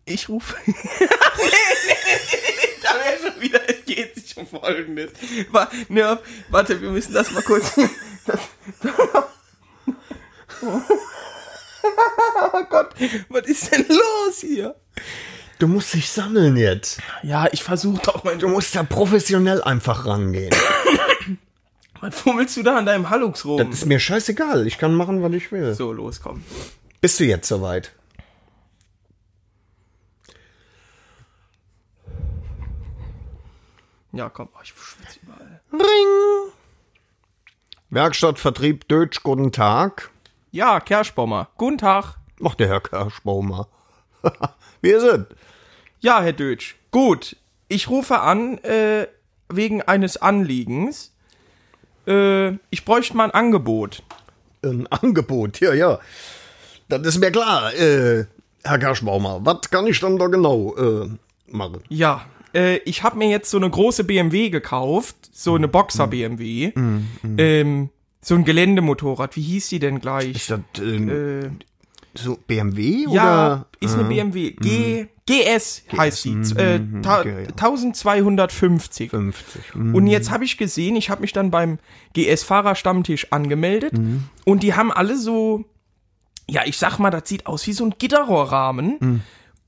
B: Ich rufe. nee, nee, nee, da wäre schon wieder, es geht sich um Folgendes. Wa- ne, warte, wir müssen das mal kurz. Das, oh Gott, was ist denn los hier?
C: Du musst dich sammeln jetzt.
B: Ja, ich versuche doch mein.
C: Du musst da professionell einfach rangehen.
B: Was fummelst du da an deinem Hallux rum?
C: Ist mir scheißegal. Ich kann machen, was ich will.
B: so, los, komm.
C: Bist du jetzt soweit?
B: Ja, komm, oh, ich schwitze überall.
C: Ring. Werkstattvertrieb Dötsch, guten Tag.
B: Ja, Kerschbaumer. Guten Tag.
C: Ach, der Herr Kerschbaumer. Wir sind.
B: Ja, Herr Dötsch. Gut. Ich rufe an, äh, wegen eines Anliegens. Äh, ich bräuchte mal ein Angebot.
C: Ein Angebot, ja, ja. Das ist mir klar, äh, Herr Kerschbaumer. Was kann ich dann da genau äh, machen?
B: Ja. Äh, ich habe mir jetzt so eine große BMW gekauft. So eine Boxer BMW. Ähm, so ein Geländemotorrad. Wie hieß die denn gleich?
C: Ist das ähm, so BMW
B: Ja,
C: oder? äh, mhm.
B: ist eine BMW. G, GS heißt die. Äh, ta-
C: okay, ja. mhm.
B: 1250.
C: 50.
B: Und jetzt habe ich gesehen, ich habe mich dann beim GS-Fahrer-Stammtisch angemeldet
C: Mhm.
B: und die haben alle so, ja, ich sag mal, das sieht aus wie so ein Gitterrohrrahmen
C: Mhm.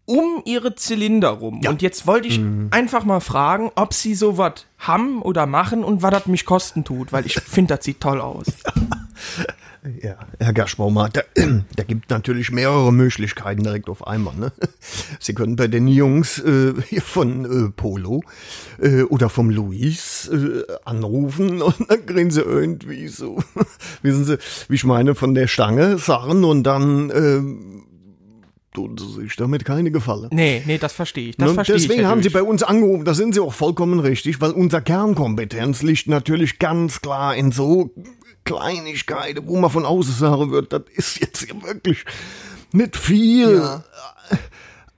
B: um ihre Zylinder rum. Und jetzt wollte ich
C: Mhm.
B: einfach mal fragen, ob sie sowas haben oder machen und was das mich kosten tut, weil ich finde, das sieht toll aus.
C: Ja, Herr Gerschbaumer, da, da gibt natürlich mehrere Möglichkeiten direkt auf einmal. Ne? Sie können bei den Jungs äh, hier von äh, Polo äh, oder vom Luis äh, anrufen und dann kriegen sie irgendwie so, wissen Sie, wie ich meine, von der Stange Sachen und dann ähm, tun sie sich damit keine Gefallen.
B: Nee, nee, das verstehe ich. Das
C: Und
B: verstehe ich.
C: Ne, deswegen
B: Herr
C: haben Sie
B: Dötsch.
C: bei uns angerufen, da sind Sie auch vollkommen richtig, weil unser Kernkompetenz liegt natürlich ganz klar in so Kleinigkeiten, wo man von außen sagen wird, das ist jetzt hier wirklich nicht viel. Äh,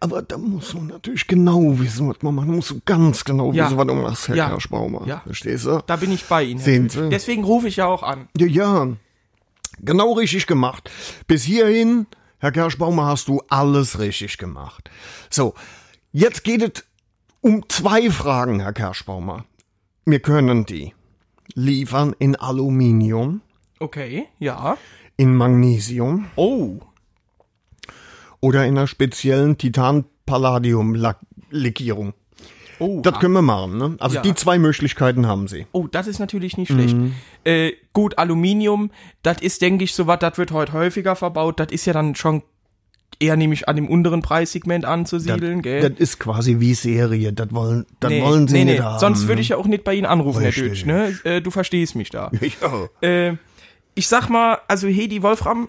C: Aber da muss man natürlich genau wissen, was man macht. Man muss so ganz genau
B: Ja.
C: wissen, was du machst, Herr
B: Ja.
C: Kerschbaumer.
B: Ja.
C: Verstehst du?
B: Da bin ich bei Ihnen. Herr
C: Sehen
B: Dötsch.
C: Sie.
B: Deswegen rufe ich ja auch an.
C: Ja, ja. Genau richtig gemacht. Bis hierhin, Herr Kerschbaumer, hast du alles richtig gemacht. So, jetzt geht es um zwei Fragen, Herr Kerschbaumer. Wir können die liefern in Aluminium,
B: Okay, ja.
C: in Magnesium
B: Oh,
C: oder in einer speziellen Titan-Palladium-Lackierung.
B: oh.
C: Das können wir machen, ne? Also
B: Ja.
C: die zwei Möglichkeiten haben sie.
B: Oh, das ist natürlich nicht schlecht.
C: Mhm.
B: Äh, gut, Aluminium, das ist, denke ich, so was, das wird heute häufiger verbaut. Das ist ja dann schon eher nämlich an dem unteren Preissegment anzusiedeln, gell?
C: Das ist quasi wie Serie. Das wollen, das
B: Nee,
C: wollen sie
B: nee,
C: nicht
B: nee.
C: haben.
B: Sonst würde ich ja auch nicht bei Ihnen anrufen, Herr Dötsch,
C: Richtig.
B: ne? Äh, du verstehst mich da.
C: Ja.
B: Äh, ich sag mal, also Hedi Wolfram,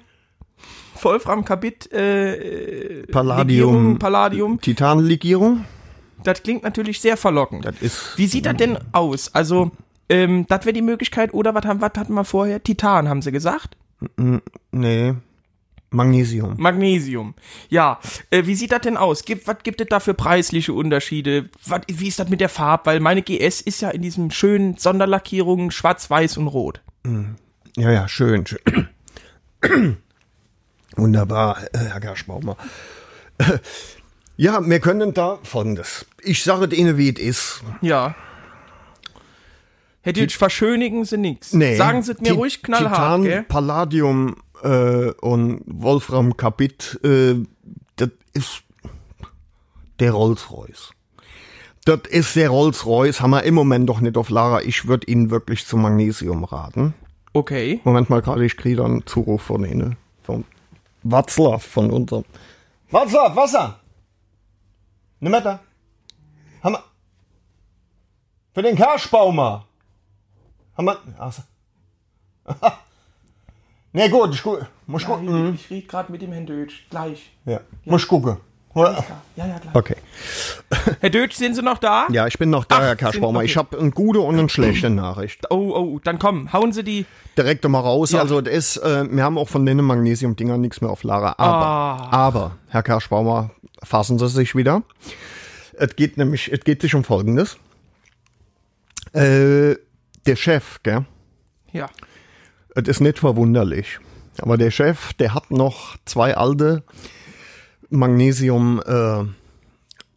B: Wolfram Kabit, äh, Legierung,
C: Palladium,
B: Palladium,
C: Titanlegierung.
B: das klingt natürlich sehr verlockend.
C: Das ist
B: Wie sieht das denn aus? Also, ähm, das wäre die Möglichkeit, oder was haben, was hatten wir vorher? Titan, haben sie gesagt?
C: Nee. Magnesium.
B: Magnesium. Ja, äh, wie sieht das denn aus? Gibt, was gibt es da für preisliche Unterschiede? Wat, wie ist das mit der Farbe? Weil meine GS ist ja in diesen schönen Sonderlackierungen schwarz, weiß und rot.
C: Ja, ja, schön. schön. Wunderbar, äh, Herr Gerschbaumer. Ja, wir können da folgendes. Ich sage es Ihnen, wie es ist.
B: Ja. Herr Ditsch, verschönigen Sie nichts.
C: Nee.
B: Sagen Sie es mir
C: Ti-
B: ruhig knallhart,
C: Titan,
B: gell?
C: Palladium äh, und Wolfram Kapit, äh, das ist der Rolls-Royce. Das ist der Rolls-Royce, haben wir im Moment doch nicht auf Lager. Ich würde Ihnen wirklich zu Magnesium raten.
B: Okay.
C: Moment mal gerade, ich kriege da einen Zuruf von Ihnen. Von Watzlaw, von unserem. Watzlaw, Wasser! Nimm mal da. Haben wir. Für den Kerschbaumer. Haben wir. Ach so. Ne, gut, ich gu muss gucken.
B: mhm. Ich rede gerade mit dem Herrn Dötsch. Gleich.
C: Ja. Muss gucken.
B: Ja, ja, klar.
C: Okay.
B: Herr Dötsch, sind Sie noch da?
C: Ja, ich bin noch da,
B: Ach,
C: Herr Kaschbaumer.
B: sind-
C: Ich habe eine gute und eine schlechte Nachricht.
B: Oh, oh, dann komm, hauen Sie die.
C: Direkt mal raus.
B: Ja.
C: Also, das ist, äh, wir haben auch von den Magnesium-Dingern nichts mehr auf Lager. Aber, aber, Herr Kaschbaumer, fassen Sie sich wieder. Es geht nämlich, es geht sich um Folgendes. Äh, der Chef, gell?
B: Ja.
C: Es ist nicht verwunderlich. Aber der Chef, der hat noch zwei alte Magnesium, äh,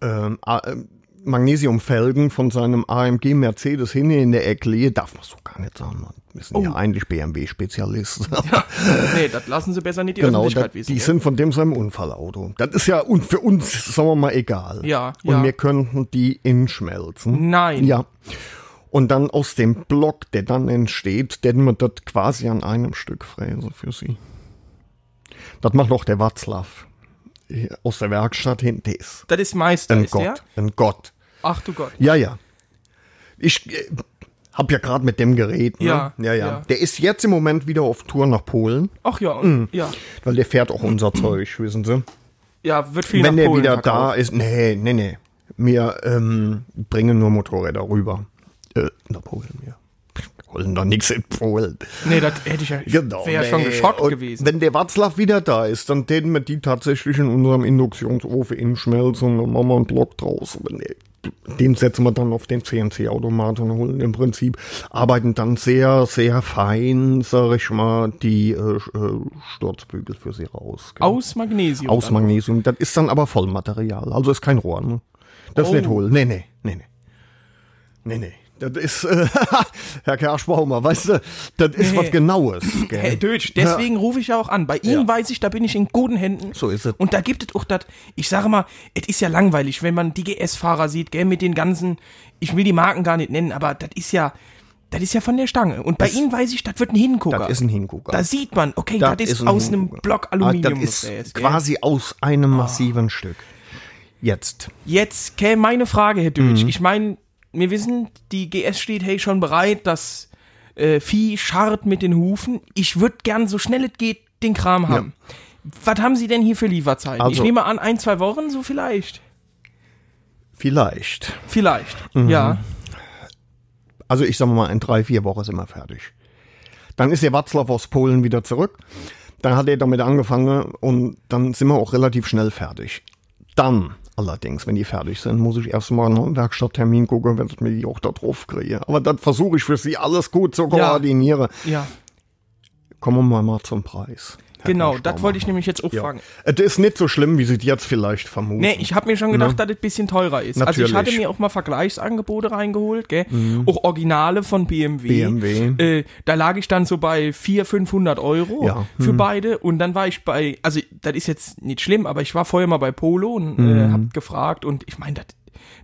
C: ähm, A- äh, Magnesiumfelgen von seinem AMG Mercedes hin in der Ecke liegen. Darf man so gar nicht sagen. Mann. Wir sind ja eigentlich BMW-Spezialisten.
B: Nee, das lassen Sie besser nicht die
C: genau, da,
B: Öffentlichkeit wissen.
C: die
B: gell?
C: sind von dem seinem Unfallauto. Das ist ja un für uns, sagen wir mal, egal.
B: Ja,
C: Und
B: ja.
C: wir könnten die inschmelzen.
B: Nein.
C: Ja. Und dann aus dem Block, der dann entsteht, denn man das quasi an einem Stück fräse für sie. Das macht auch der Watzlaw. Hier Aus der Werkstatt hin, der ist
B: Das ist Meister,
C: ein
B: ist
C: Gott,
B: der?
C: ein Gott.
B: Ach du Gott.
C: Ja, ja. Ich äh, hab ja gerade mit dem geredet. Ne?
B: Ja,
C: ja, ja,
B: ja.
C: Der ist jetzt im Moment wieder auf Tour nach Polen,
B: Ach ja,
C: Mhm.
B: ja.
C: weil der fährt auch unser Zeug, wissen Sie.
B: Ja, wird viel
C: Wenn
B: nach
C: der
B: Polen
C: wieder da
B: verkauft.
C: ist, nee, nee, nee. Wir ähm, bringen nur Motorräder rüber. Äh, nach Polen, ja. Holen doch nichts in Polen.
B: Nee, das hätte ich ja,
C: Genau.
B: wäre ja schon
C: nee.
B: geschockt
C: Und
B: gewesen.
C: Wenn der Watzlaw wieder da ist, dann täten wir die tatsächlich in unserem Induktionsofen inschmelzen und dann machen wir einen Block draus. Und den- Den setzen wir dann auf den CNC-Automat und holen im Prinzip, arbeiten dann sehr, sehr fein, sag ich mal, die äh, äh, Sturzbügel für sie raus. gell?
B: Aus Magnesium.
C: Aus
B: dann.
C: Magnesium. Das ist dann aber Vollmaterial. Also ist kein Rohr. Ne? Das
B: Oh.
C: nicht holen. Nee, nee, nee, nee. Nee, nee. Das ist, äh, Herr Kerschbaumer, weißt du, das ist was Genaues. Gell?
B: Hey, Deutsch, deswegen rufe ich ja auch an. Bei Ihnen
C: Ja.
B: weiß ich, da bin ich in guten Händen.
C: So ist es.
B: Und da gibt es auch das, ich sage mal, es ist ja langweilig, wenn man die GS-Fahrer sieht, gell, mit den ganzen, ich will die Marken gar nicht nennen, aber das ist ja, das ist ja von der Stange. Und bei Ihnen weiß ich, das wird ein Hingucker.
C: Das ist ein Hingucker.
B: Da sieht man, okay, das, ist,
C: ein
B: aus einem
C: Hingucker.
B: Block
C: Ah,
B: Aluminium
C: Das ist
B: gefräst, gell. Ah.
C: quasi aus einem massiven Stück. Jetzt.
B: Jetzt käme meine Frage, Herr
C: Mhm.
B: Dötsch. Ich meine, wir wissen, die GS steht hey schon bereit, das äh, Vieh scharrt mit den Hufen. Ich würde gern, so schnell es geht, den Kram haben. Was haben Sie denn hier für Lieferzeiten? ich
C: Also-
B: nehme an, ein, zwei Wochen, so vielleicht.
C: Vielleicht.
B: Vielleicht,
C: Mhm.
B: ja.
C: Also ich sag mal, in drei, vier Wochen sind wir fertig. Dann ist der Watzlaw aus Polen wieder zurück. Dann hat er damit angefangen und dann sind wir auch relativ schnell fertig. Dann allerdings, wenn die fertig sind, muss ich erstmal noch einen Werkstatttermin gucken, wenn ich mir die auch da drauf kriege. Aber dann versuche ich für sie alles gut zu
B: Ja.
C: koordinieren.
B: Ja,
C: Kommen wir mal, mal zum Preis. Herr
B: genau,
C: Karlsbaumer.
B: das wollte ich nämlich jetzt auch
C: ja.
B: fragen.
C: Es ist nicht so schlimm, wie sie es jetzt vielleicht vermuten. Ne?
B: Nee, ich habe mir schon gedacht, dass es ein bisschen teurer ist. Also ich
C: Natürlich. Mhm.
B: hatte mir auch mal Vergleichsangebote reingeholt, gell? Auch Originale von BMW.
C: BMW.
B: Äh, da lag ich dann so bei 400, 500 Euro
C: Ja. Mhm.
B: für beide. Und dann war ich bei, also das ist jetzt nicht schlimm, aber ich war vorher mal bei Polo und äh,
C: Mhm.
B: hab gefragt. Und ich meine,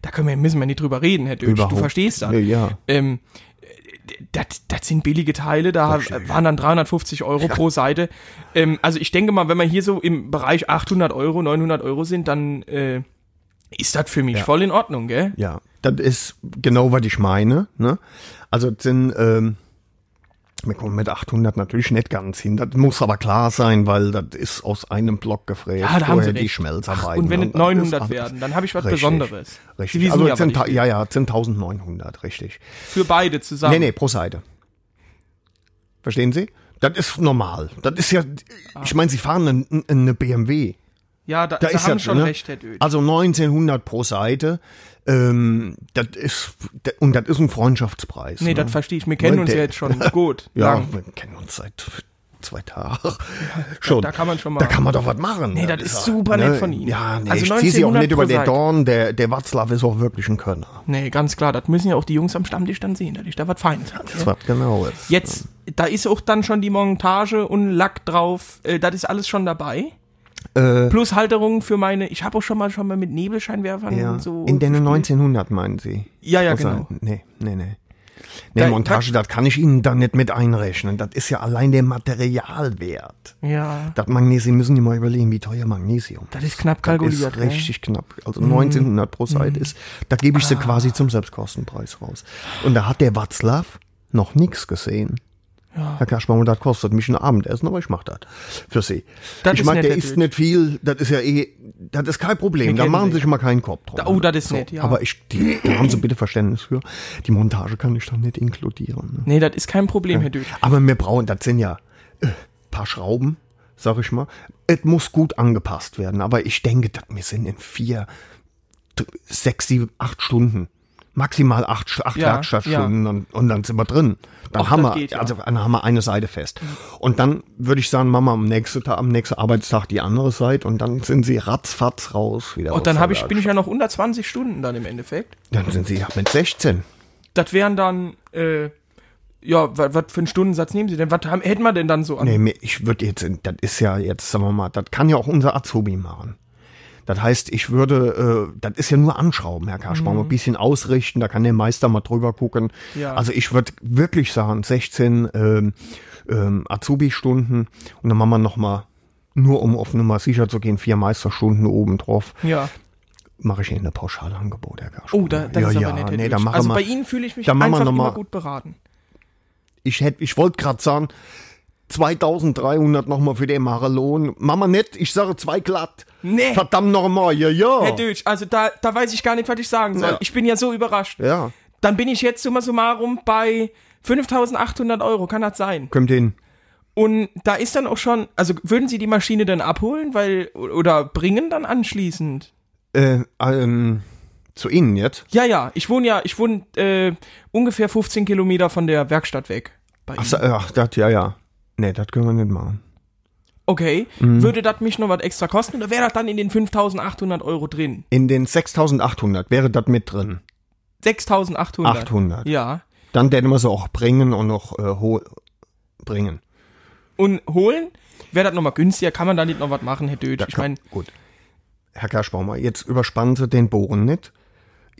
B: da können wir, müssen wir nicht drüber reden, Herr Dötsch. Du
C: Überhaupt.
B: verstehst das.
C: Ja, ja.
B: Ähm, das, das sind billige Teile, da waren dann 350 Euro pro Seite. Ähm, also ich denke mal, wenn wir hier so im Bereich 800 Euro, 900 Euro sind, dann äh, ist das für mich voll in Ordnung, gell?
C: Ja, das ist genau, was ich meine. Ne? Also das sind, ähm, wir kommen mit 800 natürlich nicht ganz hin. Das muss aber klar sein, weil das ist aus einem Block gefräst.
B: Ja, da haben
C: vorher
B: Sie
C: die
B: recht. Ach,
C: Schmelzarbeiten.
B: und wenn es
C: dann ist
B: 900
C: alles-
B: werden, dann habe ich was
C: Richtig,
B: Besonderes. Sie
C: Richtig.
B: wissen
C: Also
B: ja, was ich
C: 10.000
B: will.
C: ja, ja, 10.900, richtig.
B: Für beide zusammen.
C: Nee, nee, pro Seite. Verstehen Sie? Das ist normal. Das ist ja,
B: Ah.
C: ich meine, Sie fahren eine, eine BMW.
B: Ja, da,
C: Da
B: Sie
C: ist
B: Also haben
C: das,
B: schon
C: ne?
B: recht, Herr Död.
C: Also 1900 pro Seite. Ähm, das ist da- und das ist ein Freundschaftspreis.
B: nee,
C: ne?
B: das verstehe ich. Wir kennen
C: Weil
B: uns ja
C: der-
B: jetzt schon gut.
C: ja,
B: lang.
C: wir kennen uns seit zwei Tagen. schon.
B: da kann man schon mal-
C: Da kann man doch was machen.
B: Nee,
C: ne?
B: das ist super nett von Ihnen.
C: Ja, nee,
B: Also
C: ich ziehe sie auch
B: 1900
C: nicht über
B: pro
C: den
B: Seite.
C: Dorn. Der, der Watzlaw ist auch wirklich ein Könner.
B: Nee, ganz klar. Das müssen ja auch die Jungs am Stammtisch dann sehen, dass ich da was Feines habe.
C: Das was genau ist.
B: Jetzt, da ist auch dann schon die Montage und Lack drauf. Äh, das ist alles schon dabei.
C: Äh.
B: Plus Halterungen für meine. Ich habe auch schon mal schon mal mit Nebelscheinwerfern
C: Ja.
B: so.
C: In den 1900 meinen Sie?
B: Ja, ja,
C: Pro
B: genau.
C: Seite. Nee, nee, nee. Nee,
B: Da-
C: Montage, das kann ich Ihnen dann nicht mit einrechnen. Das ist ja allein der Materialwert.
B: Ja.
C: Das Magnesium müssen die mal überlegen, wie teuer Magnesium.
B: Das ist knapp kalkuliert. ne? Mhm.
C: ist richtig knapp. Also 1900 pro Seite ist, da gebe ich
B: Ah.
C: sie quasi zum Selbstkostenpreis raus. Und da hat der Watzlaw noch nichts gesehen. Herr Kerschbaum, das kostet mich ein Abendessen, aber ich mache das für Sie.
B: Das
C: ich
B: ist
C: meine,
B: nett,
C: der
B: Herr
C: isst
B: Dötsch.
C: nicht viel, das ist ja eh, das ist kein Problem, da
B: kennen
C: machen
B: sie.
C: sie sich mal keinen Kopf drauf.
B: Da- oh, das ist nett, ja.
C: Aber ich, die, da haben sie bitte Verständnis für. Die Montage kann ich dann nicht inkludieren. Ne?
B: Nee, das ist kein Problem, Herr Dütsch.
C: Aber wir brauchen, das sind ja äh, paar Schrauben, sag ich mal. Es muss gut angepasst werden, aber ich denke, dass wir sind in vier, d- sechs, sieben, acht Stunden. Maximal acht, Sch- acht
B: Ja,
C: Werkstattstunden Und, und dann sind wir drin. Dann
B: Auch
C: haben
B: das
C: wir,
B: geht, ja.
C: also dann haben wir eine Seite fest. Und dann würde ich sagen, machen wir am nächsten Tag, am nächsten Arbeitstag die andere Seite und dann sind sie ratzfatz raus wieder. aus
B: Und dann
C: der
B: hab ich, bin ich
C: Werkstatt.
B: ja noch 120 Stunden dann im Endeffekt.
C: Dann sind sie ja mit 16.
B: Das wären dann, äh, ja, was für einen Stundensatz nehmen Sie denn? Was haben- hätten wir denn dann so an?
C: Nee, mir- ich würde jetzt, in- das ist ja jetzt, sagen wir mal, das kann ja auch unser Azubi machen. Das heißt, ich würde, äh, das ist ja nur anschrauben, Herr Kaschbaum, ein bisschen ausrichten, da kann der Meister mal drüber gucken.
B: Mhm. Ja.
C: Also ich würde wirklich sagen, 16 ähm, ähm, Azubi-Stunden und dann machen wir nochmal, nur um auf Nummer sicher zu gehen, vier Meisterstunden oben drauf,
B: Ja.
C: mache ich Ihnen eine Pauschalangebot, Herr Kaschbaum.
B: Oh, da, das ist aber nett, Herr
C: nee,
B: Dütsch.
C: da machen
B: Also
C: wir,
B: bei Ihnen fühle ich mich
C: da machen wir
B: einfach
C: noch mal-
B: immer gut beraten.
C: ich hätte, ich wollte gerade sagen, 2300 nochmal für den Marelohn. Mama nicht, ich sage zwei glatt.
B: Nee.
C: Verdammt nochmal, ja,
B: Herr
C: ja.
B: Dötsch, also da, da weiß ich gar nicht, was ich sagen soll.
C: Oh. Ja.
B: Ich bin ja so überrascht.
C: Ja,
B: Dann bin ich jetzt summa summarum bei 5.800 Euro, kann das sein?
C: kommt hin.
B: Und da ist dann auch schon, also würden Sie die Maschine dann abholen, weil, oder bringen dann anschließend?
C: Äh, ähm, zu Ihnen jetzt?
B: Ja, ja, ich wohne ja, ich wohne äh, ungefähr 15 Kilometer von der Werkstatt weg. Bei Ihnen.
C: Ach, so, ach das, ja, ja. Nee, das können wir nicht machen.
B: Okay,
C: Mhm.
B: würde das mich noch was extra kosten oder wäre das dann in den 5.800 Euro drin?
C: In den 6800 wäre das mit drin.
B: 6.800.
C: 800.
B: Ja.
C: Dann hätten wir sie auch bringen und noch äh, ho- bringen.
B: Und holen? Wäre das nochmal günstiger? Kann man da nicht noch was machen, Herr Dötsch?
C: Da
B: Ich
C: kann-
B: meine,
C: gut. Herr Kerschbaumer, jetzt überspannen Sie den Bohren nicht.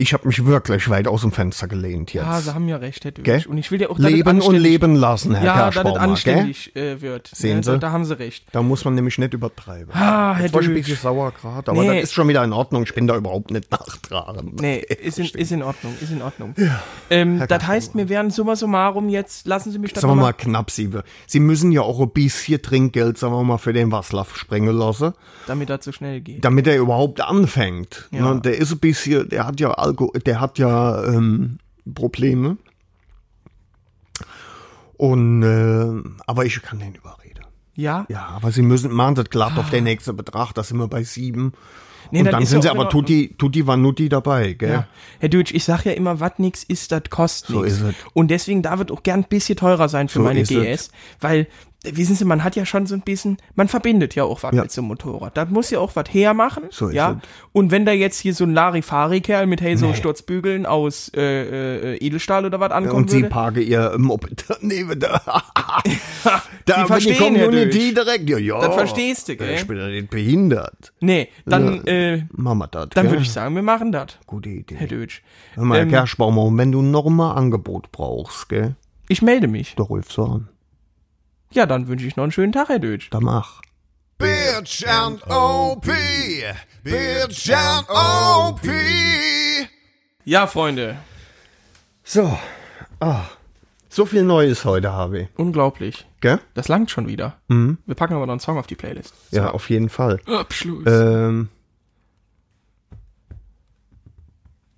C: Ich habe mich wirklich weit aus dem Fenster gelehnt jetzt.
B: ja, Sie haben ja recht, Herr Dötsch.
C: Gell?
B: Und ich will ja auch dass das
C: Leben und
B: anständig-
C: leben lassen, Herr
B: Ja, dass das
C: Kerschbaumer. gell?
B: anständig äh, wird.
C: Sehen
B: Ja, da,
C: Sie?
B: da haben Sie recht.
C: Da muss man nämlich nicht übertreiben.
B: Ah, Herr
C: Jetzt war ich ein
B: Dülsch.
C: bisschen sauer gerade, aber
B: Nee.
C: das ist schon wieder in Ordnung. Ich bin da überhaupt nicht nachtragend.
B: Nee, ist in, ist in Ordnung, ist in Ordnung. ähm, das heißt, wir wären summa summarum jetzt, lassen Sie mich das
C: Sagen wir
B: noch
C: mal knapp sieben. Sie müssen ja auch ein bisschen Trinkgeld, sagen wir mal, für den Waslav sprengen lassen,
B: damit das so schnell geht.
C: damit er überhaupt anfängt.
B: Ja.
C: Ne, der ist ein bisschen, der hat ja Alko der hat ja ähm, Probleme. Und äh, aber ich kann den überreden.
B: Ja?
C: Ja, aber sie müssen, machen das glatt auf den nächsten Betrag, da sind wir bei sieben.
B: Ah. Nee,
C: und
B: das
C: dann
B: ist
C: sind
B: ja
C: sie
B: auch in
C: aber
B: Ordnung.
C: Tutti, Tutti Vanuti dabei, gell?
B: Ja. Herr Dütsch, ich sag ja immer, was nix ist, das kostet
C: So
B: nix.
C: ist es.
B: Und deswegen darf es auch gern ein bisschen teurer sein für
C: So
B: meine
C: ist
B: GS, weil, äh, wissen Sie, man hat ja schon so ein bisschen, man verbindet ja auch was
C: Ja.
B: mit so einem Motorrad. Da muss ja auch was hermachen.
C: So ist
B: ja?
C: es.
B: Und wenn da jetzt hier so ein Larifari-Kerl mit hey, so
C: Nee.
B: Sturzbügeln aus äh, äh, Edelstahl oder was ankommen
C: Und sie
B: würde.
C: parke ihr Moped daneben. Da, da bin
B: verstehen,
C: die
B: Herr
C: Community
B: Dötsch.
C: direkt. Ja, ja.
B: Das verstehst du, gell?
C: Ich bin ja nicht behindert.
B: Nee, dann, äh,
C: Mama das.
B: dann
C: gell?
B: würde ich ähm, sagen, wir machen das,
C: Gute Idee.
B: Herr Dütsch.
C: Hör mal, Herr Kerschbaumer, und wenn du nochmal Angebot brauchst, gell?
B: Ich melde mich.
C: Da rufst du an.
B: Ja, dann wünsche ich noch einen schönen Tag, Herr Dütsch.
C: Da mach.
A: Bitch and OP. Bitch and OP.
B: Ja, Freunde,
C: So. Ah. So viel Neues heute, Harvey.
B: unglaublich.
C: Gell?
B: Das langt schon wieder.
C: Mhm.
B: Wir packen aber noch einen Song auf die Playlist.
C: Ja, auf jeden Fall.
B: Abschluss.
C: Ähm,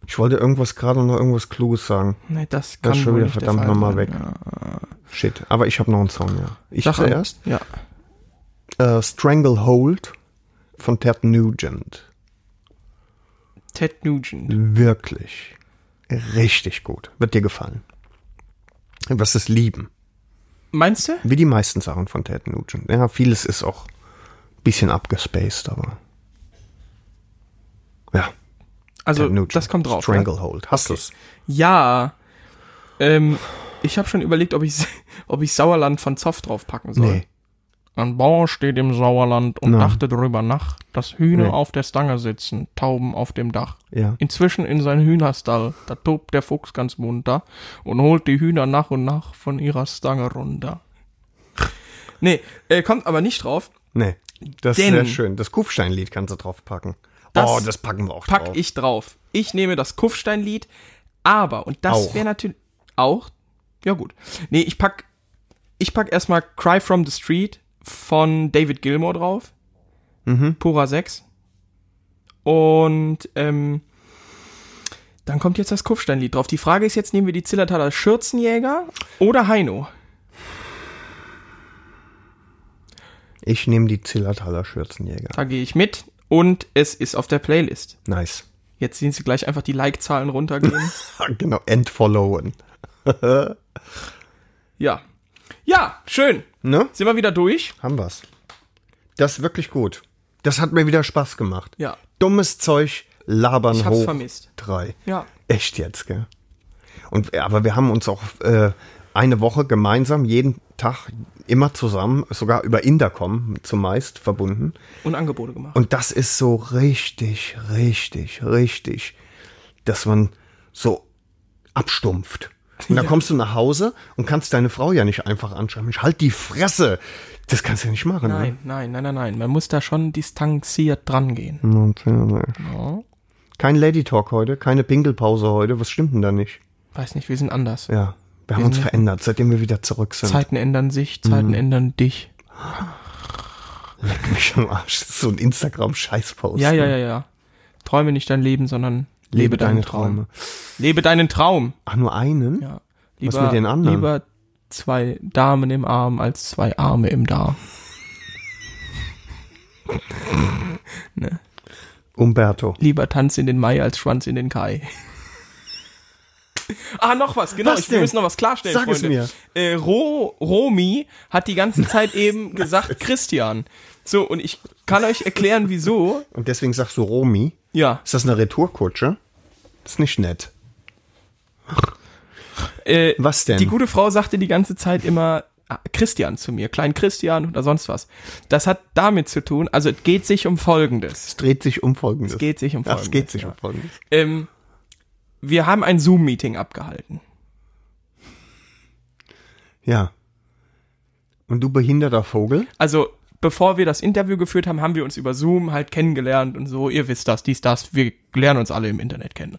C: ich wollte irgendwas gerade noch irgendwas Kluges sagen.
B: nee, das kann
C: Das ist schon
B: wohl
C: wieder
B: nicht der
C: verdammt
B: Fall
C: nochmal
B: sein.
C: weg.
B: Ja.
C: Shit. Aber ich habe noch einen Song, ja. Ich
B: Sag an.
C: zuerst.
B: Ja.
C: Äh, Stranglehold von Ted Nugent.
B: Ted Nugent.
C: Wirklich. Richtig gut. Wird dir gefallen. Du wirst es lieben.
B: Meinst du?
C: Wie die meisten Sachen von Ted Nugent. Ja, vieles ist auch ein bisschen abgespaced, aber. Ja,
B: Also,
C: Ted Nugent.
B: das kommt drauf. ne?
C: Stranglehold. Hast du's?
B: Ja. Ähm, ich habe schon überlegt, ob ich, ob ich Sauerland von Zoff draufpacken soll.
C: Nee.
B: Ein Bauer steht im Sauerland und
C: Nein.
B: dachte drüber nach, dass Hühner
C: Nee.
B: auf der Stange sitzen, Tauben auf dem Dach.
C: Ja.
B: Inzwischen in sein Hühnerstall, da tobt der Fuchs ganz munter und holt die Hühner nach und nach von ihrer Stange runter. Nee, äh, kommt aber nicht drauf.
C: Nee. Das ist
B: Denn-
C: sehr schön. Das Kufsteinlied kannst du draufpacken.
B: Das
C: oh, das packen wir auch
B: Pack
C: drauf.
B: ich drauf. Ich nehme das Kufsteinlied, aber, und das
C: Auch.
B: wäre natürlich auch, ja gut. Nee, ich pack, ich pack erstmal Cry
C: Mhm.
B: from the Street von David Gilmore drauf. Pura 6. Und ähm, dann kommt jetzt das Kufsteinlied drauf. Die Frage ist jetzt, nehmen wir die Zillertaler Schürzenjäger oder Heino?
C: Ich nehme die Zillertaler Schürzenjäger.
B: Da gehe ich mit und es ist auf der Playlist.
C: Nice.
B: Jetzt sehen Sie gleich einfach die Like-Zahlen runtergehen.
C: genau, entfollowen.
B: ja. Ja, schön.
C: Ne?
B: Sind wir wieder durch?
C: Haben wir's. Das ist wirklich gut. Das hat mir wieder Spaß gemacht.
B: Ja.
C: Dummes Zeug, labern
B: Ich hab's
C: hoch.
B: vermisst.
C: Drei.
B: Ja.
C: Echt jetzt, gell? Und, aber wir haben uns auch äh, eine Woche gemeinsam, jeden Tag, immer zusammen, sogar über Intercom zumeist verbunden.
B: Und Angebote gemacht.
C: Und das ist so richtig, richtig, richtig, dass man so abstumpft. Und dann kommst du nach Hause und kannst deine Frau ja nicht einfach anschreiben. Ich halt die Fresse. Das kannst du ja nicht machen. ne?
B: Nein, nein, nein, nein, nein. Man muss da schon distanziert dran gehen.
C: Ne? Und, ja, ne. Kein Lady Talk heute, keine Pinkelpause heute. Was stimmt denn da nicht?
B: Weiß nicht, wir sind anders.
C: Ja, wir haben uns verändert, seitdem wir wieder zurück sind.
B: Zeiten ändern sich, Zeiten
C: Hm.
B: ändern dich.
C: Mich am Arsch. Das ist so ein Instagram-Scheißpost.
B: Ja, ja, ja, ja. Träume nicht dein Leben, sondern
C: Lebe deine Träume.
B: Lebe deinen Traum.
C: Ach, nur einen?
B: Ja.
C: Was mit den anderen?
B: Lieber zwei Damen im Arm als zwei Arme im Darm. ne?
C: Umberto.
B: Lieber Tanz in den Mai als Schwanz in den Kai. Ah, noch was, genau.
C: Was
B: ich, wir
C: denn?
B: müssen noch was klarstellen,
C: Sag es
B: Freunde.
C: mir.
B: Äh, Ro, Romi hat die ganze Zeit eben gesagt Christian. So, und ich kann euch erklären, wieso.
C: Und deswegen sagst du Romi.
B: Ja,
C: Ist das eine Retourkutsche? Ist nicht nett.
B: Äh,
C: Was denn?
B: Die gute Frau sagte die ganze Zeit immer ah, Christian zu mir, klein Christian oder sonst was. Das hat damit zu tun, also es geht sich um Folgendes.
C: Es dreht sich um Folgendes. Es
B: geht sich um
C: Folgendes. Es geht
B: Folgendes,
C: sich
B: ja.
C: um Folgendes.
B: Ähm, wir haben ein Zoom-Meeting abgehalten.
C: Ja. Und du behinderter Vogel?
B: Also, bevor wir das Interview geführt haben, haben wir uns über Zoom halt kennengelernt und so, ihr wisst das, dies, das, wir lernen uns alle im Internet kennen.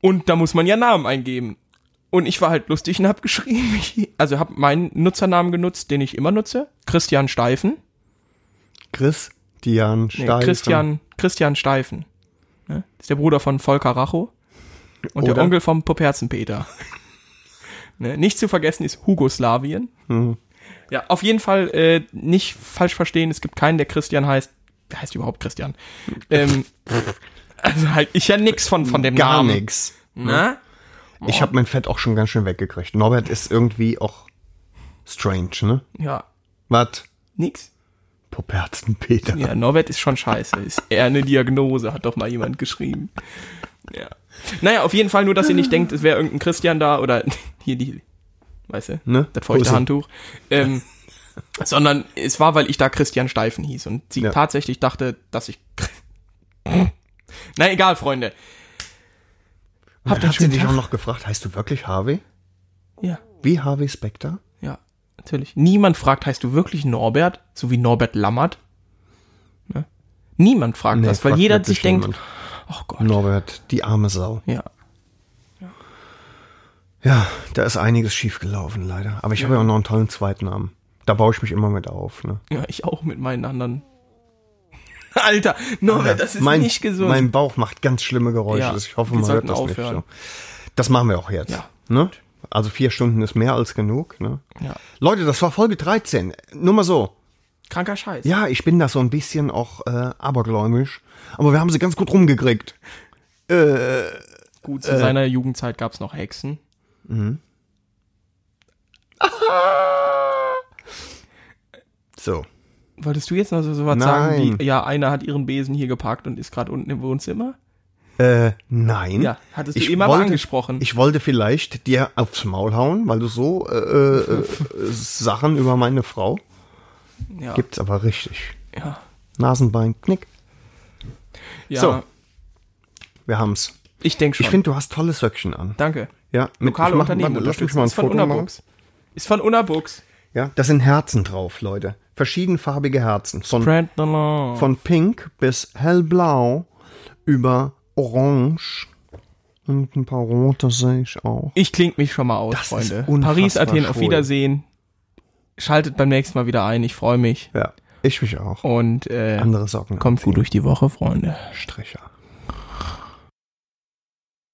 B: Und da muss man ja Namen eingeben. Und ich war halt lustig und hab geschrieben, also hab meinen Nutzernamen genutzt, den ich immer nutze, Christian Steifen.
C: Chris, Dian,
B: Nee,
C: Stein.
B: Christian, Christian Steifen. Ne? Das ist der Bruder von Volker Racho. Und der
C: Oder-
B: Onkel vom Poperzenpeter. ne? Nicht zu vergessen ist Hugoslawien.
C: Hm.
B: Ja, auf jeden Fall äh, nicht falsch verstehen. Es gibt keinen, der Christian heißt. Wer heißt überhaupt Christian? ähm, also halt, ich ja nix von, von dem
C: Gar
B: Namen.
C: nix.
B: Ne?
C: Ich habe mein Fett auch schon ganz schön weggekriegt. Norbert ist irgendwie auch strange, ne?
B: Ja,
C: Was?
B: nix.
C: Poperzenpeter.
B: Ja, Norbert ist schon scheiße. Ist eher eine Diagnose, hat doch mal jemand geschrieben. Ja. Naja, auf jeden Fall nur, dass ihr nicht denkt, es wäre irgendein Christian da oder hier die, weißt du,
C: Ne?
B: das feuchte
C: Pussy.
B: Handtuch. Ähm, sondern es war, weil ich da Christian Steifen hieß und sie
C: Ja.
B: tatsächlich dachte, dass ich. Na egal, Freunde. Habt
C: Habt
B: ihr
C: hat sie
B: schon
C: dich auch noch gefragt, heißt du wirklich Harvey?
B: Ja,
C: Wie Harvey Specter?
B: ja, natürlich. Niemand fragt, heißt du wirklich Norbert? So wie Norbert Lammert? Ne? Niemand fragt das, weil
C: fragt
B: jeder
C: wirklich
B: sich denkt,
C: niemand.
B: oh Gott.
C: Norbert, die arme Sau.
B: Ja,
C: Ja, da ist einiges schiefgelaufen, leider. Aber ich habe ja auch noch einen tollen Zweitnamen. Da baue ich mich immer mit auf. Ne?
B: Ja, ich auch mit meinen anderen. Alter, Norbert, das ist
C: mein,
B: nicht gesund.
C: Mein Bauch macht ganz schlimme Geräusche.
B: Ja,
C: das- ich hoffe,
B: wir
C: man
B: sollten
C: hört das
B: aufhören.
C: nicht. So. Das machen wir auch jetzt.
B: Ja.
C: Ne? Also vier Stunden ist mehr als genug. Ne?
B: Ja.
C: Leute, das war Folge 13. Nur mal so.
B: Kranker Scheiß.
C: Ja, ich bin da so ein bisschen auch äh, abergläubisch. Aber wir haben sie ganz gut rumgekriegt.
B: Gut, zu
C: äh,
B: seiner Jugendzeit gab's noch Hexen. Mhm.
C: So.
B: Wolltest du jetzt noch so sowas
C: Nein.
B: sagen wie, ja, einer hat ihren Besen hier geparkt und ist gerade unten im Wohnzimmer?
C: Äh, nein.
B: Ja, hattest du eben aber angesprochen.
C: Ich wollte vielleicht dir aufs Maul hauen, weil du so äh, äh, äh, Sachen über meine Frau
B: Ja.
C: gibt's aber richtig.
B: ja.
C: Nasenbein, Knick.
B: ja.
C: So. Wir haben's.
B: Ich denk schon.
C: Ich finde, du hast tolle Söckchen an.
B: Danke.
C: Ja, mit-
B: Lokale
C: ich mach-
B: Unternehmen.
C: warte, lass mich
B: unterstützen.
C: mal ein
B: ist von
C: Foto machen.
B: Unabux. Ist von Unabux.
C: Ja, da sind Herzen drauf, Leute. Verschiedenfarbige Herzen. Von,
B: Brand Von
C: von pink bis hellblau über orange. Und ein paar rote sehe ich auch.
B: ich kling mich schon mal aus,
C: Das ist
B: Freunde.
C: unfassbar
B: Paris, Athen, auf
C: schwul.
B: Wiedersehen. Schaltet beim nächsten Mal wieder ein. Ich freue mich. äh,
C: Ja. Ich mich auch.
B: Und äh,
C: Andere Socken.
B: kommt gut durch die Woche, Freunde.
C: Strich